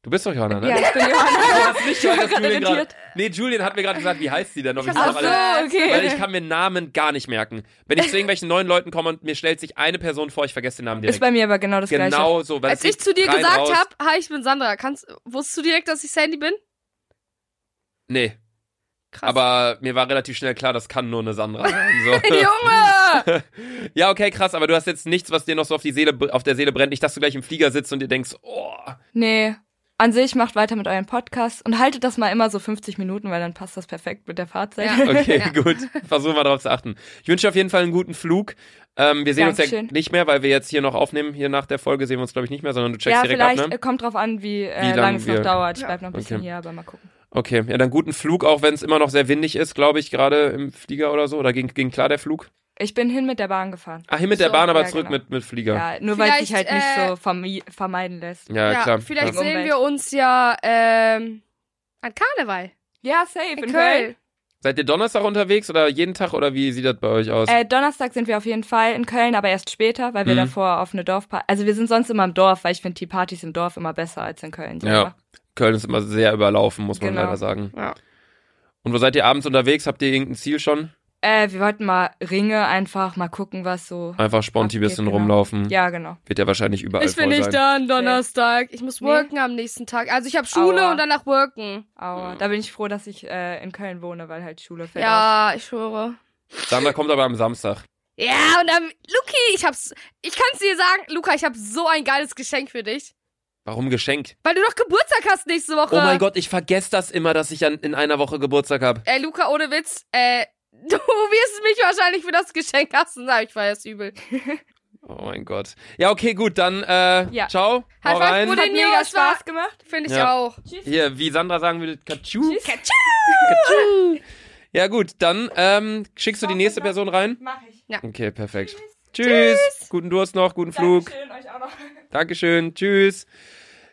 Speaker 2: Du bist doch Johanna, ne?
Speaker 7: Ja, ich bin
Speaker 2: Du
Speaker 7: Johanna.
Speaker 2: hast nicht gehört, dass
Speaker 7: Ich war gerade
Speaker 2: Julian gerade.
Speaker 7: irritiert.
Speaker 2: Nee, Julian hat mir gerade gesagt, wie heißt sie denn? Ob ich
Speaker 1: Ach
Speaker 2: noch
Speaker 7: Ach
Speaker 1: so,
Speaker 2: alle,
Speaker 7: so, okay.
Speaker 2: weil ich kann mir Namen gar nicht merken. Wenn ich zu irgendwelchen neuen Leuten komme und mir stellt sich eine Person vor, ich vergesse den Namen direkt.
Speaker 7: Ist bei mir aber genau das Gleiche.
Speaker 2: genau so. weil
Speaker 1: Als
Speaker 2: es
Speaker 1: ich zu dir
Speaker 2: rein,
Speaker 1: gesagt
Speaker 2: raus.
Speaker 1: habe, hi, ich bin Sandra, kannst, wusstest du direkt, dass ich Sandy bin?
Speaker 2: Nee,
Speaker 1: Krass.
Speaker 2: aber mir war relativ schnell klar, das kann nur eine Sandra sein. So.
Speaker 1: Junge!
Speaker 2: ja, okay, krass, aber du hast jetzt nichts, was dir noch so auf, die Seele, auf der Seele brennt. Nicht, dass du gleich im Flieger sitzt und dir denkst, oh,
Speaker 7: Nee. An sich macht weiter mit euren Podcast und haltet das mal immer so 50 Minuten, weil dann passt das perfekt mit der Fahrzeit.
Speaker 1: Ja.
Speaker 2: Okay,
Speaker 1: Ja.
Speaker 2: gut. Versuchen wir darauf zu achten. Ich wünsche auf jeden Fall einen guten Flug. Ähm, wir sehen uns
Speaker 7: Dankeschön.
Speaker 2: ja nicht mehr, weil wir jetzt hier noch aufnehmen. Hier nach der Folge sehen wir uns, glaube ich, nicht mehr, sondern du checkst
Speaker 7: Ja,
Speaker 2: direkt
Speaker 7: vielleicht
Speaker 2: ab, ne?
Speaker 7: äh, kommt drauf an, wie, äh,
Speaker 2: Wie lang
Speaker 7: lange es
Speaker 2: wir-
Speaker 7: noch dauert. Ich bleib noch ein bisschen
Speaker 2: Okay.
Speaker 7: hier, aber mal gucken.
Speaker 2: Okay, ja, dann guten Flug, auch wenn es immer noch sehr windig ist, glaube ich, gerade im Flieger oder so. Oder ging, ging klar der Flug?
Speaker 7: Ich bin hin mit der Bahn gefahren.
Speaker 2: Ach, hin mit der
Speaker 7: So,
Speaker 2: Bahn, aber
Speaker 7: ja,
Speaker 2: zurück
Speaker 7: genau.
Speaker 2: mit, mit Flieger.
Speaker 7: Ja, nur weil es sich halt
Speaker 1: Vielleicht,
Speaker 7: nicht
Speaker 1: äh,
Speaker 7: so vermi- vermeiden lässt.
Speaker 2: Ja,
Speaker 1: ja,
Speaker 2: klar.
Speaker 1: Vielleicht
Speaker 2: ja.
Speaker 7: Ja.
Speaker 1: sehen wir uns ja ähm, an Karneval.
Speaker 7: Ja, safe.
Speaker 1: In
Speaker 7: In,
Speaker 1: Köln.
Speaker 7: Köln.
Speaker 2: Seid ihr Donnerstag unterwegs oder jeden Tag oder wie sieht das bei euch aus?
Speaker 7: Äh, Donnerstag sind wir auf jeden Fall in Köln, aber erst später, weil wir
Speaker 2: Mhm.
Speaker 7: davor auf eine Dorfparty. Also wir sind sonst immer im Dorf, weil ich finde die Partys im Dorf immer besser als in Köln. ne?
Speaker 2: ja.
Speaker 7: selber.
Speaker 2: Köln ist immer sehr überlaufen, muss man
Speaker 7: Genau.
Speaker 2: leider sagen.
Speaker 1: Ja.
Speaker 2: Und wo seid ihr abends unterwegs? Habt ihr irgendein Ziel schon?
Speaker 7: Äh, wir wollten mal Ringe einfach mal gucken, was so.
Speaker 2: Einfach sponti
Speaker 7: Ab
Speaker 2: ein
Speaker 7: geht's,
Speaker 2: bisschen
Speaker 7: genau.
Speaker 2: rumlaufen.
Speaker 7: Ja, genau.
Speaker 2: Wird ja wahrscheinlich überall
Speaker 1: Ich bin
Speaker 2: voll
Speaker 1: nicht
Speaker 2: sein.
Speaker 1: da am Donnerstag. Ich muss
Speaker 7: Nee.
Speaker 1: worken am nächsten Tag. Also ich habe Schule
Speaker 7: Aua.
Speaker 1: und danach worken.
Speaker 7: Aua. Da bin ich froh, dass ich äh, in Köln wohne, weil halt Schule fällt aus.
Speaker 1: Ja, ich schwöre.
Speaker 2: Sandra kommt aber am Samstag.
Speaker 1: Ja, und dann, Luki, ich hab's. Ich kann's dir sagen, Luca, ich hab so ein geiles Geschenk für dich.
Speaker 2: Warum Geschenk?
Speaker 1: Weil du doch Geburtstag hast nächste Woche.
Speaker 2: Oh mein Gott, ich vergesse das immer, dass ich an, in einer Woche Geburtstag habe.
Speaker 1: Ey, Luca, ohne Witz, äh, du wirst mich wahrscheinlich für das Geschenk hassen. Na, ich war jetzt übel.
Speaker 2: Oh mein Gott. Ja, okay, gut, dann äh,
Speaker 7: Ja.
Speaker 2: ciao.
Speaker 1: High
Speaker 2: Hau
Speaker 1: five,
Speaker 2: rein.
Speaker 1: Bruder.
Speaker 7: Hat mega
Speaker 1: Es war-
Speaker 7: Spaß gemacht.
Speaker 1: Finde ich
Speaker 2: Ja.
Speaker 1: auch.
Speaker 2: Hier, wie Sandra sagen würde, Katschu. Katschu. Ja, gut, dann ähm, schickst du die nächste Person rein.
Speaker 7: Mach ich.
Speaker 2: Okay, perfekt. Tschüss. Guten Durst noch, guten Flug.
Speaker 7: Dankeschön euch auch noch.
Speaker 2: Dankeschön. Tschüss.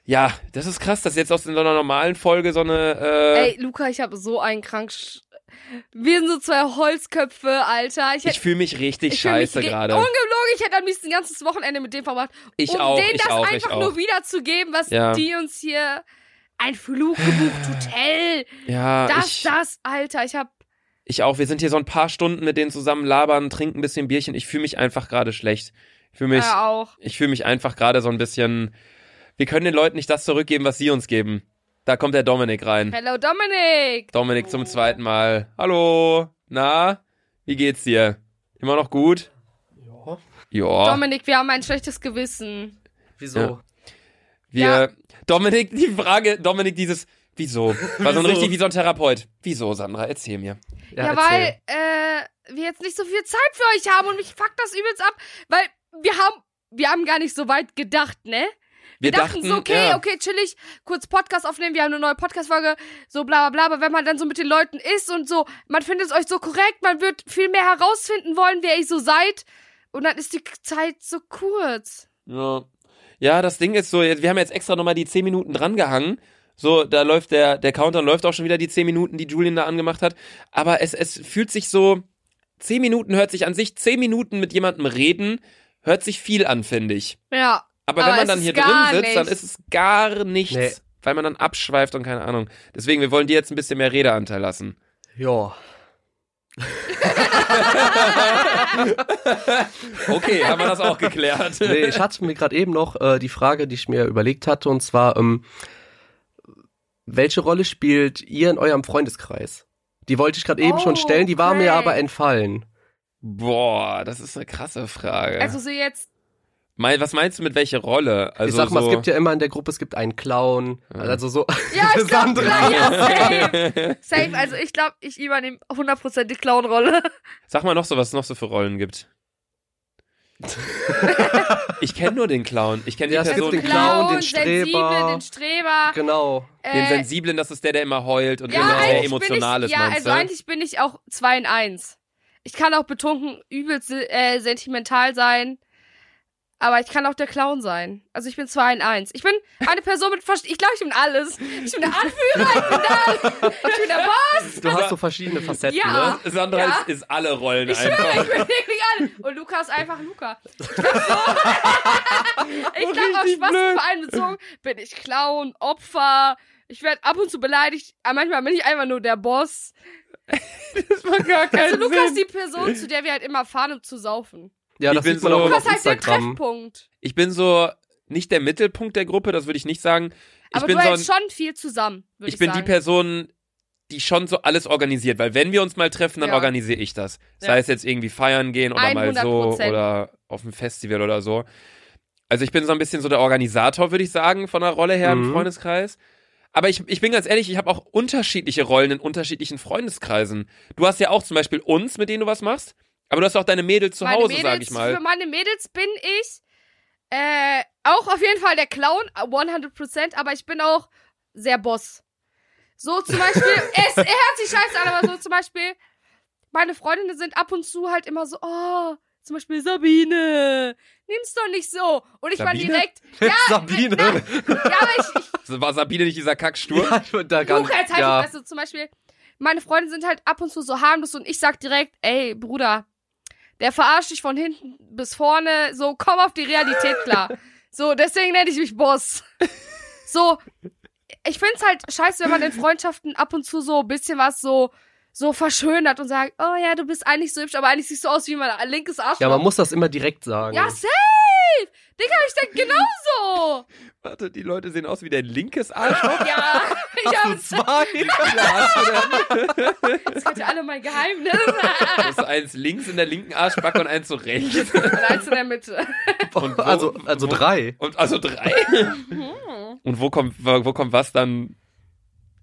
Speaker 2: Ja, das ist krass, dass jetzt aus so einer normalen Folge so eine. Äh,
Speaker 1: Ey, Luca, ich habe so einen krank. sch- Wir sind so zwei Holzköpfe, Alter. Ich hätte
Speaker 2: Ich fühle mich richtig
Speaker 1: Ich fühl mich
Speaker 2: scheiße
Speaker 1: ge-
Speaker 2: gerade.
Speaker 1: Ungelogen, ich hätte am liebsten ein ganzes Wochenende mit dem verbracht,
Speaker 2: Ich
Speaker 1: um
Speaker 2: auch,
Speaker 1: denen
Speaker 2: ich
Speaker 1: das
Speaker 2: auch, ich
Speaker 1: einfach
Speaker 2: auch.
Speaker 1: nur wiederzugeben, was
Speaker 2: Ja.
Speaker 1: die uns hier ein Fluch gebucht, Hotel,
Speaker 2: Ja,
Speaker 1: das,
Speaker 2: Ah, ich,
Speaker 1: das, Alter, ich hab,
Speaker 2: ich auch. Wir sind hier so ein paar Stunden mit denen zusammen labern, trinken ein bisschen Bierchen. Ich fühle mich einfach gerade schlecht. Ich fühle mich,
Speaker 1: ja auch.
Speaker 2: ich fühle mich einfach gerade so ein bisschen. Wir können den Leuten nicht das zurückgeben, was sie uns geben. Da kommt der Dominik rein.
Speaker 1: Hello Dominik!
Speaker 2: Dominik zum zweiten Mal. Hallo. Na, wie geht's dir? Immer noch gut? Ja. Ja.
Speaker 1: Dominik, wir haben ein schlechtes Gewissen.
Speaker 4: Wieso?
Speaker 2: Ja. Wir, Dominik, die Frage, Dominik, dieses, wieso? War so ein
Speaker 5: Wieso?
Speaker 2: richtig wie so ein Therapeut. Wieso, Sandra? Erzähl mir.
Speaker 1: Ja, weil äh, wir jetzt nicht so viel Zeit für euch haben und mich fuckt das übelst ab, weil wir haben, wir haben gar nicht so weit gedacht, ne? Wir, dachten, so, okay,
Speaker 2: ja.
Speaker 1: okay, chillig, kurz Podcast aufnehmen, wir haben eine neue Podcast-Folge, so bla bla bla, aber wenn man dann so mit den Leuten ist und so, man findet es euch so korrekt, man wird viel mehr herausfinden wollen, wer ihr so seid und dann ist die Zeit so kurz.
Speaker 2: Ja. ja, das Ding ist so, jetzt- wir haben jetzt extra nochmal die 10 Minuten drangehangen. So, da läuft der, der Countdown läuft auch schon wieder die 10 Minuten, die Julian da angemacht hat. Aber es, es fühlt sich so, 10 Minuten hört sich an sich, 10 Minuten mit jemandem reden, hört sich viel an, finde ich.
Speaker 1: Ja,
Speaker 2: Aber,
Speaker 1: Aber
Speaker 2: wenn man
Speaker 1: es
Speaker 2: dann
Speaker 1: ist
Speaker 2: hier drin
Speaker 1: gar
Speaker 2: sitzt, dann
Speaker 1: nichts.
Speaker 2: ist es gar nichts.
Speaker 4: Nee.
Speaker 2: Weil man dann abschweift und keine Ahnung. Deswegen, wir wollen dir jetzt ein bisschen mehr Redeanteil lassen.
Speaker 4: Ja.
Speaker 2: Okay, haben wir das auch geklärt.
Speaker 4: Nee, ich hatte mir gerade eben noch äh, die Frage, die ich mir überlegt hatte, und zwar, ähm, welche Rolle spielt ihr in eurem Freundeskreis? Die wollte ich gerade eben
Speaker 1: Oh,
Speaker 4: schon stellen, die war
Speaker 1: okay.
Speaker 4: mir aber entfallen.
Speaker 2: Boah, das ist eine krasse Frage.
Speaker 1: also so jetzt,
Speaker 2: Mein- was meinst du mit welcher Rolle? Also
Speaker 4: ich sag mal,
Speaker 2: so,
Speaker 4: es gibt ja immer in der Gruppe, es gibt einen Clown,
Speaker 2: Ja.
Speaker 4: also so.
Speaker 1: ja, ich glaub,
Speaker 4: Sandra.
Speaker 1: klar, ja, safe, safe, also ich glaube, ich übernehme 100% die Clown-Rolle.
Speaker 2: Sag mal noch so, was es noch so für Rollen gibt. ich kenne nur den Clown. Ich kenne die
Speaker 4: Ja, es gibt
Speaker 2: Person,
Speaker 4: Also den
Speaker 2: den,
Speaker 4: Clown, den
Speaker 1: Also sensibel,
Speaker 4: Streber.
Speaker 1: den Streber,
Speaker 4: Genau.
Speaker 1: äh,
Speaker 2: Sensiblen, das ist der, der immer heult und
Speaker 1: Ja,
Speaker 2: genau. der
Speaker 1: eigentlich
Speaker 2: emotional
Speaker 1: bin
Speaker 2: ist,
Speaker 1: ich, ja,
Speaker 2: meinst
Speaker 1: also
Speaker 2: du?
Speaker 1: eigentlich bin ich auch 2 in 1. Ich kann auch betrunken übelst äh, sentimental sein, aber ich kann auch der Clown sein. Also ich bin 2 in 1. Ich bin eine Person mit fast ich glaube, ich bin alles. Ich bin der Anführer, ich bin da, ich bin der Boss,
Speaker 4: Du hast so verschiedene Facetten,
Speaker 1: Ja.
Speaker 4: ne?
Speaker 2: Sandra
Speaker 1: Ja.
Speaker 2: ist, ist alle Rollen
Speaker 1: ich
Speaker 2: einfach.
Speaker 1: schwöre, ich bin wirklich alle. Und Luca ist einfach Luca. Ich bin so, ich glaube, auf Spaßverein bezogen bin ich Clown, Opfer, ich werde ab und zu beleidigt, aber manchmal bin ich einfach nur der Boss. Also Lukas die Person, zu der wir halt immer fahren, um zu saufen.
Speaker 4: Ja,
Speaker 2: Ich
Speaker 4: das
Speaker 2: bin
Speaker 4: sieht man
Speaker 2: so-
Speaker 4: auch immer
Speaker 1: Lukas
Speaker 4: auf
Speaker 1: halt der
Speaker 4: Instagram.
Speaker 1: Treffpunkt.
Speaker 2: Ich bin so nicht der Mittelpunkt der Gruppe, das würde ich nicht sagen. Ich
Speaker 1: Aber
Speaker 2: bin
Speaker 1: du
Speaker 2: so
Speaker 1: hältst schon viel zusammen, würde ich,
Speaker 2: ich bin
Speaker 1: sagen.
Speaker 2: die Person, die schon so alles organisiert, weil wenn wir uns mal treffen, dann
Speaker 1: Ja.
Speaker 2: organisiere ich das. Sei
Speaker 1: Ja.
Speaker 2: es jetzt irgendwie feiern gehen oder mal so
Speaker 1: 100%.
Speaker 2: oder auf ein Festival oder so. Also ich bin so ein bisschen so der Organisator, würde ich sagen, von der Rolle her im
Speaker 4: Mhm.
Speaker 2: Freundeskreis. Aber ich, ich bin ganz ehrlich, ich habe auch unterschiedliche Rollen in unterschiedlichen Freundeskreisen. Du hast ja auch zum Beispiel uns, mit denen du was machst, aber du hast auch deine Mädels zu
Speaker 1: Meine
Speaker 2: Hause,
Speaker 1: Mädels,
Speaker 2: sag ich
Speaker 1: Für
Speaker 2: mal.
Speaker 1: meine Mädels bin ich äh, auch auf jeden Fall der Clown, 100%, aber ich bin auch sehr Boss. So zum Beispiel, es er hört sich scheiße an, aber so zum Beispiel, meine Freundinnen sind ab und zu halt immer so, oh, zum Beispiel Sabine, nimm's doch nicht so. Und ich
Speaker 2: Sabine?
Speaker 1: war direkt, ja,
Speaker 4: Sabine.
Speaker 1: Na, ja, aber ich, ich
Speaker 2: Also War Sabine nicht dieser Kackstur?
Speaker 4: Ja, ich bin da Äh, gar
Speaker 1: Luca, jetzt halt
Speaker 4: ja.
Speaker 1: die Fresse. Zum Beispiel, meine Freunde sind halt ab und zu so harmlos und ich sag direkt, ey, Bruder, der verarscht dich von hinten bis vorne, so, komm auf die Realität klar. so, deswegen nenne ich mich Boss. so, ich find's halt scheiße, wenn man in Freundschaften ab und zu so ein bisschen was so, so verschönert und sagt, oh ja, du bist eigentlich so hübsch, aber eigentlich siehst du aus wie mein linkes Arschloch.
Speaker 4: ja, man muss das immer direkt sagen.
Speaker 1: Ja, safe! Digga, ich denk genauso!
Speaker 2: Warte, die Leute sehen aus wie dein linkes Arschloch.
Speaker 1: ja, ich hab's.
Speaker 4: Zwei.
Speaker 1: Jetzt kennt ihr alle mein Geheimnis.
Speaker 2: Du hast eins links in der linken Arschbacke und eins so rechts.
Speaker 1: Und eins in der Mitte.
Speaker 2: Und wo-
Speaker 4: also, also
Speaker 2: wo-
Speaker 4: drei.
Speaker 2: Und also drei. Und wo kommt, wo wo kommt was dann?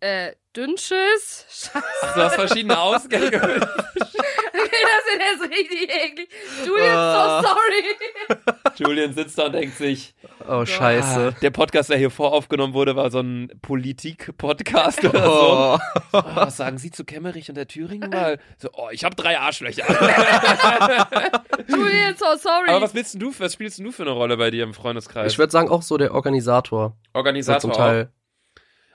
Speaker 1: äh, Dünnschiss. Scheiße,
Speaker 2: Du hast verschiedene Ausgänge.
Speaker 1: das ist jetzt richtig eklig. Julian,
Speaker 4: Ah.
Speaker 1: so sorry.
Speaker 2: Julian sitzt da und denkt sich, äh,
Speaker 4: Oh, scheiße.
Speaker 2: der Podcast, der hier voraufgenommen wurde, war so ein Politik-Podcast oder so.
Speaker 4: Oh.
Speaker 2: Oh, was sagen Sie zu Kemmerich und der Thüringen mal? So, oh, ich habe drei Arschlöcher.
Speaker 1: Julian, so sorry.
Speaker 2: Aber was willst denn du, was spielst denn du für eine Rolle bei dir im Freundeskreis?
Speaker 4: Ich würde sagen, auch so der Organisator.
Speaker 2: Organisator
Speaker 4: zum Teil.
Speaker 2: auch.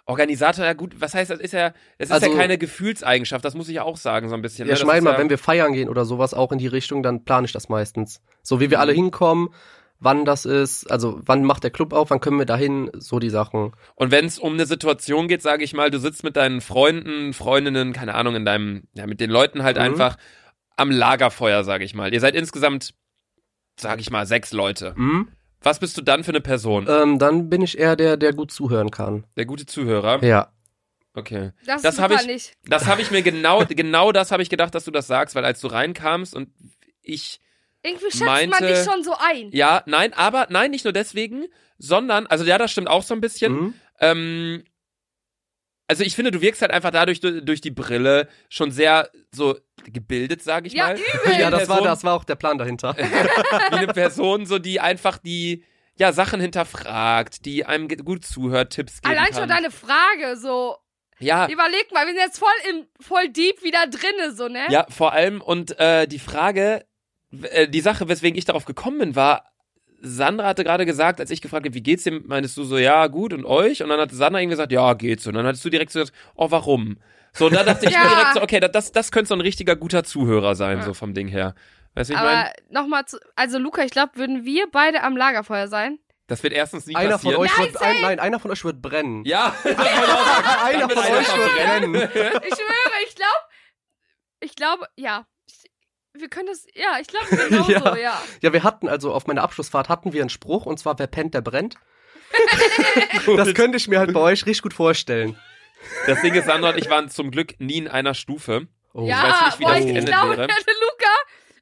Speaker 2: Organisator, ja gut, was heißt das? Ist ja, das ist ja
Speaker 4: Also-
Speaker 2: keine Gefühlseigenschaft, das muss ich ja auch sagen, so ein bisschen.
Speaker 4: Ja,
Speaker 2: ne?
Speaker 4: ich
Speaker 2: Das
Speaker 4: meine
Speaker 2: ist
Speaker 4: mal,
Speaker 2: ja,
Speaker 4: wenn wir feiern gehen oder sowas auch in die Richtung, dann plane ich das meistens. So wie wir alle hinkommen, wann das ist, also wann macht der Club auf, wann können wir dahin, so die Sachen.
Speaker 2: Und wenn es um eine Situation geht, sage ich mal, du sitzt mit deinen Freunden, Freundinnen, keine Ahnung, in deinem, ja, mit den Leuten halt
Speaker 4: Mhm.
Speaker 2: einfach am Lagerfeuer, sage ich mal. Ihr seid insgesamt, sage ich mal, sechs Leute.
Speaker 4: Mhm.
Speaker 2: Was bist du dann für eine Person?
Speaker 4: Ähm, dann bin ich eher der, der gut zuhören kann.
Speaker 2: Der gute Zuhörer.
Speaker 4: Ja.
Speaker 2: Okay.
Speaker 1: Das,
Speaker 2: Das
Speaker 1: das
Speaker 2: hab
Speaker 1: habe
Speaker 2: ich-
Speaker 1: ich nicht.
Speaker 2: Das habe ich mir genau, genau das habe ich gedacht, dass du das sagst, weil als du reinkamst und ich
Speaker 1: Irgendwie schätzt man
Speaker 2: meinte-
Speaker 1: dich schon so ein.
Speaker 2: Ja, nein, aber nein, nicht nur deswegen, sondern, also ja, das stimmt auch so ein bisschen.
Speaker 4: Mhm.
Speaker 2: Ähm, also ich finde, du wirkst halt einfach dadurch du- durch die Brille schon sehr so gebildet, sage ich
Speaker 1: Ja,
Speaker 2: mal.
Speaker 1: übel.
Speaker 4: Ja, das war,
Speaker 2: Person-
Speaker 4: das war auch der Plan dahinter.
Speaker 2: Wie eine Person, so die einfach die ja Sachen hinterfragt, die einem ge- gut zuhört, Tipps gibt.
Speaker 1: Allein
Speaker 2: kann. Ah.
Speaker 1: schon deine Frage, so.
Speaker 2: Ja,
Speaker 1: Überleg mal, wir sind jetzt voll im, voll deep wieder drinne, so, ne?
Speaker 2: ja, vor allem und äh, die Frage, w- äh, die Sache, weswegen ich darauf gekommen bin, war Sandra hatte gerade gesagt, als ich gefragt habe, wie geht's dir, meinst du so, ja, gut und euch? Und dann hat Sandra irgendwie gesagt, ja, geht's. Und dann hattest du direkt so gesagt, oh, warum? So, und da dachte ich
Speaker 1: Ja.
Speaker 2: mir direkt so, okay, da- das, das könnte so ein richtiger guter Zuhörer sein,
Speaker 1: Ja.
Speaker 2: so vom Ding her. Weißt du, ich meine,
Speaker 1: Aber nochmal zu, also Luca, ich glaube, würden wir beide am Lagerfeuer sein?
Speaker 2: das wird erstens nie
Speaker 4: Einer von
Speaker 2: passieren.
Speaker 4: euch wird, ein, nein, einer von euch wird brennen.
Speaker 2: Ja,
Speaker 4: einer
Speaker 2: wird
Speaker 4: von
Speaker 2: einer
Speaker 4: euch wird
Speaker 2: verbrennen.
Speaker 4: brennen.
Speaker 1: Ich schwöre, ich glaube, ich glaube, ja. Ich, wir können das, ja, ich glaube genauso, ja.
Speaker 4: Ja.
Speaker 1: ja.
Speaker 4: Ja, wir hatten also auf meiner Abschlussfahrt hatten wir einen Spruch und zwar wer pennt, der brennt. das könnte ich mir halt bei euch richtig gut vorstellen.
Speaker 2: das Ding ist, Sandra und ich waren zum Glück nie in einer Stufe.
Speaker 4: Oh.
Speaker 1: ja,
Speaker 2: weiß nicht, wie
Speaker 1: boah,
Speaker 2: das
Speaker 1: ich
Speaker 2: geendet
Speaker 1: glaube,
Speaker 2: wäre.
Speaker 1: der hätte Luca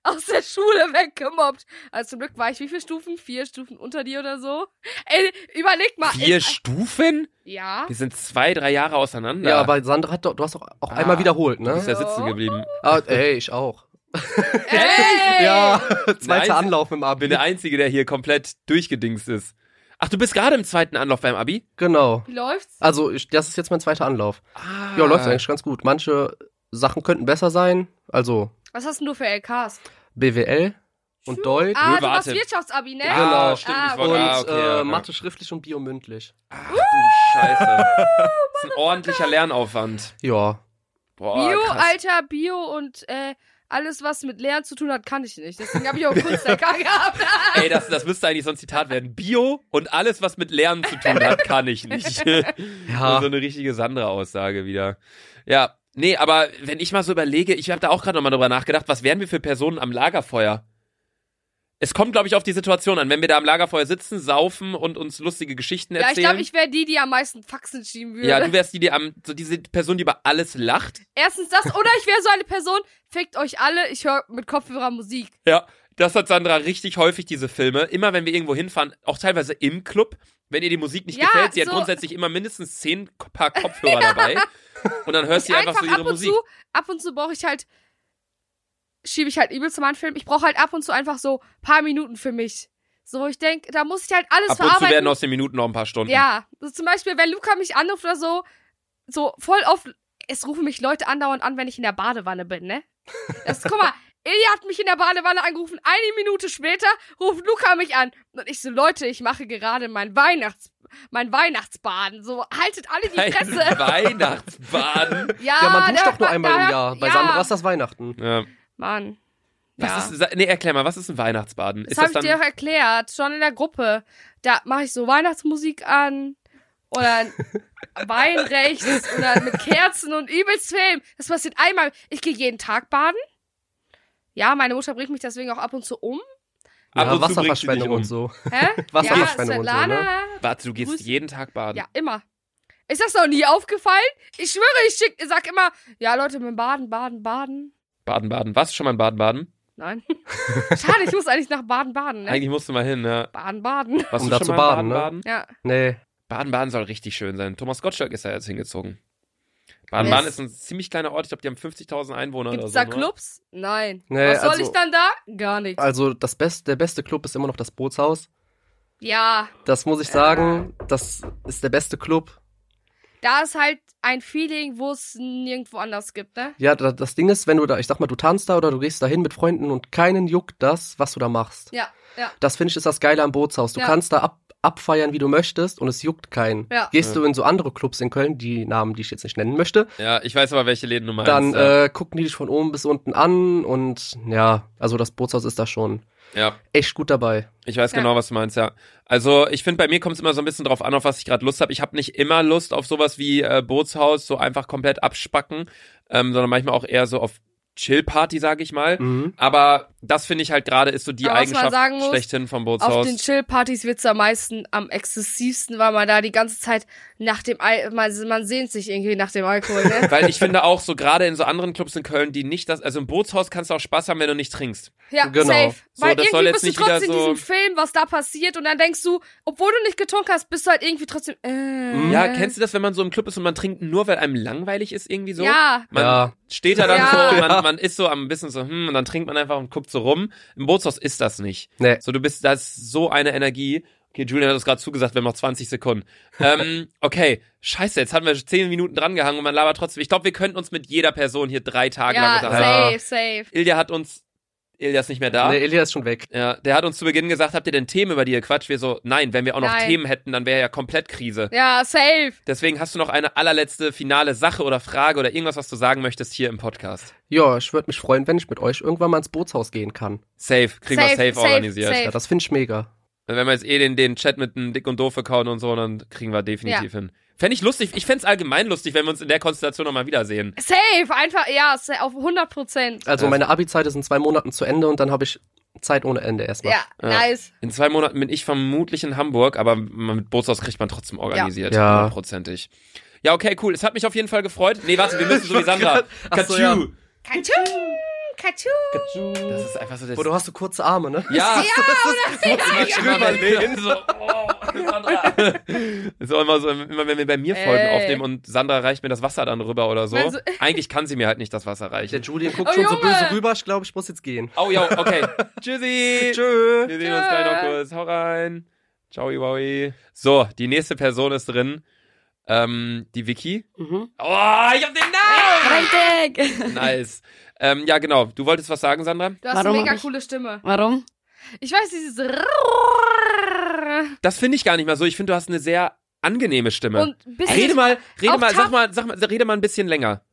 Speaker 1: aus der Schule weggemobbt. Also zum Glück war ich wie viele Stufen? Vier Stufen unter dir oder so. Ey, überleg mal.
Speaker 2: Vier
Speaker 1: in-
Speaker 2: Stufen?
Speaker 1: ja.
Speaker 2: Wir sind zwei, drei Jahre auseinander.
Speaker 4: Ja, aber Sandra hat doch, du hast doch auch einmal wiederholt,
Speaker 2: Ah, Du
Speaker 4: ne?
Speaker 2: bist ja sitzen geblieben.
Speaker 4: Ah, ey, ich auch.
Speaker 1: Ey!
Speaker 4: Ja, zweiter
Speaker 2: Nein.
Speaker 4: Anlauf im
Speaker 2: Ich bin
Speaker 4: Abi.
Speaker 2: der Einzige, der hier komplett durchgedingst ist. Ach, du bist gerade im zweiten Anlauf beim Abi?
Speaker 4: Genau.
Speaker 1: Wie läuft's?
Speaker 4: Also, ich, das ist jetzt mein zweiter Anlauf.
Speaker 2: Ah.
Speaker 4: Ja, läuft eigentlich ganz gut. Manche Sachen könnten besser sein. Also,
Speaker 1: Was hast denn du für LKs?
Speaker 4: BWL und Deutsch
Speaker 1: Ah, du warst
Speaker 2: warte.
Speaker 1: Wirtschaftsabi, ne?
Speaker 2: Ah,
Speaker 4: Genau.
Speaker 2: stimmt.
Speaker 1: Ah,
Speaker 2: ich
Speaker 4: und
Speaker 2: wollte, ah, okay, ja,
Speaker 4: äh,
Speaker 2: ja.
Speaker 4: Mathe schriftlich und Bio mündlich.
Speaker 2: Ach, du Scheiße. Das ist ein ordentlicher Lernaufwand.
Speaker 4: Ja.
Speaker 2: Boah,
Speaker 1: Bio,
Speaker 2: Oh, krass.
Speaker 1: Alter, Bio und äh, alles, was mit Lernen zu tun hat, kann ich nicht. Deswegen habe ich auch Kunst LK gehabt.
Speaker 2: Ey, das, das müsste eigentlich so ein Zitat werden. Bio und alles, was mit Lernen zu tun hat, kann ich nicht.
Speaker 4: Ja.
Speaker 2: So eine richtige Sandra-Aussage wieder. Ja, nee, aber wenn ich mal so überlege, ich habe da auch gerade nochmal drüber nachgedacht, was wären wir für Personen am Lagerfeuer? Es kommt, glaube ich, auf die Situation an. Wenn wir da am Lagerfeuer sitzen, saufen und uns lustige Geschichten
Speaker 1: Ja,
Speaker 2: erzählen.
Speaker 1: ich glaube, ich wäre die, die am meisten Faxen schieben würde.
Speaker 2: Ja, du wärst die, die am, so diese Person, die über alles lacht.
Speaker 1: Erstens das, oder ich wäre so eine Person, fickt euch alle, ich höre mit Kopfhörer Musik.
Speaker 2: Ja, das hat Sandra richtig häufig, diese Filme. Immer wenn wir irgendwo hinfahren, auch teilweise im Club, wenn ihr die Musik nicht
Speaker 1: Ja,
Speaker 2: gefällt, sie hat
Speaker 1: so-
Speaker 2: grundsätzlich immer mindestens zehn Ko- Paar Kopfhörer dabei. Und dann hörst du einfach, so ihre
Speaker 1: ab und
Speaker 2: Musik.
Speaker 1: zu, ab und zu brauche ich halt, schiebe ich halt übel zu meinem Film. Ich brauche halt ab und zu einfach so paar Minuten für mich. So, ich denke, da muss ich halt alles
Speaker 2: Ab und zu
Speaker 1: verarbeiten.
Speaker 2: werden aus den Minuten noch ein paar Stunden.
Speaker 1: Ja, so zum Beispiel, wenn Luca mich anruft oder so, so voll oft, es rufen mich Leute andauernd an, wenn ich in der Badewanne bin, ne? Das, guck mal, Ilja hat mich in der Badewanne angerufen, eine Minute später ruft Luca mich an. Und ich so, Leute, ich mache gerade mein Weihnachts... Mein Weihnachtsbaden, so haltet alle die
Speaker 2: Ein
Speaker 1: Fresse.
Speaker 2: Weihnachtsbaden.
Speaker 1: Ja,
Speaker 4: Ja, man duscht
Speaker 1: Ah, da-
Speaker 4: doch nur
Speaker 1: da-
Speaker 4: einmal im
Speaker 1: da-
Speaker 4: Jahr. Bei
Speaker 1: ja.
Speaker 4: Sandra ist das Weihnachten.
Speaker 2: Ja.
Speaker 1: Mann.
Speaker 2: Was
Speaker 1: Ja.
Speaker 2: ist, sa- nee, erklär mal, was ist ein Weihnachtsbaden?
Speaker 1: Das
Speaker 2: ist das
Speaker 1: habe ich
Speaker 2: dann,
Speaker 1: dir auch erklärt, schon in der Gruppe. Da mache ich so Weihnachtsmusik an oder Wein rechts oder mit Kerzen und übelst Film. Das passiert einmal. Ich gehe jeden Tag baden. Ja, meine Mutter bringt mich deswegen auch ab und zu um.
Speaker 2: ab und
Speaker 4: Ja,
Speaker 2: zu bringt sie dich
Speaker 4: Wasserverschwendung
Speaker 2: um.
Speaker 4: und so.
Speaker 1: Hä? ja,
Speaker 4: Wasserverschwendung und so, ne?
Speaker 1: Svetlana.
Speaker 2: Warte, du gehst
Speaker 1: Grüß-
Speaker 2: jeden Tag baden.
Speaker 1: Ja, immer. Ist das noch nie aufgefallen? Ich schwöre, ich schick, sag immer, ja Leute, mit dem Baden, Baden, Baden.
Speaker 2: Baden, baden. Warst du schon mal in Baden, baden?
Speaker 1: Nein. Schade, ich muss eigentlich nach Baden, Baden. Ne?
Speaker 2: Eigentlich musst du mal hin, ja.
Speaker 1: Baden, Baden.
Speaker 2: Warst
Speaker 4: Um
Speaker 2: du
Speaker 4: da
Speaker 2: schon
Speaker 4: zu
Speaker 2: mal in
Speaker 4: baden, ne?
Speaker 2: baden?
Speaker 1: Ja.
Speaker 4: Nee.
Speaker 2: Baden-Baden soll richtig schön sein. Thomas Gottschalk ist da jetzt hingezogen. Baden-Baden ist ein ziemlich kleiner Ort. Ich glaube, die haben 50.000 Einwohner
Speaker 1: Gibt's da
Speaker 2: oder so. ne?
Speaker 1: Clubs? Nein.
Speaker 4: Nee,
Speaker 1: Was soll
Speaker 4: also-
Speaker 1: ich dann da? Gar nichts.
Speaker 4: Also das best, der beste Club ist immer noch das Bootshaus.
Speaker 1: Ja,
Speaker 4: Das muss ich
Speaker 1: Äh.
Speaker 4: sagen, das ist der beste Club.
Speaker 1: da ist halt ein Feeling, wo es nirgendwo anders gibt, ne?
Speaker 4: Ja, da- das Ding ist, wenn du da, ich sag mal, du tanzt da oder du gehst da hin mit Freunden und keinen juckt das, was du da machst.
Speaker 1: Ja, ja.
Speaker 4: Das finde ich ist das Geile am Bootshaus. Du
Speaker 1: Ja.
Speaker 4: kannst da ab, abfeiern, wie du möchtest und es juckt keinen.
Speaker 1: Ja.
Speaker 4: Gehst du in so andere Clubs in Köln, die Namen, die ich jetzt nicht nennen möchte,
Speaker 2: Ja, ich weiß aber, welche Läden du meinst.
Speaker 4: dann
Speaker 2: ja.
Speaker 4: äh, gucken die dich von oben bis unten an und ja, also das Bootshaus ist da schon
Speaker 2: ja.
Speaker 4: echt gut dabei.
Speaker 2: Ich weiß
Speaker 1: Ja.
Speaker 2: genau, was du meinst, ja. Also ich finde, bei mir kommt es immer so ein bisschen drauf an, auf was ich gerade Lust habe. Ich habe nicht immer Lust auf sowas wie äh, Bootshaus, so einfach komplett abspacken, ähm, sondern manchmal auch eher so auf Chill-Party, sage ich mal.
Speaker 4: Mhm.
Speaker 2: Aber das finde ich halt gerade ist so die
Speaker 1: Aber was man
Speaker 2: Eigenschaft
Speaker 1: sagen muss,
Speaker 2: schlechthin vom
Speaker 1: Auf den
Speaker 2: Bootshaus.
Speaker 1: Chill-Partys wird's am meisten am exzessivsten, weil man da die ganze Zeit nach dem Al man, man sehnt sich irgendwie nach dem Alkohol, ne?
Speaker 2: Weil ich finde auch so gerade in so anderen Clubs in Köln, die nicht das, also im Bootshaus kannst du auch Spaß haben, wenn du nicht trinkst.
Speaker 1: Ja,
Speaker 4: Genau.
Speaker 1: safe.
Speaker 2: So,
Speaker 1: Weil
Speaker 2: das soll
Speaker 1: irgendwie bist
Speaker 2: jetzt
Speaker 1: du
Speaker 2: nicht wieder
Speaker 1: trotzdem in
Speaker 2: so-
Speaker 1: diesem Film, was da passiert, und dann denkst du, obwohl du nicht getrunken hast, bist du halt irgendwie trotzdem. Äh,
Speaker 2: Ja, kennst du das, wenn man so im Club ist und man trinkt nur, weil einem langweilig ist irgendwie so?
Speaker 1: Ja,
Speaker 2: Man
Speaker 4: Ja.
Speaker 2: steht da dann
Speaker 1: Ja.
Speaker 2: so, und man, man ist so am bisschen so, hm, und dann trinkt man einfach und guckt so rum. Im Bootshaus ist das nicht.
Speaker 4: Nee.
Speaker 2: So, du bist, da ist so eine Energie. Okay, Julian hat uns gerade zugesagt, wir haben noch 20 Sekunden. Ähm, okay, scheiße, jetzt haben wir 10 Minuten drangehangen und man labert trotzdem. Ich glaube, wir könnten uns mit jeder Person hier drei Tage lang
Speaker 1: ja,
Speaker 2: unterhalten.
Speaker 1: safe, safe.
Speaker 2: Ilja hat uns, Ilja ist nicht mehr da.
Speaker 4: Nee, Elia ist schon weg.
Speaker 2: Ja, der hat uns zu Beginn gesagt, habt ihr denn Themen, über die ihr quatscht? Wir so, nein, wenn wir auch noch
Speaker 1: Nein.
Speaker 2: Themen hätten, dann wäre ja komplett Krise.
Speaker 1: Ja, safe.
Speaker 2: Deswegen hast du noch eine allerletzte finale Sache oder Frage oder irgendwas, was du sagen möchtest hier im Podcast.
Speaker 4: Ja, ich würde mich freuen, wenn ich mit euch irgendwann mal ins Bootshaus gehen kann.
Speaker 2: Safe, kriegen wir
Speaker 1: Safe,
Speaker 2: safe,
Speaker 1: safe,
Speaker 2: organisiert.
Speaker 1: safe.
Speaker 4: Ja, das finde ich mega.
Speaker 2: Dann Wenn wir jetzt eh den, den Chat mit einem dick und doof Account und so, dann kriegen wir definitiv hin. Fände ich lustig, ich fänd's allgemein lustig, wenn wir uns in der Konstellation nochmal wiedersehen.
Speaker 1: Safe, einfach, ja, sa- auf 100 Prozent.
Speaker 4: Also
Speaker 2: Ja.
Speaker 4: meine Abi-Zeit ist in zwei Monaten zu Ende und dann habe ich Zeit ohne Ende erstmal.
Speaker 1: Ja, nice.
Speaker 2: In zwei Monaten bin ich vermutlich in Hamburg, aber mit Bootshaus kriegt man trotzdem organisiert.
Speaker 4: Ja.
Speaker 2: Hundertprozentig. Ja, okay, cool. Es hat mich auf jeden Fall gefreut. Nee, warte, wir müssen so wie Sandra.
Speaker 4: Ach so, ja.
Speaker 2: Katschü.
Speaker 1: Kachu, Kachu.
Speaker 2: Das ist einfach so das.
Speaker 4: Boah, du hast so kurze Arme, ne?
Speaker 2: ja,
Speaker 1: Ja,
Speaker 2: ich immer mal lehnen, so, oh, Sandra. so immer so, immer wenn wir bei mir Folgen
Speaker 1: Ey.
Speaker 2: aufnehmen und Sandra reicht mir das Wasser dann rüber oder so.
Speaker 1: Also-
Speaker 2: Eigentlich kann sie mir halt nicht das Wasser
Speaker 4: Der
Speaker 2: reichen.
Speaker 4: Julian guckt
Speaker 1: Oh,
Speaker 4: schon so
Speaker 1: Junge.
Speaker 4: böse rüber, ich glaube, ich muss jetzt gehen.
Speaker 2: Oh ja, okay. Tschüssi.
Speaker 4: Tschö.
Speaker 2: Wir sehen uns gleich noch kurz. Hau rein. Ciao, Wowie. So, die nächste Person ist drin. Ähm, die Vicky.
Speaker 6: Mhm.
Speaker 2: Oh, ich hab den Namen!
Speaker 6: Richtig!
Speaker 2: Nice. Ähm, ja, genau. Du wolltest was sagen, Sandra?
Speaker 1: Du hast
Speaker 6: Warum
Speaker 1: eine mega
Speaker 6: hab ich-
Speaker 1: coole Stimme.
Speaker 6: Warum?
Speaker 1: Ich weiß, dieses Rrrr
Speaker 2: Das finde ich gar nicht mal so. Ich finde, du hast eine sehr angenehme Stimme.
Speaker 1: und ein bisschen
Speaker 2: rede mal, rede
Speaker 1: auf
Speaker 2: mal, sag
Speaker 1: Takt.
Speaker 2: mal, sag mal, rede mal ein bisschen länger.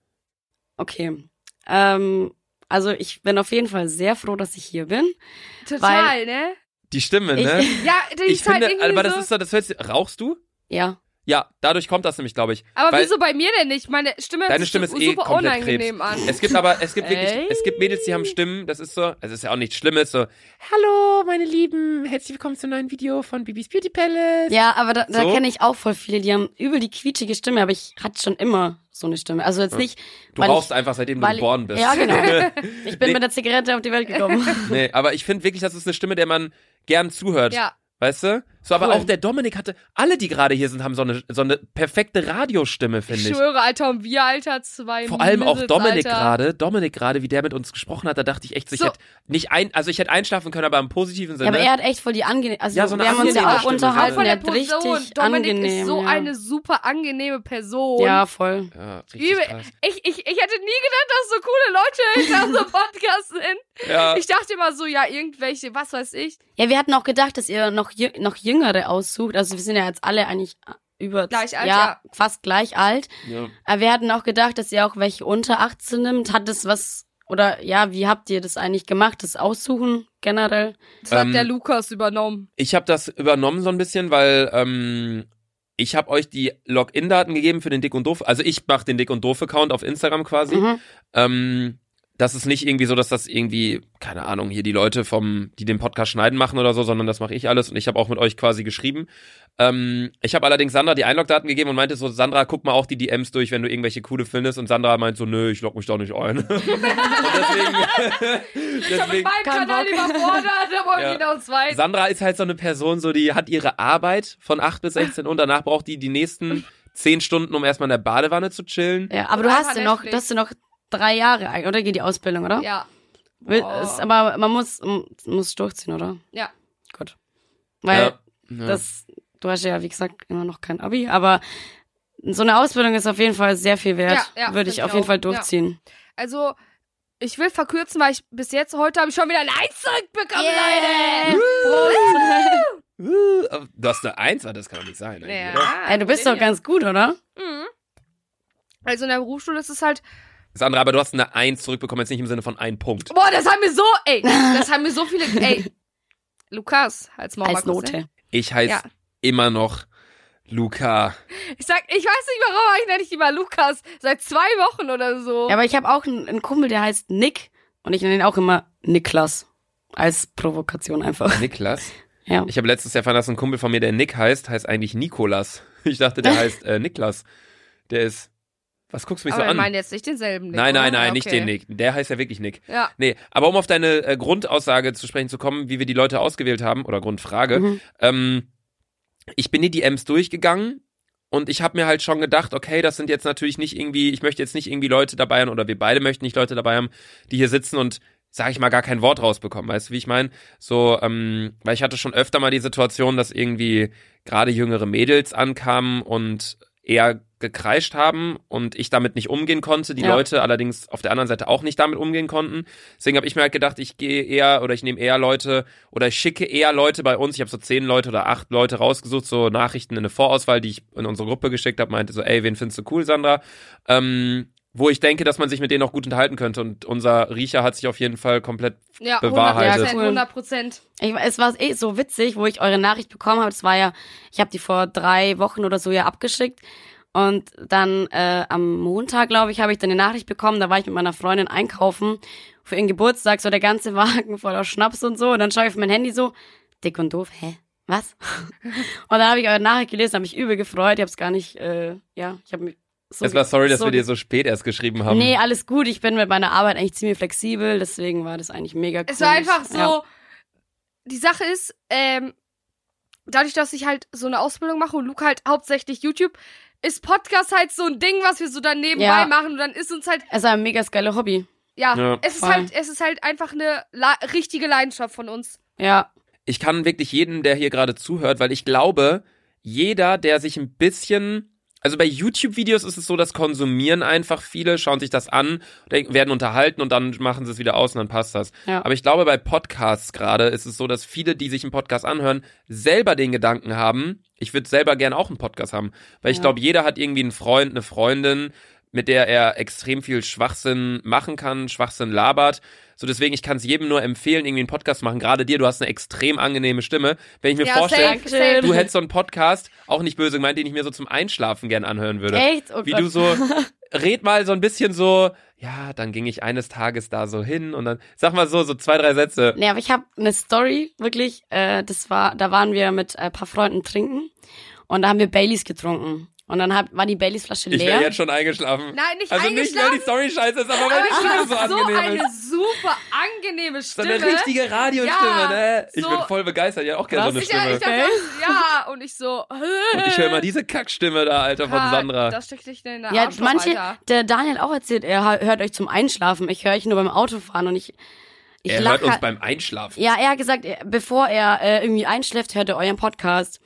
Speaker 6: Okay. Ähm, also ich bin auf jeden Fall sehr froh, dass ich hier bin.
Speaker 1: total, ne?
Speaker 2: Die Stimme, ne?
Speaker 6: Ich,
Speaker 1: Ja, die
Speaker 2: Ich,
Speaker 1: ist
Speaker 2: finde, äh,
Speaker 1: halt irgendwie
Speaker 2: aber das
Speaker 1: so,
Speaker 2: ist so, das hört sich, rauchst du?
Speaker 6: ja.
Speaker 2: Ja, dadurch kommt das nämlich, glaube ich.
Speaker 1: aber
Speaker 2: weil-
Speaker 1: wieso bei mir denn nicht? Meine Stimme hört
Speaker 2: Deine
Speaker 1: sich
Speaker 2: Stimme ist
Speaker 1: so
Speaker 2: eh
Speaker 1: super
Speaker 2: komplett
Speaker 1: unangenehm an.
Speaker 2: Es gibt aber, es gibt
Speaker 1: Ey.
Speaker 2: wirklich, es gibt Mädels, die haben Stimmen, das ist so, also ist ja auch nichts Schlimmes, so,
Speaker 9: Hallo, meine Lieben. Herzlich willkommen zum neuen Video von Bibis Beauty Palace.
Speaker 6: Ja, aber da, da
Speaker 2: So?
Speaker 6: kenne ich auch voll viele, die haben übel die quietschige Stimme, aber ich hatte schon immer so eine Stimme. Also jetzt nicht.
Speaker 2: du
Speaker 6: weil
Speaker 2: rauchst
Speaker 6: ich,
Speaker 2: einfach, seitdem du
Speaker 6: weil ich-
Speaker 2: geboren bist.
Speaker 6: Ja, genau. Ich bin
Speaker 2: Nee.
Speaker 6: mit der Zigarette auf die Welt gekommen.
Speaker 2: Nee, aber ich finde wirklich, das ist eine Stimme, der man gern zuhört.
Speaker 1: Ja.
Speaker 2: Weißt du? So, aber
Speaker 6: Cool.
Speaker 2: auch der Dominik hatte, alle, die gerade hier sind, haben so eine, so eine perfekte Radiostimme,
Speaker 1: Ich
Speaker 2: finde ich.
Speaker 1: schwöre, Alter, und wir, Alter, zwei
Speaker 2: Vor allem auch
Speaker 1: Mädels,
Speaker 2: Dominik
Speaker 1: Alter.
Speaker 2: gerade, Dominik gerade, wie der mit uns gesprochen hat, da dachte ich echt, so, ich
Speaker 1: So.
Speaker 2: hätte nicht ein, also ich hätte einschlafen können, aber im positiven
Speaker 6: Ja,
Speaker 2: Sinne.
Speaker 6: aber er hat echt voll die angenehm. Also
Speaker 2: ne? Ja, so eine
Speaker 6: wir haben uns ja auch
Speaker 2: angenehme Stimme. ne?
Speaker 1: Auch
Speaker 6: unterhalten.
Speaker 1: von der
Speaker 6: er hat richtig
Speaker 1: Person. Dominik
Speaker 6: angenehm.
Speaker 1: ist so
Speaker 6: ja.
Speaker 1: eine super angenehme Person.
Speaker 6: Ja, voll.
Speaker 2: ja, richtig
Speaker 1: Übel.
Speaker 2: krass.
Speaker 1: Ich, ich, ich hätte nie gedacht, dass so coole Leute hinter unserem Podcast sind.
Speaker 2: ja.
Speaker 1: Ich dachte immer so, ja, irgendwelche, was weiß ich.
Speaker 6: Ja, wir hatten auch gedacht, dass ihr noch, jü- noch Jüngere aussucht. Also wir sind ja jetzt alle eigentlich äh, über
Speaker 1: Gleich alt,
Speaker 6: ja,
Speaker 1: ja.
Speaker 6: fast gleich alt.
Speaker 2: ja.
Speaker 6: Aber wir hatten auch gedacht, dass ihr auch welche unter 18 nimmt. Hat das was oder ja, wie habt ihr das eigentlich gemacht? Das Aussuchen generell?
Speaker 1: Das hat
Speaker 2: Ähm,
Speaker 1: der Lukas übernommen.
Speaker 2: Ich habe das übernommen so ein bisschen, weil ähm, ich habe euch die Login-Daten gegeben für den Dick und Doof. Also ich mache den Dick und Doof-Account auf Instagram quasi.
Speaker 6: Mhm.
Speaker 2: Ähm, das ist nicht irgendwie so, dass das irgendwie, keine Ahnung, hier die Leute vom, die den Podcast schneiden machen oder so, sondern das mache ich alles und ich habe auch mit euch quasi geschrieben. Ähm, ich habe allerdings Sandra die Einlogdaten gegeben und meinte so, Sandra, guck mal auch die DMs durch, wenn du irgendwelche coole findest. Und Sandra meint so, nö, ich log mich doch nicht ein. und deswegen,
Speaker 1: Ich habe mit meinem
Speaker 6: Kein
Speaker 1: Kanal
Speaker 6: Bock.
Speaker 1: überfordert, aber
Speaker 2: Ja.
Speaker 1: ja. genau zwei.
Speaker 2: Sandra ist halt so eine Person, so die hat ihre Arbeit von 8 bis 16 und danach braucht die die nächsten 10 Stunden, um erstmal in der Badewanne zu chillen.
Speaker 6: Ja, aber du
Speaker 1: Einfach
Speaker 6: hast ja noch,
Speaker 1: Netflix.
Speaker 6: du hast ja noch drei Jahre eigentlich, oder geht die Ausbildung, oder?
Speaker 1: Ja.
Speaker 6: Will,
Speaker 1: Boah.
Speaker 6: ist, aber man muss muss durchziehen, oder?
Speaker 1: Ja.
Speaker 6: Gut. Weil
Speaker 2: ja. Ja.
Speaker 6: das du hast ja wie gesagt immer noch kein Abi, aber so eine Ausbildung ist auf jeden Fall sehr viel wert.
Speaker 1: Ja, ja,
Speaker 6: Würde ich
Speaker 1: find
Speaker 6: auf
Speaker 1: ich
Speaker 6: jeden
Speaker 1: auch.
Speaker 6: Fall durchziehen.
Speaker 1: Also, ich will verkürzen, weil ich bis jetzt heute habe ich schon wieder ein Eins zurückbekommen, Leute.
Speaker 2: Uh, aber du hast eine Eins, ah, das kann doch nicht sein. eigentlich, oder?
Speaker 6: Ey, du bist doch ganz gut, oder?
Speaker 1: Mhm. Also in der Berufsschule ist es halt.
Speaker 2: Sandra, aber du hast eine Eins zurückbekommen, jetzt nicht im Sinne von ein Punkt.
Speaker 1: Boah, das haben wir so. Ey, das haben wir so viele. Ey, Lukas, als Mama.
Speaker 6: Als Note.
Speaker 2: Ich heiße
Speaker 1: Ja.
Speaker 2: immer noch Luca.
Speaker 1: Ich sag, ich weiß nicht warum, aber ich nenne dich immer Lukas. Seit zwei Wochen oder so.
Speaker 6: Ja, aber ich habe auch einen, einen Kumpel, der heißt Nick und ich nenne ihn auch immer Niklas. Als Provokation einfach.
Speaker 2: Niklas.
Speaker 6: Ja.
Speaker 2: Ich habe letztes Jahr erfahren, dass ein Kumpel von mir, der Nick heißt, heißt eigentlich Nikolas. Ich dachte, der heißt äh, Niklas. Der ist. Was guckst du mich
Speaker 1: aber
Speaker 2: so
Speaker 1: wir
Speaker 2: an?
Speaker 1: meinen jetzt nicht denselben Nick.
Speaker 2: nein, nein,
Speaker 1: oder?
Speaker 2: nein,
Speaker 1: Ja,
Speaker 2: nicht
Speaker 1: okay.
Speaker 2: den Nick. Der heißt ja wirklich Nick.
Speaker 1: Ja.
Speaker 2: Nee, aber um auf deine äh, Grundaussage zu sprechen zu kommen, wie wir die Leute ausgewählt haben, oder Grundfrage,
Speaker 6: Mhm.
Speaker 2: ähm, ich bin hier die M's durchgegangen und ich habe mir halt schon gedacht, okay, das sind jetzt natürlich nicht irgendwie, ich möchte jetzt nicht irgendwie Leute dabei haben, oder wir beide möchten nicht Leute dabei haben, die hier sitzen und sag ich mal, gar kein Wort rausbekommen. Weißt du, wie ich meine? So, ähm, weil ich hatte schon öfter mal die Situation, dass irgendwie gerade jüngere Mädels ankamen und eher gekreischt haben und ich damit nicht umgehen konnte, die
Speaker 6: Ja.
Speaker 2: Leute allerdings auf der anderen Seite auch nicht damit umgehen konnten. Deswegen habe ich mir halt gedacht, ich gehe eher oder ich nehme eher Leute oder ich schicke eher Leute bei uns. Ich habe so zehn Leute oder acht Leute rausgesucht, so Nachrichten in eine Vorauswahl, die ich in unsere Gruppe geschickt habe, meinte so, ey, wen findest du cool, Sandra? Ähm, wo ich denke, dass man sich mit denen auch gut unterhalten könnte. Und unser Riecher hat sich auf jeden Fall komplett.
Speaker 1: Ja,
Speaker 2: Bewahrheitet.
Speaker 1: 100%. 100 Prozent.
Speaker 6: Ich, es war eh so witzig, wo ich eure Nachricht bekommen habe. Das war ja, ich habe die vor drei Wochen oder so ja abgeschickt. Und dann äh, am Montag, glaube ich, habe ich dann eine Nachricht bekommen. Da war ich mit meiner Freundin einkaufen für ihren Geburtstag, so der ganze Wagen voller Schnaps und so. Und dann schaue ich auf mein Handy so, dick und doof, hä? Was? und dann habe ich eure Nachricht gelesen, habe mich übel gefreut. Ich habe es gar nicht, äh, ja, ich habe mich so.
Speaker 2: es war sorry, dass
Speaker 6: so
Speaker 2: wir dir so spät erst geschrieben haben.
Speaker 6: Nee, alles gut. Ich bin mit meiner Arbeit eigentlich ziemlich flexibel, deswegen war das eigentlich mega cool.
Speaker 1: Es war einfach so.
Speaker 6: Ja.
Speaker 1: Die Sache ist, ähm, dadurch, dass ich halt so eine Ausbildung mache und Luca halt hauptsächlich YouTube, ist Podcast halt so ein Ding, was wir so dann nebenbei
Speaker 6: Ja.
Speaker 1: machen. Und dann ist uns halt,
Speaker 6: Es war ein mega geiles Hobby.
Speaker 1: ja,
Speaker 2: Ja.
Speaker 1: es ist
Speaker 6: Voll.
Speaker 1: halt, es ist halt einfach eine la richtige Leidenschaft von uns.
Speaker 6: Ja,
Speaker 2: ich kann wirklich jeden, der hier gerade zuhört, weil ich glaube, jeder, der sich ein bisschen. Also bei YouTube-Videos ist es so, das konsumieren einfach viele, schauen sich das an, denken, werden unterhalten und dann machen sie es wieder aus und dann passt das.
Speaker 6: Ja.
Speaker 2: Aber ich glaube, bei Podcasts gerade ist es so, dass viele, die sich einen Podcast anhören, selber den Gedanken haben, ich würde selber gern auch einen Podcast haben. Weil ich
Speaker 6: Ja.
Speaker 2: glaube, jeder hat irgendwie einen Freund, eine Freundin, mit der er extrem viel Schwachsinn machen kann, Schwachsinn labert. So deswegen, ich kann es jedem nur empfehlen, irgendwie einen Podcast machen. Gerade dir, du hast eine extrem angenehme Stimme. Wenn ich mir
Speaker 1: ja,
Speaker 2: vorstelle,
Speaker 1: safe, safe.
Speaker 2: du hättest so einen Podcast, auch nicht böse gemeint, den ich mir so zum Einschlafen gern anhören würde.
Speaker 6: echt? Oh
Speaker 2: Wie
Speaker 6: Gott.
Speaker 2: du so, red mal so ein bisschen so, ja, dann ging ich eines Tages da so hin und dann, sag mal so, so zwei, drei Sätze.
Speaker 6: Nee, aber ich habe eine Story, wirklich. Äh, das war, da waren wir mit äh, ein paar Freunden trinken und da haben wir Baileys getrunken. Und dann hab, war die Baileys-Flasche
Speaker 2: Ich wäre
Speaker 6: leer.
Speaker 2: jetzt schon eingeschlafen.
Speaker 1: Nein, nicht
Speaker 2: also nicht, weil
Speaker 1: eingeschlafen.
Speaker 2: die Story scheiße ist, aber weil
Speaker 1: aber
Speaker 2: die Stimme
Speaker 1: es
Speaker 2: so
Speaker 1: war so
Speaker 2: angenehm
Speaker 1: eine
Speaker 2: ist.
Speaker 1: super angenehme
Speaker 2: So
Speaker 1: Stimme.
Speaker 2: eine richtige Radiostimme,
Speaker 1: Ja,
Speaker 2: ne? Ich
Speaker 1: so-
Speaker 2: bin voll begeistert, ja auch gerne so eine
Speaker 1: ich, ja,
Speaker 2: Stimme.
Speaker 1: ich dachte, auch, ja, und ich so,
Speaker 2: und ich höre mal diese Kackstimme da, Alter, von Sandra.
Speaker 1: Das steckt nicht in der
Speaker 6: Ja,
Speaker 1: Arschloch,
Speaker 6: manche,
Speaker 1: Alter.
Speaker 6: der Daniel auch erzählt, er ha- hört euch zum Einschlafen. Ich höre euch nur beim Autofahren und ich, ich
Speaker 2: er
Speaker 6: lach
Speaker 2: hört uns
Speaker 6: halt-
Speaker 2: beim Einschlafen.
Speaker 6: Ja, er hat gesagt, er- bevor er äh, irgendwie einschläft, hört er euren Podcast.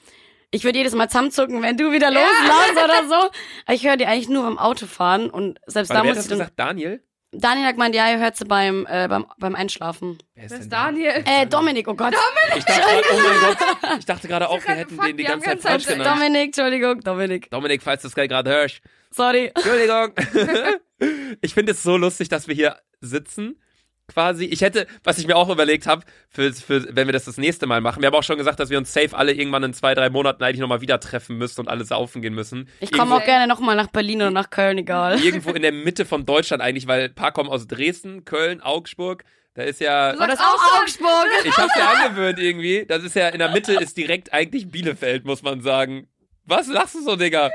Speaker 6: Ich würde jedes Mal zusammenzucken, wenn du wieder loslaufst oder so. Aber Ich höre die eigentlich nur beim Autofahren und selbst
Speaker 2: Warte,
Speaker 6: da
Speaker 2: wer hat
Speaker 6: muss
Speaker 2: das
Speaker 6: ich dann,
Speaker 2: gesagt? Daniel?
Speaker 6: Daniel hat gemeint, ja, er hört sie beim, äh, beim, beim Einschlafen.
Speaker 2: Wer ist
Speaker 1: Das ist
Speaker 2: denn Daniel?
Speaker 1: Daniel.
Speaker 6: Äh, Dominik, oh Gott.
Speaker 2: Ich dachte, gerade- oh mein Gott, ich dachte gerade auch, wir
Speaker 1: gerade
Speaker 2: hätten
Speaker 1: gefuckt,
Speaker 2: den die
Speaker 1: wir haben
Speaker 2: ganze Zeit
Speaker 1: ganz
Speaker 2: falsch
Speaker 1: falsch-
Speaker 2: genannt.
Speaker 6: Dominik, Entschuldigung, Dominik.
Speaker 2: Dominik, falls du das gerade hörst,
Speaker 6: Sorry.
Speaker 2: Entschuldigung. ich finde es so lustig, dass wir hier sitzen. Quasi, ich hätte, was ich mir auch überlegt habe, für, für, wenn wir das das nächste Mal machen. Wir haben auch schon gesagt, dass wir uns safe alle irgendwann in zwei, drei Monaten eigentlich nochmal wieder treffen müssen und alle saufen gehen müssen.
Speaker 6: Ich komme
Speaker 2: Irgendwo-
Speaker 6: auch gerne nochmal nach Berlin oder nach Köln, egal.
Speaker 2: Irgendwo in der Mitte von Deutschland eigentlich, weil ein paar kommen aus Dresden, Köln, Augsburg. Da ist ja.
Speaker 1: Du sagst
Speaker 6: Augsburg.
Speaker 2: Ich hab's ja angewöhnt irgendwie. Das ist ja in der Mitte ist direkt eigentlich Bielefeld, muss man sagen. Was lachst du so, Digga?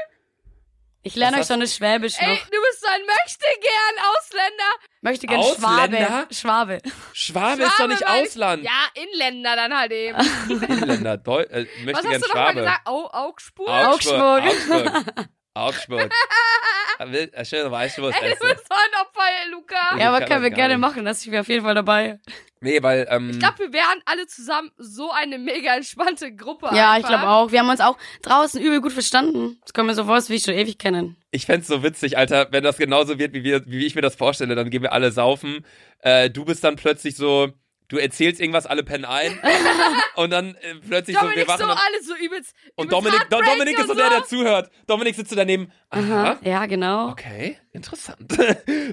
Speaker 6: Ich lerne
Speaker 2: Was
Speaker 6: euch schon das Schwäbisch
Speaker 1: Ey,
Speaker 6: noch.
Speaker 1: du bist so ein Möchtegern Ausländer.
Speaker 6: Möchte gerne
Speaker 2: Ausländer?
Speaker 6: Schwabe. Schwabe.
Speaker 2: Schwabe, ist doch
Speaker 1: Schwabe,
Speaker 2: nicht
Speaker 1: weil ich-
Speaker 2: Ausland.
Speaker 1: Ja, Inländer dann halt eben.
Speaker 2: Inländer, Deu äh, möchte
Speaker 1: Was
Speaker 2: gern
Speaker 1: hast du nochmal
Speaker 2: Schwabe.
Speaker 1: gesagt? Au, Augsburg?
Speaker 2: Augsburg. Augsburg. Augsburg. Schön Weißwurst
Speaker 1: Ey, du
Speaker 2: essen.
Speaker 1: bist so ein Opfer, ey, Luca.
Speaker 2: ne? Ich
Speaker 6: Ja, aber
Speaker 2: kann
Speaker 6: können wir
Speaker 2: das gar
Speaker 6: gerne
Speaker 2: nicht.
Speaker 6: machen, da sind wir auf jeden Fall dabei.
Speaker 2: Nee, weil, ähm,
Speaker 1: Ich glaube, wir wären alle zusammen so eine mega entspannte Gruppe.
Speaker 6: Ja, ich
Speaker 1: einfach.
Speaker 6: glaube auch. Wir haben uns auch draußen übel gut verstanden. Das können wir so vor, wie ich schon ewig kennen.
Speaker 2: ich fänd's so witzig, Alter, wenn das genauso wird, wie, wir, wie ich mir das vorstelle, dann gehen wir alle saufen. Äh, du bist dann plötzlich so du erzählst irgendwas, alle pennen ein. und dann äh, plötzlich so, wir
Speaker 1: Dominik
Speaker 2: wachen
Speaker 1: so
Speaker 2: dann-
Speaker 1: alles so übelst.
Speaker 2: Und
Speaker 1: übelst
Speaker 2: Dominik, Do
Speaker 1: heartbreaking
Speaker 2: Dominik ist so
Speaker 1: und
Speaker 2: der, der zuhört. Dominik sitzt so daneben. Aha.
Speaker 6: Aha, ja, genau.
Speaker 2: Okay, interessant.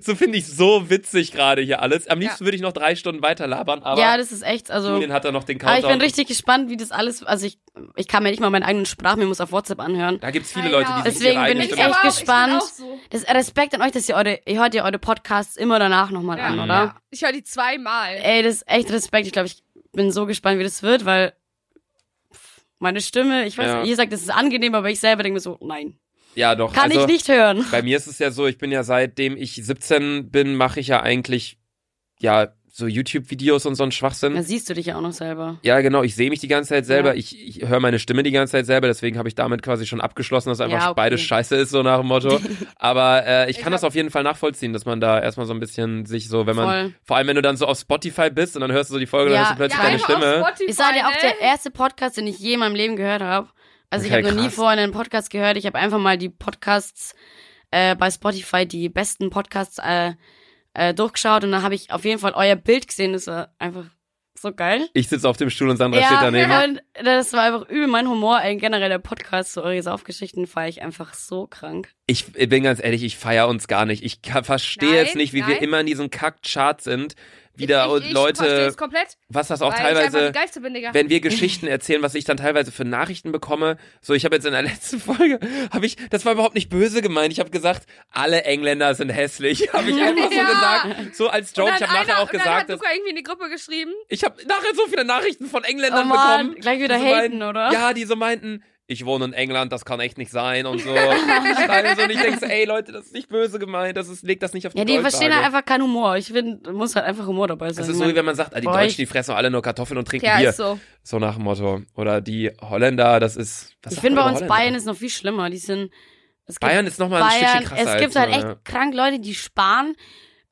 Speaker 2: so finde ich so witzig gerade hier alles. Am liebsten würde ich noch drei Stunden weiter labern, aber
Speaker 6: ja, das ist echt, also.
Speaker 2: Julian hat da noch den
Speaker 6: Aber
Speaker 2: Countdown.
Speaker 6: ich bin richtig gespannt, wie das alles. Also ich, ich kann mir nicht mal meinen eigenen Sprachmemos auf WhatsApp anhören.
Speaker 2: da gibt es viele
Speaker 1: Ja,
Speaker 2: Leute,
Speaker 1: ja.
Speaker 2: die sich
Speaker 6: Ah, Deswegen
Speaker 2: ihre
Speaker 6: bin
Speaker 2: eigene
Speaker 6: ich
Speaker 1: Ich
Speaker 2: Stimme...
Speaker 6: echt
Speaker 1: aber auch,
Speaker 6: gespannt.
Speaker 1: Ich, bin auch so.
Speaker 6: Das Respekt an euch, dass ihr eure, ihr hört ja eure Podcasts immer danach nochmal
Speaker 1: Ja.
Speaker 6: an,
Speaker 2: Mhm.
Speaker 6: oder?
Speaker 1: ich höre die zweimal.
Speaker 6: Ey, das ist echt Respekt. Ich glaube, ich bin so gespannt, wie das wird, weil pff, meine Stimme, ich weiß,
Speaker 2: Ja.
Speaker 6: ihr sagt, es ist angenehm, aber ich selber denke mir so, nein.
Speaker 2: Ja, doch.
Speaker 6: Kann
Speaker 2: also,
Speaker 6: ich nicht hören.
Speaker 2: Bei mir ist es ja so, ich bin ja seitdem ich 17 bin, mache ich ja eigentlich ja so YouTube-Videos und so einen Schwachsinn.
Speaker 6: Da siehst du dich ja auch noch selber.
Speaker 2: Ja, genau, ich sehe mich die ganze Zeit selber,
Speaker 6: Ja.
Speaker 2: ich, ich höre meine Stimme die ganze Zeit selber, deswegen habe ich damit quasi schon abgeschlossen, dass einfach
Speaker 6: Ja, okay.
Speaker 2: beides scheiße ist, so nach dem Motto. Aber äh, ich
Speaker 1: Ich
Speaker 2: kann das
Speaker 1: hab-
Speaker 2: auf jeden Fall nachvollziehen, dass man da erstmal so ein bisschen sich so, wenn man,
Speaker 6: Voll.
Speaker 2: vor allem wenn du dann so auf Spotify bist und dann hörst du so die Folge, dann
Speaker 6: Ja,
Speaker 2: hörst du plötzlich
Speaker 1: ja,
Speaker 2: deine
Speaker 1: einfach auf Spotify,
Speaker 2: Stimme.
Speaker 6: Ihr seid ja auch
Speaker 1: ne?
Speaker 6: der erste Podcast, den ich je in meinem Leben gehört habe. Also ich
Speaker 2: Okay,
Speaker 6: habe noch nie
Speaker 2: krass.
Speaker 6: vorher einen Podcast gehört. Ich habe einfach mal die Podcasts äh, bei Spotify, die besten Podcasts äh, äh, durchgeschaut und dann habe ich auf jeden Fall euer Bild gesehen. Das war einfach so geil.
Speaker 2: Ich sitze auf dem Stuhl und Sandra steht daneben.
Speaker 6: und das war einfach übel mein Humor. Äh, generell der Podcast zu eure Saufgeschichten feiere ich einfach so krank.
Speaker 2: Ich bin ganz ehrlich, ich feier uns gar nicht. Ich ka- verstehe
Speaker 1: Nein,
Speaker 2: jetzt nicht, wie wir
Speaker 1: nein.
Speaker 2: immer in diesen Kack-Chart sind. Wieder
Speaker 1: ich, ich, ich verstehe
Speaker 2: Leute,
Speaker 1: es komplett,
Speaker 2: was das
Speaker 1: weil
Speaker 2: auch
Speaker 1: ich einfach
Speaker 2: teilweise
Speaker 1: die geilste bin, Digga.
Speaker 2: wenn wir Geschichten erzählen, was ich dann teilweise für Nachrichten bekomme. So, ich habe jetzt in der letzten Folge, habe ich, das war überhaupt nicht böse gemeint. Ich habe gesagt, alle Engländer sind hässlich. Habe ich einfach so
Speaker 1: Ja.
Speaker 2: gesagt, so als
Speaker 1: Und
Speaker 2: Joke.
Speaker 1: dann
Speaker 2: Ich habe
Speaker 1: einer-
Speaker 2: nachher auch
Speaker 1: und dann
Speaker 2: gesagt,
Speaker 1: hat
Speaker 2: dass,
Speaker 1: Luca irgendwie in die Gruppe geschrieben.
Speaker 2: ich habe nachher so viele Nachrichten von Engländern
Speaker 6: Oh Mann,
Speaker 2: bekommen.
Speaker 6: gleich wieder
Speaker 2: die so
Speaker 6: haten,
Speaker 2: meinten,
Speaker 6: oder?
Speaker 2: Ja, die so meinten, ich wohne in England, das kann echt nicht sein und so. ich schreibe so und ich denke so, ey Leute, das ist nicht böse gemeint, das ist, legt das nicht auf die
Speaker 6: Ja, die verstehen halt
Speaker 2: Goldwaage.
Speaker 6: einfach keinen Humor. Ich finde, muss halt einfach Humor dabei sein.
Speaker 2: Das ist so, wie wenn man sagt, ah, die
Speaker 6: Boah,
Speaker 2: Deutschen,
Speaker 6: ich-
Speaker 2: die fressen alle nur Kartoffeln und trinken
Speaker 1: Ja,
Speaker 2: Bier.
Speaker 1: ist so.
Speaker 2: So nach dem Motto. Oder die Holländer, das ist. Was
Speaker 6: ich
Speaker 2: sagt
Speaker 6: finde
Speaker 2: man über
Speaker 6: bei uns
Speaker 2: Holländer?
Speaker 6: Bayern ist noch viel schlimmer. Die sind. es gibt-
Speaker 2: Bayern ist nochmal ein
Speaker 6: Bayern,
Speaker 2: Stückchen krasser.
Speaker 6: es gibt
Speaker 2: als,
Speaker 6: halt
Speaker 2: äh,
Speaker 6: echt krank Leute, die sparen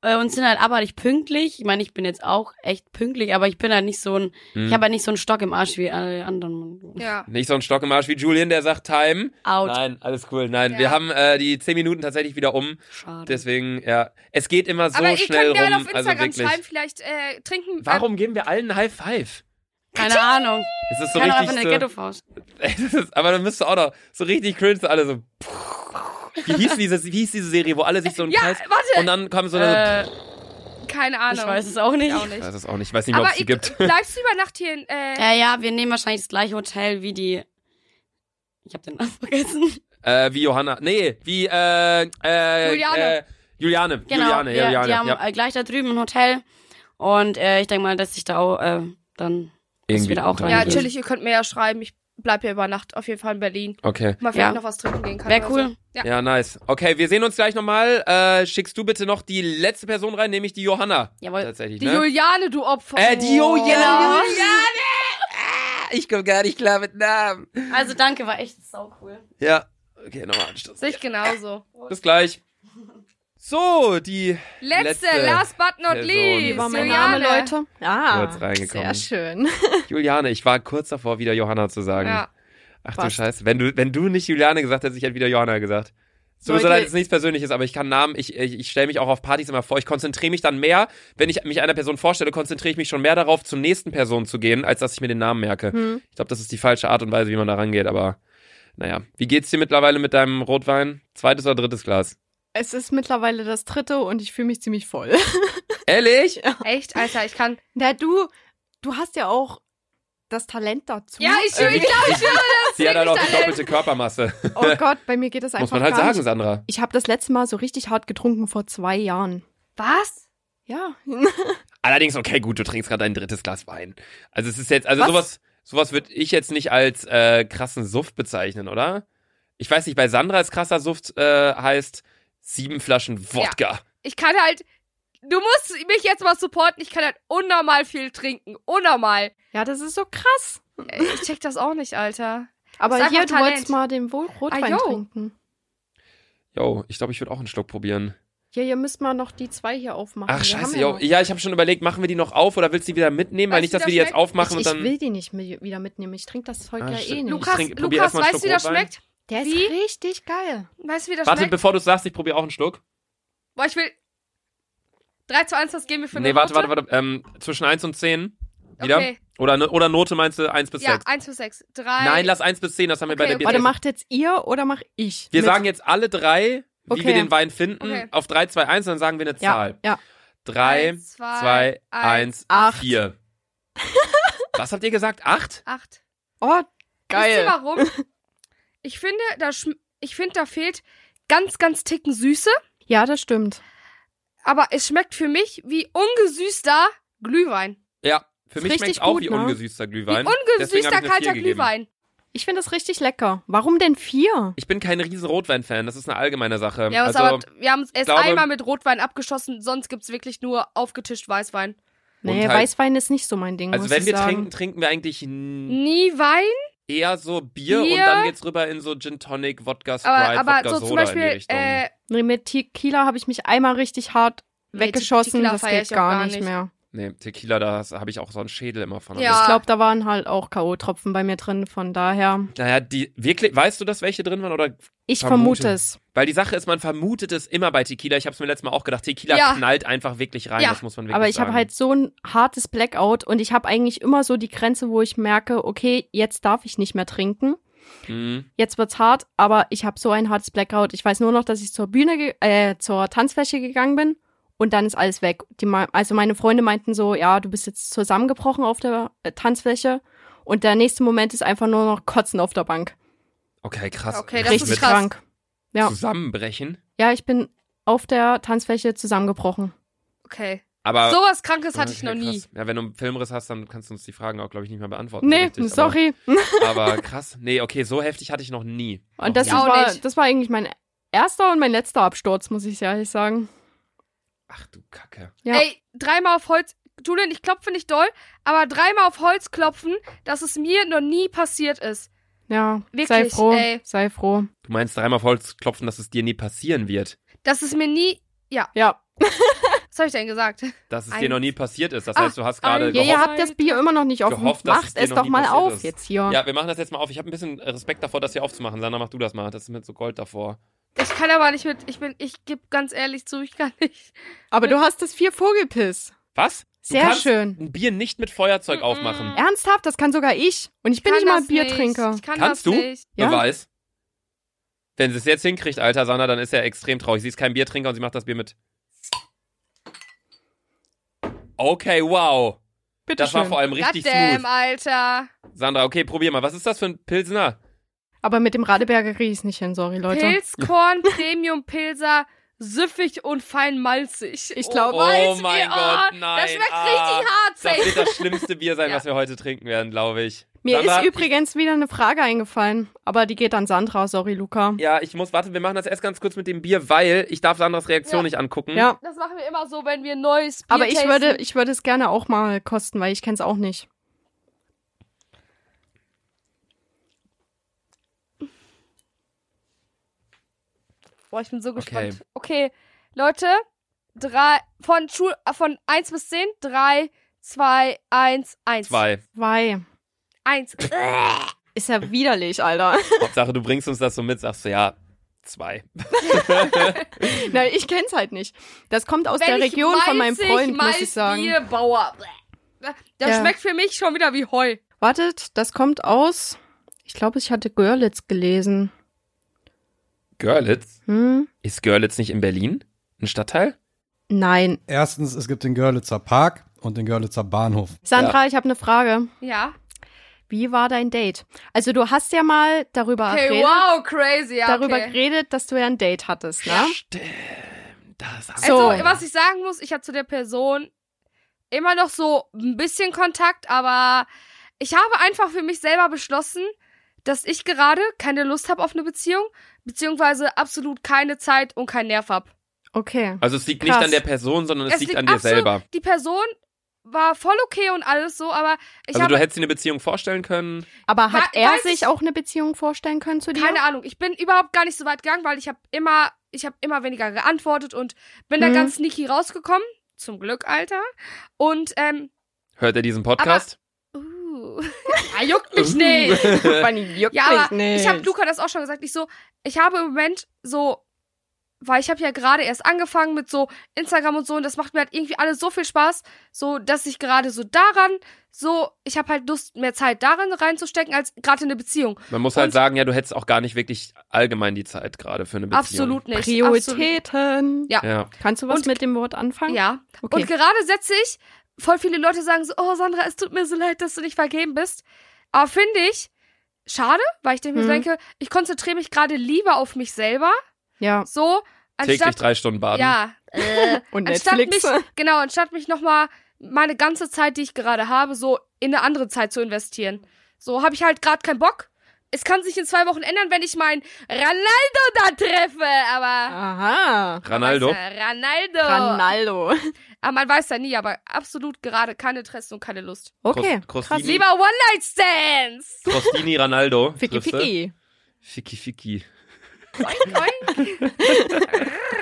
Speaker 6: äh, und sind halt abartig pünktlich. Ich meine, ich bin jetzt auch echt pünktlich, aber ich bin halt nicht so ein,
Speaker 2: hm.
Speaker 6: ich habe halt nicht so einen Stock im Arsch wie alle anderen.
Speaker 1: Ja.
Speaker 2: Nicht so ein Stock im Arsch wie Julian, der sagt Time.
Speaker 6: Out.
Speaker 2: Nein, alles cool. Nein,
Speaker 1: Ja.
Speaker 2: wir haben äh, die 10 Minuten tatsächlich wieder um.
Speaker 6: Schade.
Speaker 2: Deswegen, ja. Es geht immer so
Speaker 1: Aber ihr
Speaker 2: schnell
Speaker 1: könnt mir halt
Speaker 2: rum.
Speaker 1: auf
Speaker 2: Also
Speaker 1: Instagram schreiben,
Speaker 2: wirklich.
Speaker 1: vielleicht äh, trinken.
Speaker 2: Warum geben wir allen High Five?
Speaker 6: Keine Ahnung.
Speaker 2: Es ist so
Speaker 6: So Keine Ahnung,
Speaker 2: richtig.
Speaker 6: eine
Speaker 2: So,
Speaker 6: Ghetto-Faust.
Speaker 2: es ist, aber dann müsst ihr auch noch so richtig cringe, so alle so. Wie hieß, diese, wie hieß diese Serie, wo alle sich so im
Speaker 1: Ja,
Speaker 2: Kreis.
Speaker 1: warte.
Speaker 2: Und dann kommen so eine.
Speaker 6: Äh,
Speaker 1: Äh, keine Ahnung.
Speaker 6: ich weiß es auch nicht.
Speaker 1: auch nicht.
Speaker 2: das ist auch nicht. Ich weiß nicht mehr, ob
Speaker 1: Aber
Speaker 2: es die
Speaker 1: ich,
Speaker 2: gibt.
Speaker 1: bleibst du über Nacht hier in. Äh,
Speaker 6: Ja, ja, wir nehmen wahrscheinlich das gleiche Hotel wie die. Ich habe den Namen vergessen.
Speaker 2: Äh, wie Johanna. Nee, wie äh, äh,
Speaker 1: Juliane.
Speaker 2: Äh, Juliane.
Speaker 6: Genau.
Speaker 2: Juliane, ja,
Speaker 6: wir,
Speaker 2: Juliane.
Speaker 6: die haben
Speaker 2: ja.
Speaker 6: äh, gleich da drüben ein Hotel. Und äh, ich denke mal, dass ich da auch äh, dann das wieder auch
Speaker 1: ja,
Speaker 6: rein.
Speaker 1: natürlich, ihr könnt mir ja schreiben. Ich bleib hier über Nacht auf jeden Fall in Berlin.
Speaker 2: Okay.
Speaker 1: Mal vielleicht
Speaker 6: Ja.
Speaker 1: noch was trinken gehen kann.
Speaker 6: Wäre
Speaker 1: oder
Speaker 6: cool.
Speaker 1: So. Ja.
Speaker 2: Ja, nice. Okay, wir sehen uns gleich nochmal. Äh, schickst du bitte noch die letzte Person rein, nämlich die Johanna.
Speaker 6: Jawohl.
Speaker 2: Tatsächlich,
Speaker 1: Die
Speaker 2: ne?
Speaker 1: Juliane, du Opfer.
Speaker 2: äh, die
Speaker 1: Oh.
Speaker 2: Juliane.
Speaker 6: Genau.
Speaker 2: Ah, Ich komme gar nicht klar mit Namen.
Speaker 6: Also danke, war echt sau cool.
Speaker 2: Ja. Okay, nochmal anstoßen.
Speaker 1: Sehe ich genauso.
Speaker 2: Bis gleich. So, die
Speaker 1: Letzte,
Speaker 2: Letzte
Speaker 1: last but not
Speaker 2: Person.
Speaker 1: least.
Speaker 2: Wie
Speaker 9: Über
Speaker 2: war
Speaker 9: mein
Speaker 1: Juliane.
Speaker 9: Name, Leute. Ah,
Speaker 2: Kurz
Speaker 9: sehr
Speaker 2: reingekommen.
Speaker 9: schön.
Speaker 2: Juliane, ich war kurz davor, wieder Johanna zu sagen.
Speaker 1: Ja.
Speaker 2: Ach
Speaker 9: Passt.
Speaker 2: du Scheiße. Wenn du, wenn du nicht Juliane gesagt hättest, ich hätte wieder Johanna gesagt. So
Speaker 9: Leute-
Speaker 2: so leid es nichts Persönliches, aber ich kann Namen, ich, ich, ich stelle mich auch auf Partys immer vor. Ich konzentriere mich dann mehr, wenn ich mich einer Person vorstelle, konzentriere ich mich schon mehr darauf, zur nächsten Person zu gehen, als dass ich mir den Namen merke.
Speaker 9: Hm.
Speaker 2: Ich glaube, das ist die falsche Art und Weise, wie man da rangeht, aber naja. Wie geht's dir mittlerweile mit deinem Rotwein? Zweites oder drittes Glas?
Speaker 9: Es ist mittlerweile das dritte und ich fühle mich ziemlich voll.
Speaker 2: Ehrlich?
Speaker 1: Echt, Alter, ich kann.
Speaker 9: Na, du, du hast ja auch das Talent dazu.
Speaker 1: Ja, ich, ich glaube,
Speaker 2: ich Sie hat halt auch die doppelte Körpermasse.
Speaker 9: oh Gott, bei mir geht das einfach
Speaker 2: Muss man halt
Speaker 9: gar
Speaker 2: sagen,
Speaker 9: nicht.
Speaker 2: Sandra.
Speaker 9: Ich habe das letzte Mal so richtig hart getrunken vor zwei Jahren.
Speaker 1: Was?
Speaker 9: Ja.
Speaker 2: Allerdings, okay, gut, du trinkst gerade dein drittes Glas Wein. Also es ist jetzt, also
Speaker 9: Was?
Speaker 2: sowas, sowas würde ich jetzt nicht als äh, krassen Suft bezeichnen, oder? Ich weiß nicht, bei Sandra ist krasser Suft äh, heißt sieben Flaschen Wodka.
Speaker 1: Ich kann halt. Du musst mich jetzt mal supporten. Ich kann halt unnormal viel trinken. Unnormal.
Speaker 9: Ja, das ist so krass.
Speaker 1: Äh, Ich check das auch nicht, Alter.
Speaker 9: Aber
Speaker 1: Sag mal
Speaker 9: hier, du
Speaker 1: Talent.
Speaker 9: wolltest mal den Wohl- Rotwein
Speaker 1: Ah, jo.
Speaker 9: trinken.
Speaker 2: Jo, ich glaube, ich würde auch einen Schluck probieren.
Speaker 9: Ja, ihr müsst mal noch die zwei hier
Speaker 1: Oh,
Speaker 9: aufmachen.
Speaker 2: Ach,
Speaker 9: Wir haben
Speaker 2: scheiße,
Speaker 9: ja
Speaker 2: jo.
Speaker 9: noch-
Speaker 2: Ja, ich habe schon überlegt, machen wir die noch auf oder willst du die wieder mitnehmen? Weil
Speaker 1: Weißt
Speaker 2: nicht,
Speaker 1: du,
Speaker 2: dass
Speaker 1: wie
Speaker 2: wir die
Speaker 1: das
Speaker 2: jetzt aufmachen
Speaker 9: ich,
Speaker 2: und
Speaker 9: ich
Speaker 2: dann.
Speaker 9: will die nicht mi- wieder mitnehmen. Ich trinke das Zeug
Speaker 2: Ah,
Speaker 9: ja eh
Speaker 2: stimmt.
Speaker 9: nicht.
Speaker 1: Lukas,
Speaker 2: trink- probier
Speaker 1: Lukas
Speaker 2: erst mal einen
Speaker 1: weißt du, wie
Speaker 2: Schluck
Speaker 1: das
Speaker 2: Rotwein.
Speaker 1: schmeckt?
Speaker 9: Der
Speaker 1: Wie?
Speaker 9: ist richtig geil.
Speaker 1: Weißt du, wie das
Speaker 2: Warte,
Speaker 1: schmeckt?
Speaker 2: bevor du sagst, ich probiere auch einen Schluck.
Speaker 1: Boah, ich will. 3 zu 1, was geben wir für eine
Speaker 2: Nee, warte,
Speaker 1: Note?
Speaker 2: warte, warte. Ähm, zwischen 1 und 10. Wieder?
Speaker 1: Okay.
Speaker 2: Oder, ne- oder Note meinst du 1 bis
Speaker 1: Ja,
Speaker 2: 6?
Speaker 1: 1 bis 6. 3.
Speaker 2: Nein, lass 1 bis 10, das haben wir
Speaker 1: Okay,
Speaker 2: bei der
Speaker 8: Warte,
Speaker 2: BTS.
Speaker 8: macht jetzt ihr oder mach ich?
Speaker 2: wir
Speaker 8: mit?
Speaker 2: sagen jetzt alle drei, wie
Speaker 8: Okay.
Speaker 2: wir den Wein finden,
Speaker 1: Okay.
Speaker 2: auf 3, 2, 1, dann sagen wir eine
Speaker 8: ja,
Speaker 2: Zahl.
Speaker 8: ja.
Speaker 2: 3,
Speaker 1: Eins, zwei,
Speaker 2: 2, 1,
Speaker 8: acht.
Speaker 2: 4. Was habt ihr gesagt? 8?
Speaker 1: 8.
Speaker 8: Oh,
Speaker 1: Wisst ihr
Speaker 8: geil.
Speaker 1: warum? Ich finde, da, schm- ich finde, da fehlt ganz, ganz ticken Süße,
Speaker 8: Ja, das stimmt.
Speaker 1: aber es schmeckt für mich wie ungesüßter Glühwein.
Speaker 2: Ja, für
Speaker 8: Ist
Speaker 2: mich
Speaker 8: richtig
Speaker 2: schmeckt auch
Speaker 8: gut,
Speaker 2: wie
Speaker 8: ne?
Speaker 2: ungesüßter Glühwein.
Speaker 1: wie
Speaker 2: Deswegen
Speaker 1: ungesüßter
Speaker 2: hab ich eine vier
Speaker 1: kalter
Speaker 2: gegeben.
Speaker 1: Glühwein.
Speaker 8: Ich finde das richtig lecker. Warum denn vier?
Speaker 2: Ich bin kein riesen Rotwein-Fan, das ist eine allgemeine Sache.
Speaker 1: Ja, was
Speaker 2: also,
Speaker 1: aber wir haben es erst
Speaker 2: glaube-
Speaker 1: einmal mit Rotwein abgeschossen, sonst gibt's wirklich nur aufgetischt Weißwein.
Speaker 8: Nee,
Speaker 2: halt-
Speaker 8: Weißwein ist nicht so mein Ding.
Speaker 2: also
Speaker 8: muss
Speaker 2: wenn
Speaker 8: ich
Speaker 2: wir
Speaker 8: sagen.
Speaker 2: trinken, trinken wir eigentlich n-
Speaker 1: Nie Wein?
Speaker 2: eher so Bier, und
Speaker 1: Bier?
Speaker 2: dann geht's rüber in so Gin Tonic, Wodka Sprite,
Speaker 1: Aber, aber
Speaker 2: Wodka
Speaker 1: so
Speaker 2: Soda
Speaker 1: zum
Speaker 2: in die
Speaker 1: Beispiel,
Speaker 2: Richtung.
Speaker 1: äh,
Speaker 8: Nee, mit Tequila habe ich mich einmal richtig hart
Speaker 1: Nee,
Speaker 8: weggeschossen.
Speaker 1: Tequila
Speaker 8: das
Speaker 1: feier
Speaker 8: geht
Speaker 1: ich auch
Speaker 8: gar,
Speaker 1: gar
Speaker 8: nicht
Speaker 1: nicht. Ah.
Speaker 8: mehr.
Speaker 2: nee, Tequila, da habe ich auch so einen Schädel immer von.
Speaker 1: Ja.
Speaker 8: Ich glaube, da waren halt auch K.O.-Tropfen bei mir drin, von daher.
Speaker 2: Naja, die wirklich, weißt du das, welche drin waren oder
Speaker 8: Ich
Speaker 2: Vermute.
Speaker 8: vermute es.
Speaker 2: weil die Sache ist, man vermutet es immer bei Tequila. Ich habe es mir letztes Mal auch gedacht, Tequila
Speaker 1: Ja.
Speaker 2: knallt einfach wirklich rein,
Speaker 1: Ja.
Speaker 2: das muss man wirklich
Speaker 8: Aber ich habe
Speaker 2: sagen.
Speaker 8: halt so ein hartes Blackout und ich habe eigentlich immer so die Grenze, wo ich merke, okay, jetzt darf ich nicht mehr trinken.
Speaker 2: Mhm.
Speaker 8: Jetzt wird's hart, aber ich habe so ein hartes Blackout. Ich weiß nur noch, dass ich zur Bühne, ge- äh, zur Tanzfläche gegangen bin und dann ist alles weg. Die, mei- also meine Freunde meinten so, ja, du bist jetzt zusammengebrochen auf der äh, Tanzfläche und der nächste Moment ist einfach nur noch Kotzen auf der Bank.
Speaker 2: Okay, krass.
Speaker 1: Okay, das
Speaker 2: Richtig
Speaker 1: ist
Speaker 2: mit
Speaker 1: krass.
Speaker 8: krank. ja.
Speaker 2: Zusammenbrechen.
Speaker 8: Ja, ich bin auf der Tanzfläche zusammengebrochen.
Speaker 1: okay.
Speaker 2: Aber
Speaker 1: Sowas Krankes hatte ich
Speaker 2: Okay,
Speaker 1: noch nie.
Speaker 2: Krass. Ja, wenn du einen Filmriss hast, dann kannst du uns die Fragen auch, glaube ich, nicht mehr beantworten.
Speaker 8: Nee,
Speaker 2: so richtig,
Speaker 8: sorry.
Speaker 2: Aber, aber krass. Nee, okay, so heftig hatte ich noch nie. Noch
Speaker 8: Und das
Speaker 2: nie.
Speaker 1: auch
Speaker 8: war,
Speaker 1: nicht.
Speaker 8: das war eigentlich mein erster und mein letzter Absturz, muss ich ehrlich sagen.
Speaker 2: Ach du Kacke.
Speaker 8: Ja.
Speaker 1: Ey, dreimal auf Holz. Julian, ich klopfe nicht doll, aber dreimal auf Holz klopfen, dass es mir noch nie passiert ist.
Speaker 8: Ja, sei
Speaker 1: Wirklich,
Speaker 8: froh,
Speaker 1: ey.
Speaker 8: sei froh.
Speaker 2: Du meinst dreimal auf Holz klopfen, dass es dir nie passieren wird.
Speaker 1: Dass es mir nie.
Speaker 8: Ja.
Speaker 1: Was habe ich denn gesagt?
Speaker 2: Dass es dir
Speaker 1: Eins.
Speaker 2: noch nie passiert ist. Das
Speaker 8: Ah,
Speaker 2: heißt, du hast gerade
Speaker 1: ein-
Speaker 8: Ja,
Speaker 2: gehofft.
Speaker 8: ihr habt das Bier immer noch nicht offen.
Speaker 2: Gehofft, dass es
Speaker 8: Macht
Speaker 2: dir
Speaker 8: es
Speaker 2: noch
Speaker 8: doch
Speaker 2: nie
Speaker 8: mal
Speaker 2: passiert
Speaker 8: auf
Speaker 2: ist.
Speaker 8: jetzt hier.
Speaker 2: Ja, wir machen das jetzt mal auf. Ich habe ein bisschen Respekt davor, das hier aufzumachen. Sandra, mach du das mal. Das ist mit so Gold davor.
Speaker 1: Ich kann aber nicht mit. Ich bin. Ich gebe ganz ehrlich zu, ich kann nicht.
Speaker 8: Aber du hast das vier Vogelpiss.
Speaker 2: Was? Du
Speaker 8: Sehr
Speaker 2: kannst
Speaker 8: schön.
Speaker 2: Ein Bier nicht mit Feuerzeug aufmachen.
Speaker 8: Ernsthaft, das kann sogar ich. Und ich bin
Speaker 1: kann
Speaker 8: nicht mal
Speaker 1: das
Speaker 8: Biertrinker.
Speaker 1: nicht. Ich kann
Speaker 2: Kannst
Speaker 1: das
Speaker 2: du?
Speaker 1: nicht.
Speaker 8: Ja.
Speaker 2: Beweis. Wenn sie es jetzt hinkriegt, alter Sandra, dann ist er extrem traurig. Sie ist kein Biertrinker und sie macht das Bier mit. Okay, wow.
Speaker 8: Bitte
Speaker 2: Das war vor
Speaker 8: schön.
Speaker 2: allem richtig
Speaker 1: Goddamn,
Speaker 2: smooth.
Speaker 1: Alter.
Speaker 2: Sandra, okay, probier mal. Was ist das für ein Pilsner?
Speaker 8: Aber mit dem Radeberger Ries nicht hin, sorry, Leute.
Speaker 1: Pilzkorn, Premium Pilser, süffig und fein malzig.
Speaker 8: Ich glaube,
Speaker 2: Oh
Speaker 1: Weiß
Speaker 2: mein
Speaker 1: ihr-
Speaker 2: Gott,
Speaker 1: oh,
Speaker 2: nein.
Speaker 1: Das schmeckt
Speaker 2: Ah,
Speaker 1: richtig hart,
Speaker 2: Das
Speaker 1: safe.
Speaker 2: wird das schlimmste Bier sein,
Speaker 1: Ja.
Speaker 2: was wir heute trinken werden, glaube ich.
Speaker 8: mir
Speaker 2: Sandra,
Speaker 8: ist übrigens wieder eine Frage eingefallen, aber die geht an Sandra, sorry, Luca.
Speaker 2: Ja, ich muss, warte, wir machen das erst ganz kurz mit dem Bier, weil ich darf Sandras Reaktion
Speaker 1: Ja.
Speaker 2: nicht angucken.
Speaker 8: Ja.
Speaker 1: Das machen wir immer so, wenn wir ein neues Bier
Speaker 8: Aber ich
Speaker 1: tasten.
Speaker 8: würde, ich würde es gerne auch mal kosten, weil ich kenne es auch nicht.
Speaker 1: Boah, ich bin so
Speaker 2: Okay.
Speaker 1: gespannt. Okay, Leute, drei, von, Schul, äh, von 1 bis 10, 3, 2, 1, 1.
Speaker 2: Zwei.
Speaker 8: Weil
Speaker 1: 1.
Speaker 8: ist ja widerlich, Alter.
Speaker 2: Hauptsache, du bringst uns das so mit, sagst du, ja, zwei.
Speaker 8: Nein, ich kenne es halt nicht. Das kommt aus
Speaker 1: Wenn
Speaker 8: der
Speaker 1: ich
Speaker 8: Region von meinem
Speaker 1: malzig,
Speaker 8: Freund, muss ich sagen.
Speaker 1: Malzbierbauer. Das
Speaker 8: Ja.
Speaker 1: schmeckt für mich schon wieder wie Heu.
Speaker 8: Wartet, das kommt aus. Ich glaube, ich hatte Görlitz gelesen.
Speaker 2: Görlitz?
Speaker 8: Hm?
Speaker 2: Ist Görlitz nicht in Berlin? Ein Stadtteil?
Speaker 8: Nein.
Speaker 3: Erstens, es gibt den Görlitzer Park und den Görlitzer Bahnhof.
Speaker 8: Sandra, ich habe eine Frage.
Speaker 1: Ja.
Speaker 8: Wie war dein Date? Also du hast ja mal darüber
Speaker 1: Okay,
Speaker 8: geredet,
Speaker 1: wow, crazy. Ja,
Speaker 8: Ah, darüber
Speaker 1: okay.
Speaker 8: geredet, dass du ja ein Date hattest, ne?
Speaker 2: Das
Speaker 1: Also,
Speaker 8: So.
Speaker 1: was ich sagen muss, ich habe zu der Person immer noch so ein bisschen Kontakt, aber ich habe einfach für mich selber beschlossen, dass ich gerade keine Lust habe auf eine Beziehung, beziehungsweise absolut keine Zeit und keinen Nerv habe.
Speaker 8: Okay.
Speaker 2: Also es liegt
Speaker 8: Krass.
Speaker 2: nicht an der Person, sondern es,
Speaker 1: Es
Speaker 2: liegt,
Speaker 1: liegt
Speaker 2: an dir
Speaker 1: absolut-
Speaker 2: selber.
Speaker 1: Die Person war voll okay und alles so, aber ich
Speaker 2: also
Speaker 1: habe
Speaker 2: du hättest dir eine Beziehung vorstellen können.
Speaker 8: Aber hat
Speaker 1: Wa-
Speaker 8: er
Speaker 1: weiß
Speaker 8: sich
Speaker 1: ich-
Speaker 8: auch eine Beziehung vorstellen können zu dir?
Speaker 1: halt keine Ahnung. Ich bin überhaupt gar nicht so weit gegangen, weil ich habe immer, ich habe immer weniger geantwortet und bin
Speaker 8: Mhm.
Speaker 1: da ganz sneaky rausgekommen. Zum Glück, Alter. Und ähm,
Speaker 2: Hört er diesen Podcast?
Speaker 1: uh, ja, juckt
Speaker 2: Uh.
Speaker 1: mich nicht.
Speaker 8: Hm. Bunny juckt
Speaker 1: Ja, aber
Speaker 8: mich nicht.
Speaker 1: ich habe Luca das auch schon gesagt. Ich so, ich habe im Moment so weil ich habe ja gerade erst angefangen mit so Instagram und so und das macht mir halt irgendwie alles so viel Spaß, so dass ich gerade so daran so ich habe halt Lust mehr Zeit darin reinzustecken als gerade in eine Beziehung.
Speaker 2: Man muss halt
Speaker 1: Und-
Speaker 2: sagen, ja, du hättest auch gar nicht wirklich allgemein die Zeit gerade für eine Beziehung.
Speaker 1: Absolut nicht. Absolut.
Speaker 8: Prioritäten.
Speaker 2: Ja.
Speaker 8: Kannst du was
Speaker 1: Und-
Speaker 8: mit dem Wort anfangen?
Speaker 1: Ja.
Speaker 8: Okay.
Speaker 1: Und gerade setze ich, voll viele Leute sagen so, oh Sandra, es tut mir so leid, dass du nicht vergeben bist. Aber finde ich schade, weil ich mir so
Speaker 8: Mhm.
Speaker 1: denke, ich konzentriere mich gerade lieber auf mich selber,
Speaker 8: Ja.
Speaker 1: so
Speaker 2: Täglich
Speaker 1: anstatt
Speaker 2: drei Stunden baden.
Speaker 1: Also, ja, äh,
Speaker 8: Und
Speaker 1: anstatt mich
Speaker 8: Netflix.
Speaker 1: genau, anstatt mich noch mal meine ganze Zeit, die ich gerade habe, so in eine andere Zeit zu investieren. So habe ich halt gerade keinen Bock. Es kann sich in zwei Wochen ändern, wenn ich meinen Ronaldo da treffe, aber
Speaker 8: Aha.
Speaker 2: Ronaldo.
Speaker 1: Ronaldo.
Speaker 8: Ronaldo.
Speaker 1: Aber man weiß ja nie, aber absolut gerade kein Interesse und keine Lust.
Speaker 8: Okay.
Speaker 2: Cross-
Speaker 8: krass.
Speaker 2: Crossini,
Speaker 1: Lieber One-Night-Stands!
Speaker 2: Crostini Ronaldo.
Speaker 8: Ficky
Speaker 2: triffst du?
Speaker 8: Ficky.
Speaker 2: Ficky Ficky.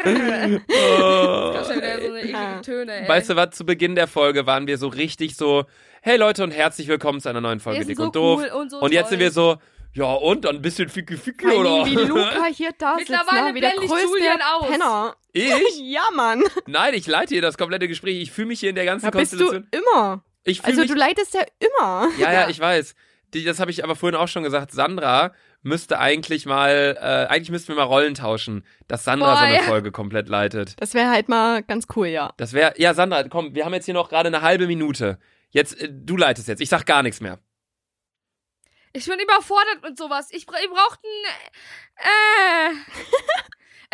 Speaker 2: Oh.
Speaker 1: Das ist schon wieder so eine eklige Töne, ey.
Speaker 2: Weißt du was, zu Beginn der Folge waren wir so richtig so, hey Leute und herzlich willkommen zu einer neuen Folge
Speaker 1: Wir sind
Speaker 2: Dick
Speaker 1: so
Speaker 2: und Doof.
Speaker 1: cool und so
Speaker 2: und jetzt
Speaker 1: toll.
Speaker 2: sind wir so, ja und, ein bisschen Ficky Ficky
Speaker 8: Vor allen
Speaker 2: oder?
Speaker 8: Dingen, wie Luca hier da sitzt,
Speaker 1: Mittlerweile
Speaker 8: ne? wie der
Speaker 1: bell ich
Speaker 8: größte
Speaker 1: Julian aus.
Speaker 8: Penner.
Speaker 2: Ich?
Speaker 8: Ja, Mann.
Speaker 2: Nein, ich leite hier das komplette Gespräch. Ich fühle mich hier in der ganzen
Speaker 8: Da bist du
Speaker 2: Konstellation.
Speaker 8: immer.
Speaker 2: ich fühle
Speaker 8: Also
Speaker 2: mich
Speaker 8: du leidest ja immer.
Speaker 2: Ja, ja, ich weiß. Die, das habe ich aber vorhin auch schon gesagt. Sandra müsste eigentlich mal, äh, eigentlich müssten wir mal Rollen tauschen, dass Sandra
Speaker 1: Boah,
Speaker 2: so eine
Speaker 1: ja.
Speaker 2: Folge komplett leitet.
Speaker 8: Das wäre halt mal ganz cool, ja.
Speaker 2: Das wäre, ja, Sandra, komm, wir haben jetzt hier noch gerade eine halbe Minute. Jetzt, äh, du leitest jetzt. Ich sag gar nichts mehr.
Speaker 1: Ich bin überfordert mit sowas. Ich, bra- ich brauchte ein... Äh,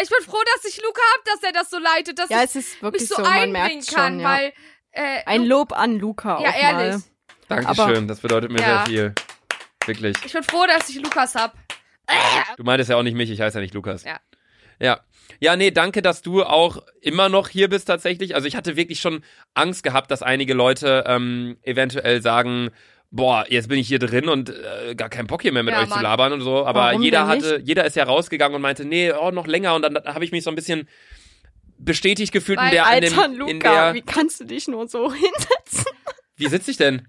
Speaker 1: ich bin froh, dass ich Luca hab, dass er das so leitet, dass
Speaker 8: Ja,
Speaker 1: ich
Speaker 8: es ist wirklich
Speaker 1: mich so,
Speaker 8: so, man
Speaker 1: einbringen
Speaker 8: merkt
Speaker 1: kann,
Speaker 8: schon, ja.
Speaker 1: weil... Äh,
Speaker 8: Ein Lob an Luca
Speaker 1: ja,
Speaker 8: auch
Speaker 1: ehrlich.
Speaker 8: mal.
Speaker 2: Dankeschön, das bedeutet mir
Speaker 1: Ja.
Speaker 2: sehr viel. Wirklich.
Speaker 1: Ich bin froh, dass ich Lukas hab.
Speaker 2: Du meintest ja auch nicht mich, ich heiße ja nicht Lukas.
Speaker 1: Ja.
Speaker 2: Ja. Ja, nee, danke, dass du auch immer noch hier bist tatsächlich. Also ich hatte wirklich schon Angst gehabt, dass einige Leute ähm, eventuell sagen, boah, jetzt bin ich hier drin und äh, gar keinen Bock hier mehr mit
Speaker 1: Ja,
Speaker 2: euch zu
Speaker 1: Mann.
Speaker 2: labern und so. Aber
Speaker 8: Warum
Speaker 2: jeder
Speaker 8: denn
Speaker 2: hatte, jeder ist ja rausgegangen und meinte, nee, oh, noch länger. Und dann habe ich mich so ein bisschen bestätigt gefühlt in
Speaker 1: Weil,
Speaker 2: der, an dem,
Speaker 8: Alter,
Speaker 2: in
Speaker 8: Luca,
Speaker 2: der
Speaker 8: wie kannst du dich nur so hinsetzen?
Speaker 2: wie sitze ich denn?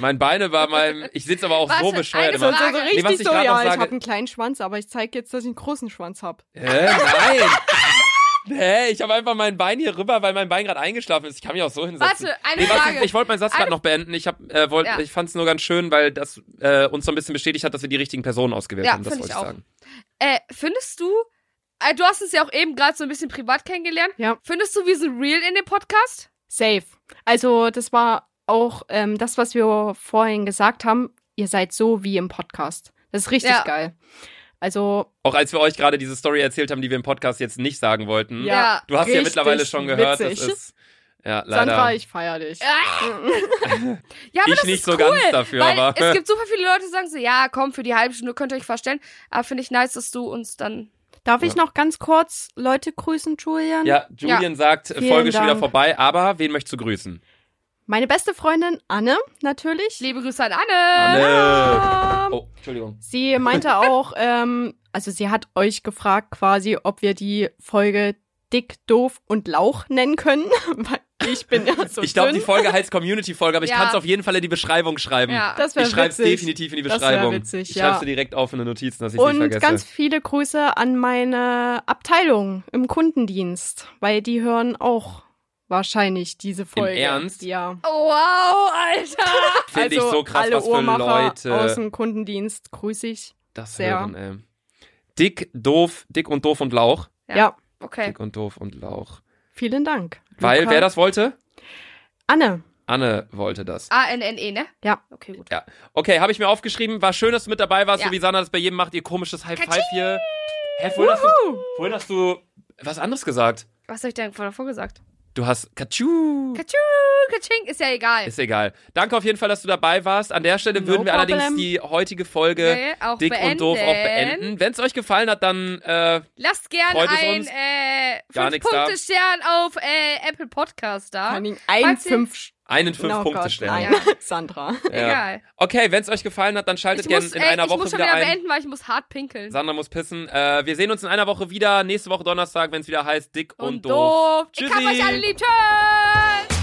Speaker 2: mein Beine war mal, ich sitze aber auch
Speaker 1: Was
Speaker 2: so
Speaker 1: für
Speaker 2: bescheuert
Speaker 1: eine
Speaker 2: immer.
Speaker 1: Frage.
Speaker 8: Also so
Speaker 1: Nee,
Speaker 8: richtig
Speaker 2: Genau. was ich
Speaker 8: so,
Speaker 2: grad noch
Speaker 8: ja, ich
Speaker 2: sage-
Speaker 8: habe einen kleinen Schwanz, aber ich zeige jetzt, dass ich einen großen Schwanz habe.
Speaker 2: Hä? Nein! Hä? Ich habe einfach mein Bein hier rüber, weil mein Bein gerade eingeschlafen ist. Ich kann mich auch so hinsetzen.
Speaker 1: Warte, eine
Speaker 2: Nee, warte,
Speaker 1: Frage.
Speaker 2: ich wollte meinen Satz gerade noch beenden. Ich, hab, äh, wollt,
Speaker 1: Ja.
Speaker 2: ich fand es nur ganz schön, weil das äh, uns so ein bisschen bestätigt hat, dass wir die richtigen Personen ausgewählt
Speaker 1: Ja,
Speaker 2: haben. Das
Speaker 1: find
Speaker 2: wollte ich
Speaker 1: ich auch.
Speaker 2: sagen.
Speaker 1: Äh, findest du... Äh, du hast uns ja auch eben gerade so ein bisschen privat kennengelernt.
Speaker 8: Ja.
Speaker 1: Findest du, wir sind real in dem Podcast?
Speaker 8: Safe.
Speaker 10: Also, das war auch ähm, das, was wir vorhin gesagt haben. Ihr seid so wie im Podcast. Das ist richtig
Speaker 1: Ja.
Speaker 10: geil. Also,
Speaker 2: Auch als wir euch gerade diese Story erzählt haben, die wir im Podcast jetzt nicht sagen wollten.
Speaker 1: Ja.
Speaker 2: Du hast ja
Speaker 10: Richtig
Speaker 2: mittlerweile schon gehört, das
Speaker 10: witzig.
Speaker 2: ist. Ja, leider.
Speaker 10: Sandra, ich feier dich.
Speaker 1: Ja, aber
Speaker 2: Ich
Speaker 1: das
Speaker 2: nicht
Speaker 1: ist
Speaker 2: so
Speaker 1: cool,
Speaker 2: ganz dafür,
Speaker 1: weil
Speaker 2: aber-
Speaker 1: es gibt super viele Leute, die sagen so, ja, komm, für die halbe Stunde könnt ihr euch verstellen. Aber finde ich nice, dass du uns dann...
Speaker 8: Darf ich noch ganz kurz Leute grüßen, Julian?
Speaker 2: ja, Julian sagt, äh,
Speaker 8: Vielen
Speaker 2: Folge ist schon wieder
Speaker 8: Dank.
Speaker 2: vorbei, aber wen möchtest du grüßen?
Speaker 8: Meine beste Freundin Anne, natürlich.
Speaker 1: Liebe Grüße an Anne!
Speaker 2: Anne. Oh, Entschuldigung.
Speaker 8: Sie meinte auch, ähm, also sie hat euch gefragt quasi, ob wir die Folge dick, doof und lauch nennen können. Weil ich bin ja so
Speaker 2: ich glaube, die
Speaker 8: dünn.
Speaker 2: Folge heißt Community-Folge, aber ich
Speaker 1: Ja.
Speaker 2: kann es auf jeden Fall in die Beschreibung schreiben.
Speaker 1: Ja.
Speaker 8: das
Speaker 2: Ich
Speaker 8: wäre
Speaker 2: schreibe es
Speaker 8: witzig.
Speaker 2: definitiv in die
Speaker 8: Das wär
Speaker 2: Beschreibung.
Speaker 8: witzig,
Speaker 2: ich
Speaker 8: ja.
Speaker 2: schreib's dir direkt auf in den Notizen, dass ich nicht
Speaker 8: Und
Speaker 2: vergesse.
Speaker 8: ganz viele Grüße an meine Abteilung im Kundendienst, weil die hören auch wahrscheinlich diese Folge.
Speaker 2: Ernst?
Speaker 8: Ja.
Speaker 1: Oh, wow, Alter!
Speaker 2: Finde ich
Speaker 8: Also,
Speaker 2: so krass,
Speaker 8: alle
Speaker 2: was für
Speaker 8: Ohrmacher aus
Speaker 2: Leute
Speaker 8: dem Kundendienst grüße ich.
Speaker 2: das
Speaker 8: sehr.
Speaker 2: hören, ey. Dick, doof, dick und doof und Lauch.
Speaker 1: Ja.
Speaker 8: Ja,
Speaker 1: Okay.
Speaker 2: Dick und doof und Lauch.
Speaker 8: vielen Dank.
Speaker 2: Weil,
Speaker 8: Luca.
Speaker 2: wer das wollte?
Speaker 8: Anne.
Speaker 2: Anne wollte das.
Speaker 8: Ah.
Speaker 1: A-N-N-E, ne?
Speaker 8: Ja.
Speaker 1: Okay, gut.
Speaker 2: Okay, habe ich mir aufgeschrieben. War schön, dass du mit dabei warst,
Speaker 1: Ja.
Speaker 2: so wie Sandra das bei jedem macht, ihr komisches High Five hier. Hä, vorhin hast, du, vorhin hast du was anderes gesagt.
Speaker 1: Was habe ich denn davor gesagt?
Speaker 2: Du hast Katschu.
Speaker 1: Katschu, Katsching, ist ja egal.
Speaker 2: Ist egal. Danke auf jeden Fall, dass du dabei warst. An der Stelle
Speaker 8: No
Speaker 2: würden wir
Speaker 8: problem.
Speaker 2: allerdings die heutige Folge
Speaker 1: Okay, auch
Speaker 2: Dick
Speaker 1: Ne? beenden.
Speaker 2: und Doof auch beenden. Wenn es euch gefallen hat, dann äh,
Speaker 1: Lasst gerne
Speaker 2: Freut es
Speaker 1: ein
Speaker 2: uns.
Speaker 1: äh,
Speaker 2: Gar nix da.
Speaker 1: 5-Punkte-Stern auf äh, Apple Podcast
Speaker 8: Vor
Speaker 1: da.
Speaker 8: allen Dingen ein
Speaker 1: Falls ihr-
Speaker 8: fünf
Speaker 2: einen fünf
Speaker 8: oh
Speaker 2: punkte
Speaker 8: Gott,
Speaker 2: stellen.
Speaker 8: Nein, Sandra.
Speaker 2: Ja.
Speaker 1: Egal.
Speaker 2: Okay, wenn es euch gefallen hat, dann
Speaker 1: Ich
Speaker 2: schaltet gerne
Speaker 1: muss,
Speaker 2: in
Speaker 1: ey,
Speaker 2: einer
Speaker 1: ich
Speaker 2: Woche
Speaker 1: muss schon
Speaker 2: wieder
Speaker 1: wieder
Speaker 2: ein.
Speaker 1: beenden, weil ich muss hart pinkeln.
Speaker 2: Sandra muss pissen. Äh, wir sehen uns in einer Woche wieder. Nächste Woche Donnerstag, wenn es wieder heißt Dick und,
Speaker 1: und doof. Ich
Speaker 2: Tschüssi.
Speaker 1: hab euch alle lieb. Tschüss.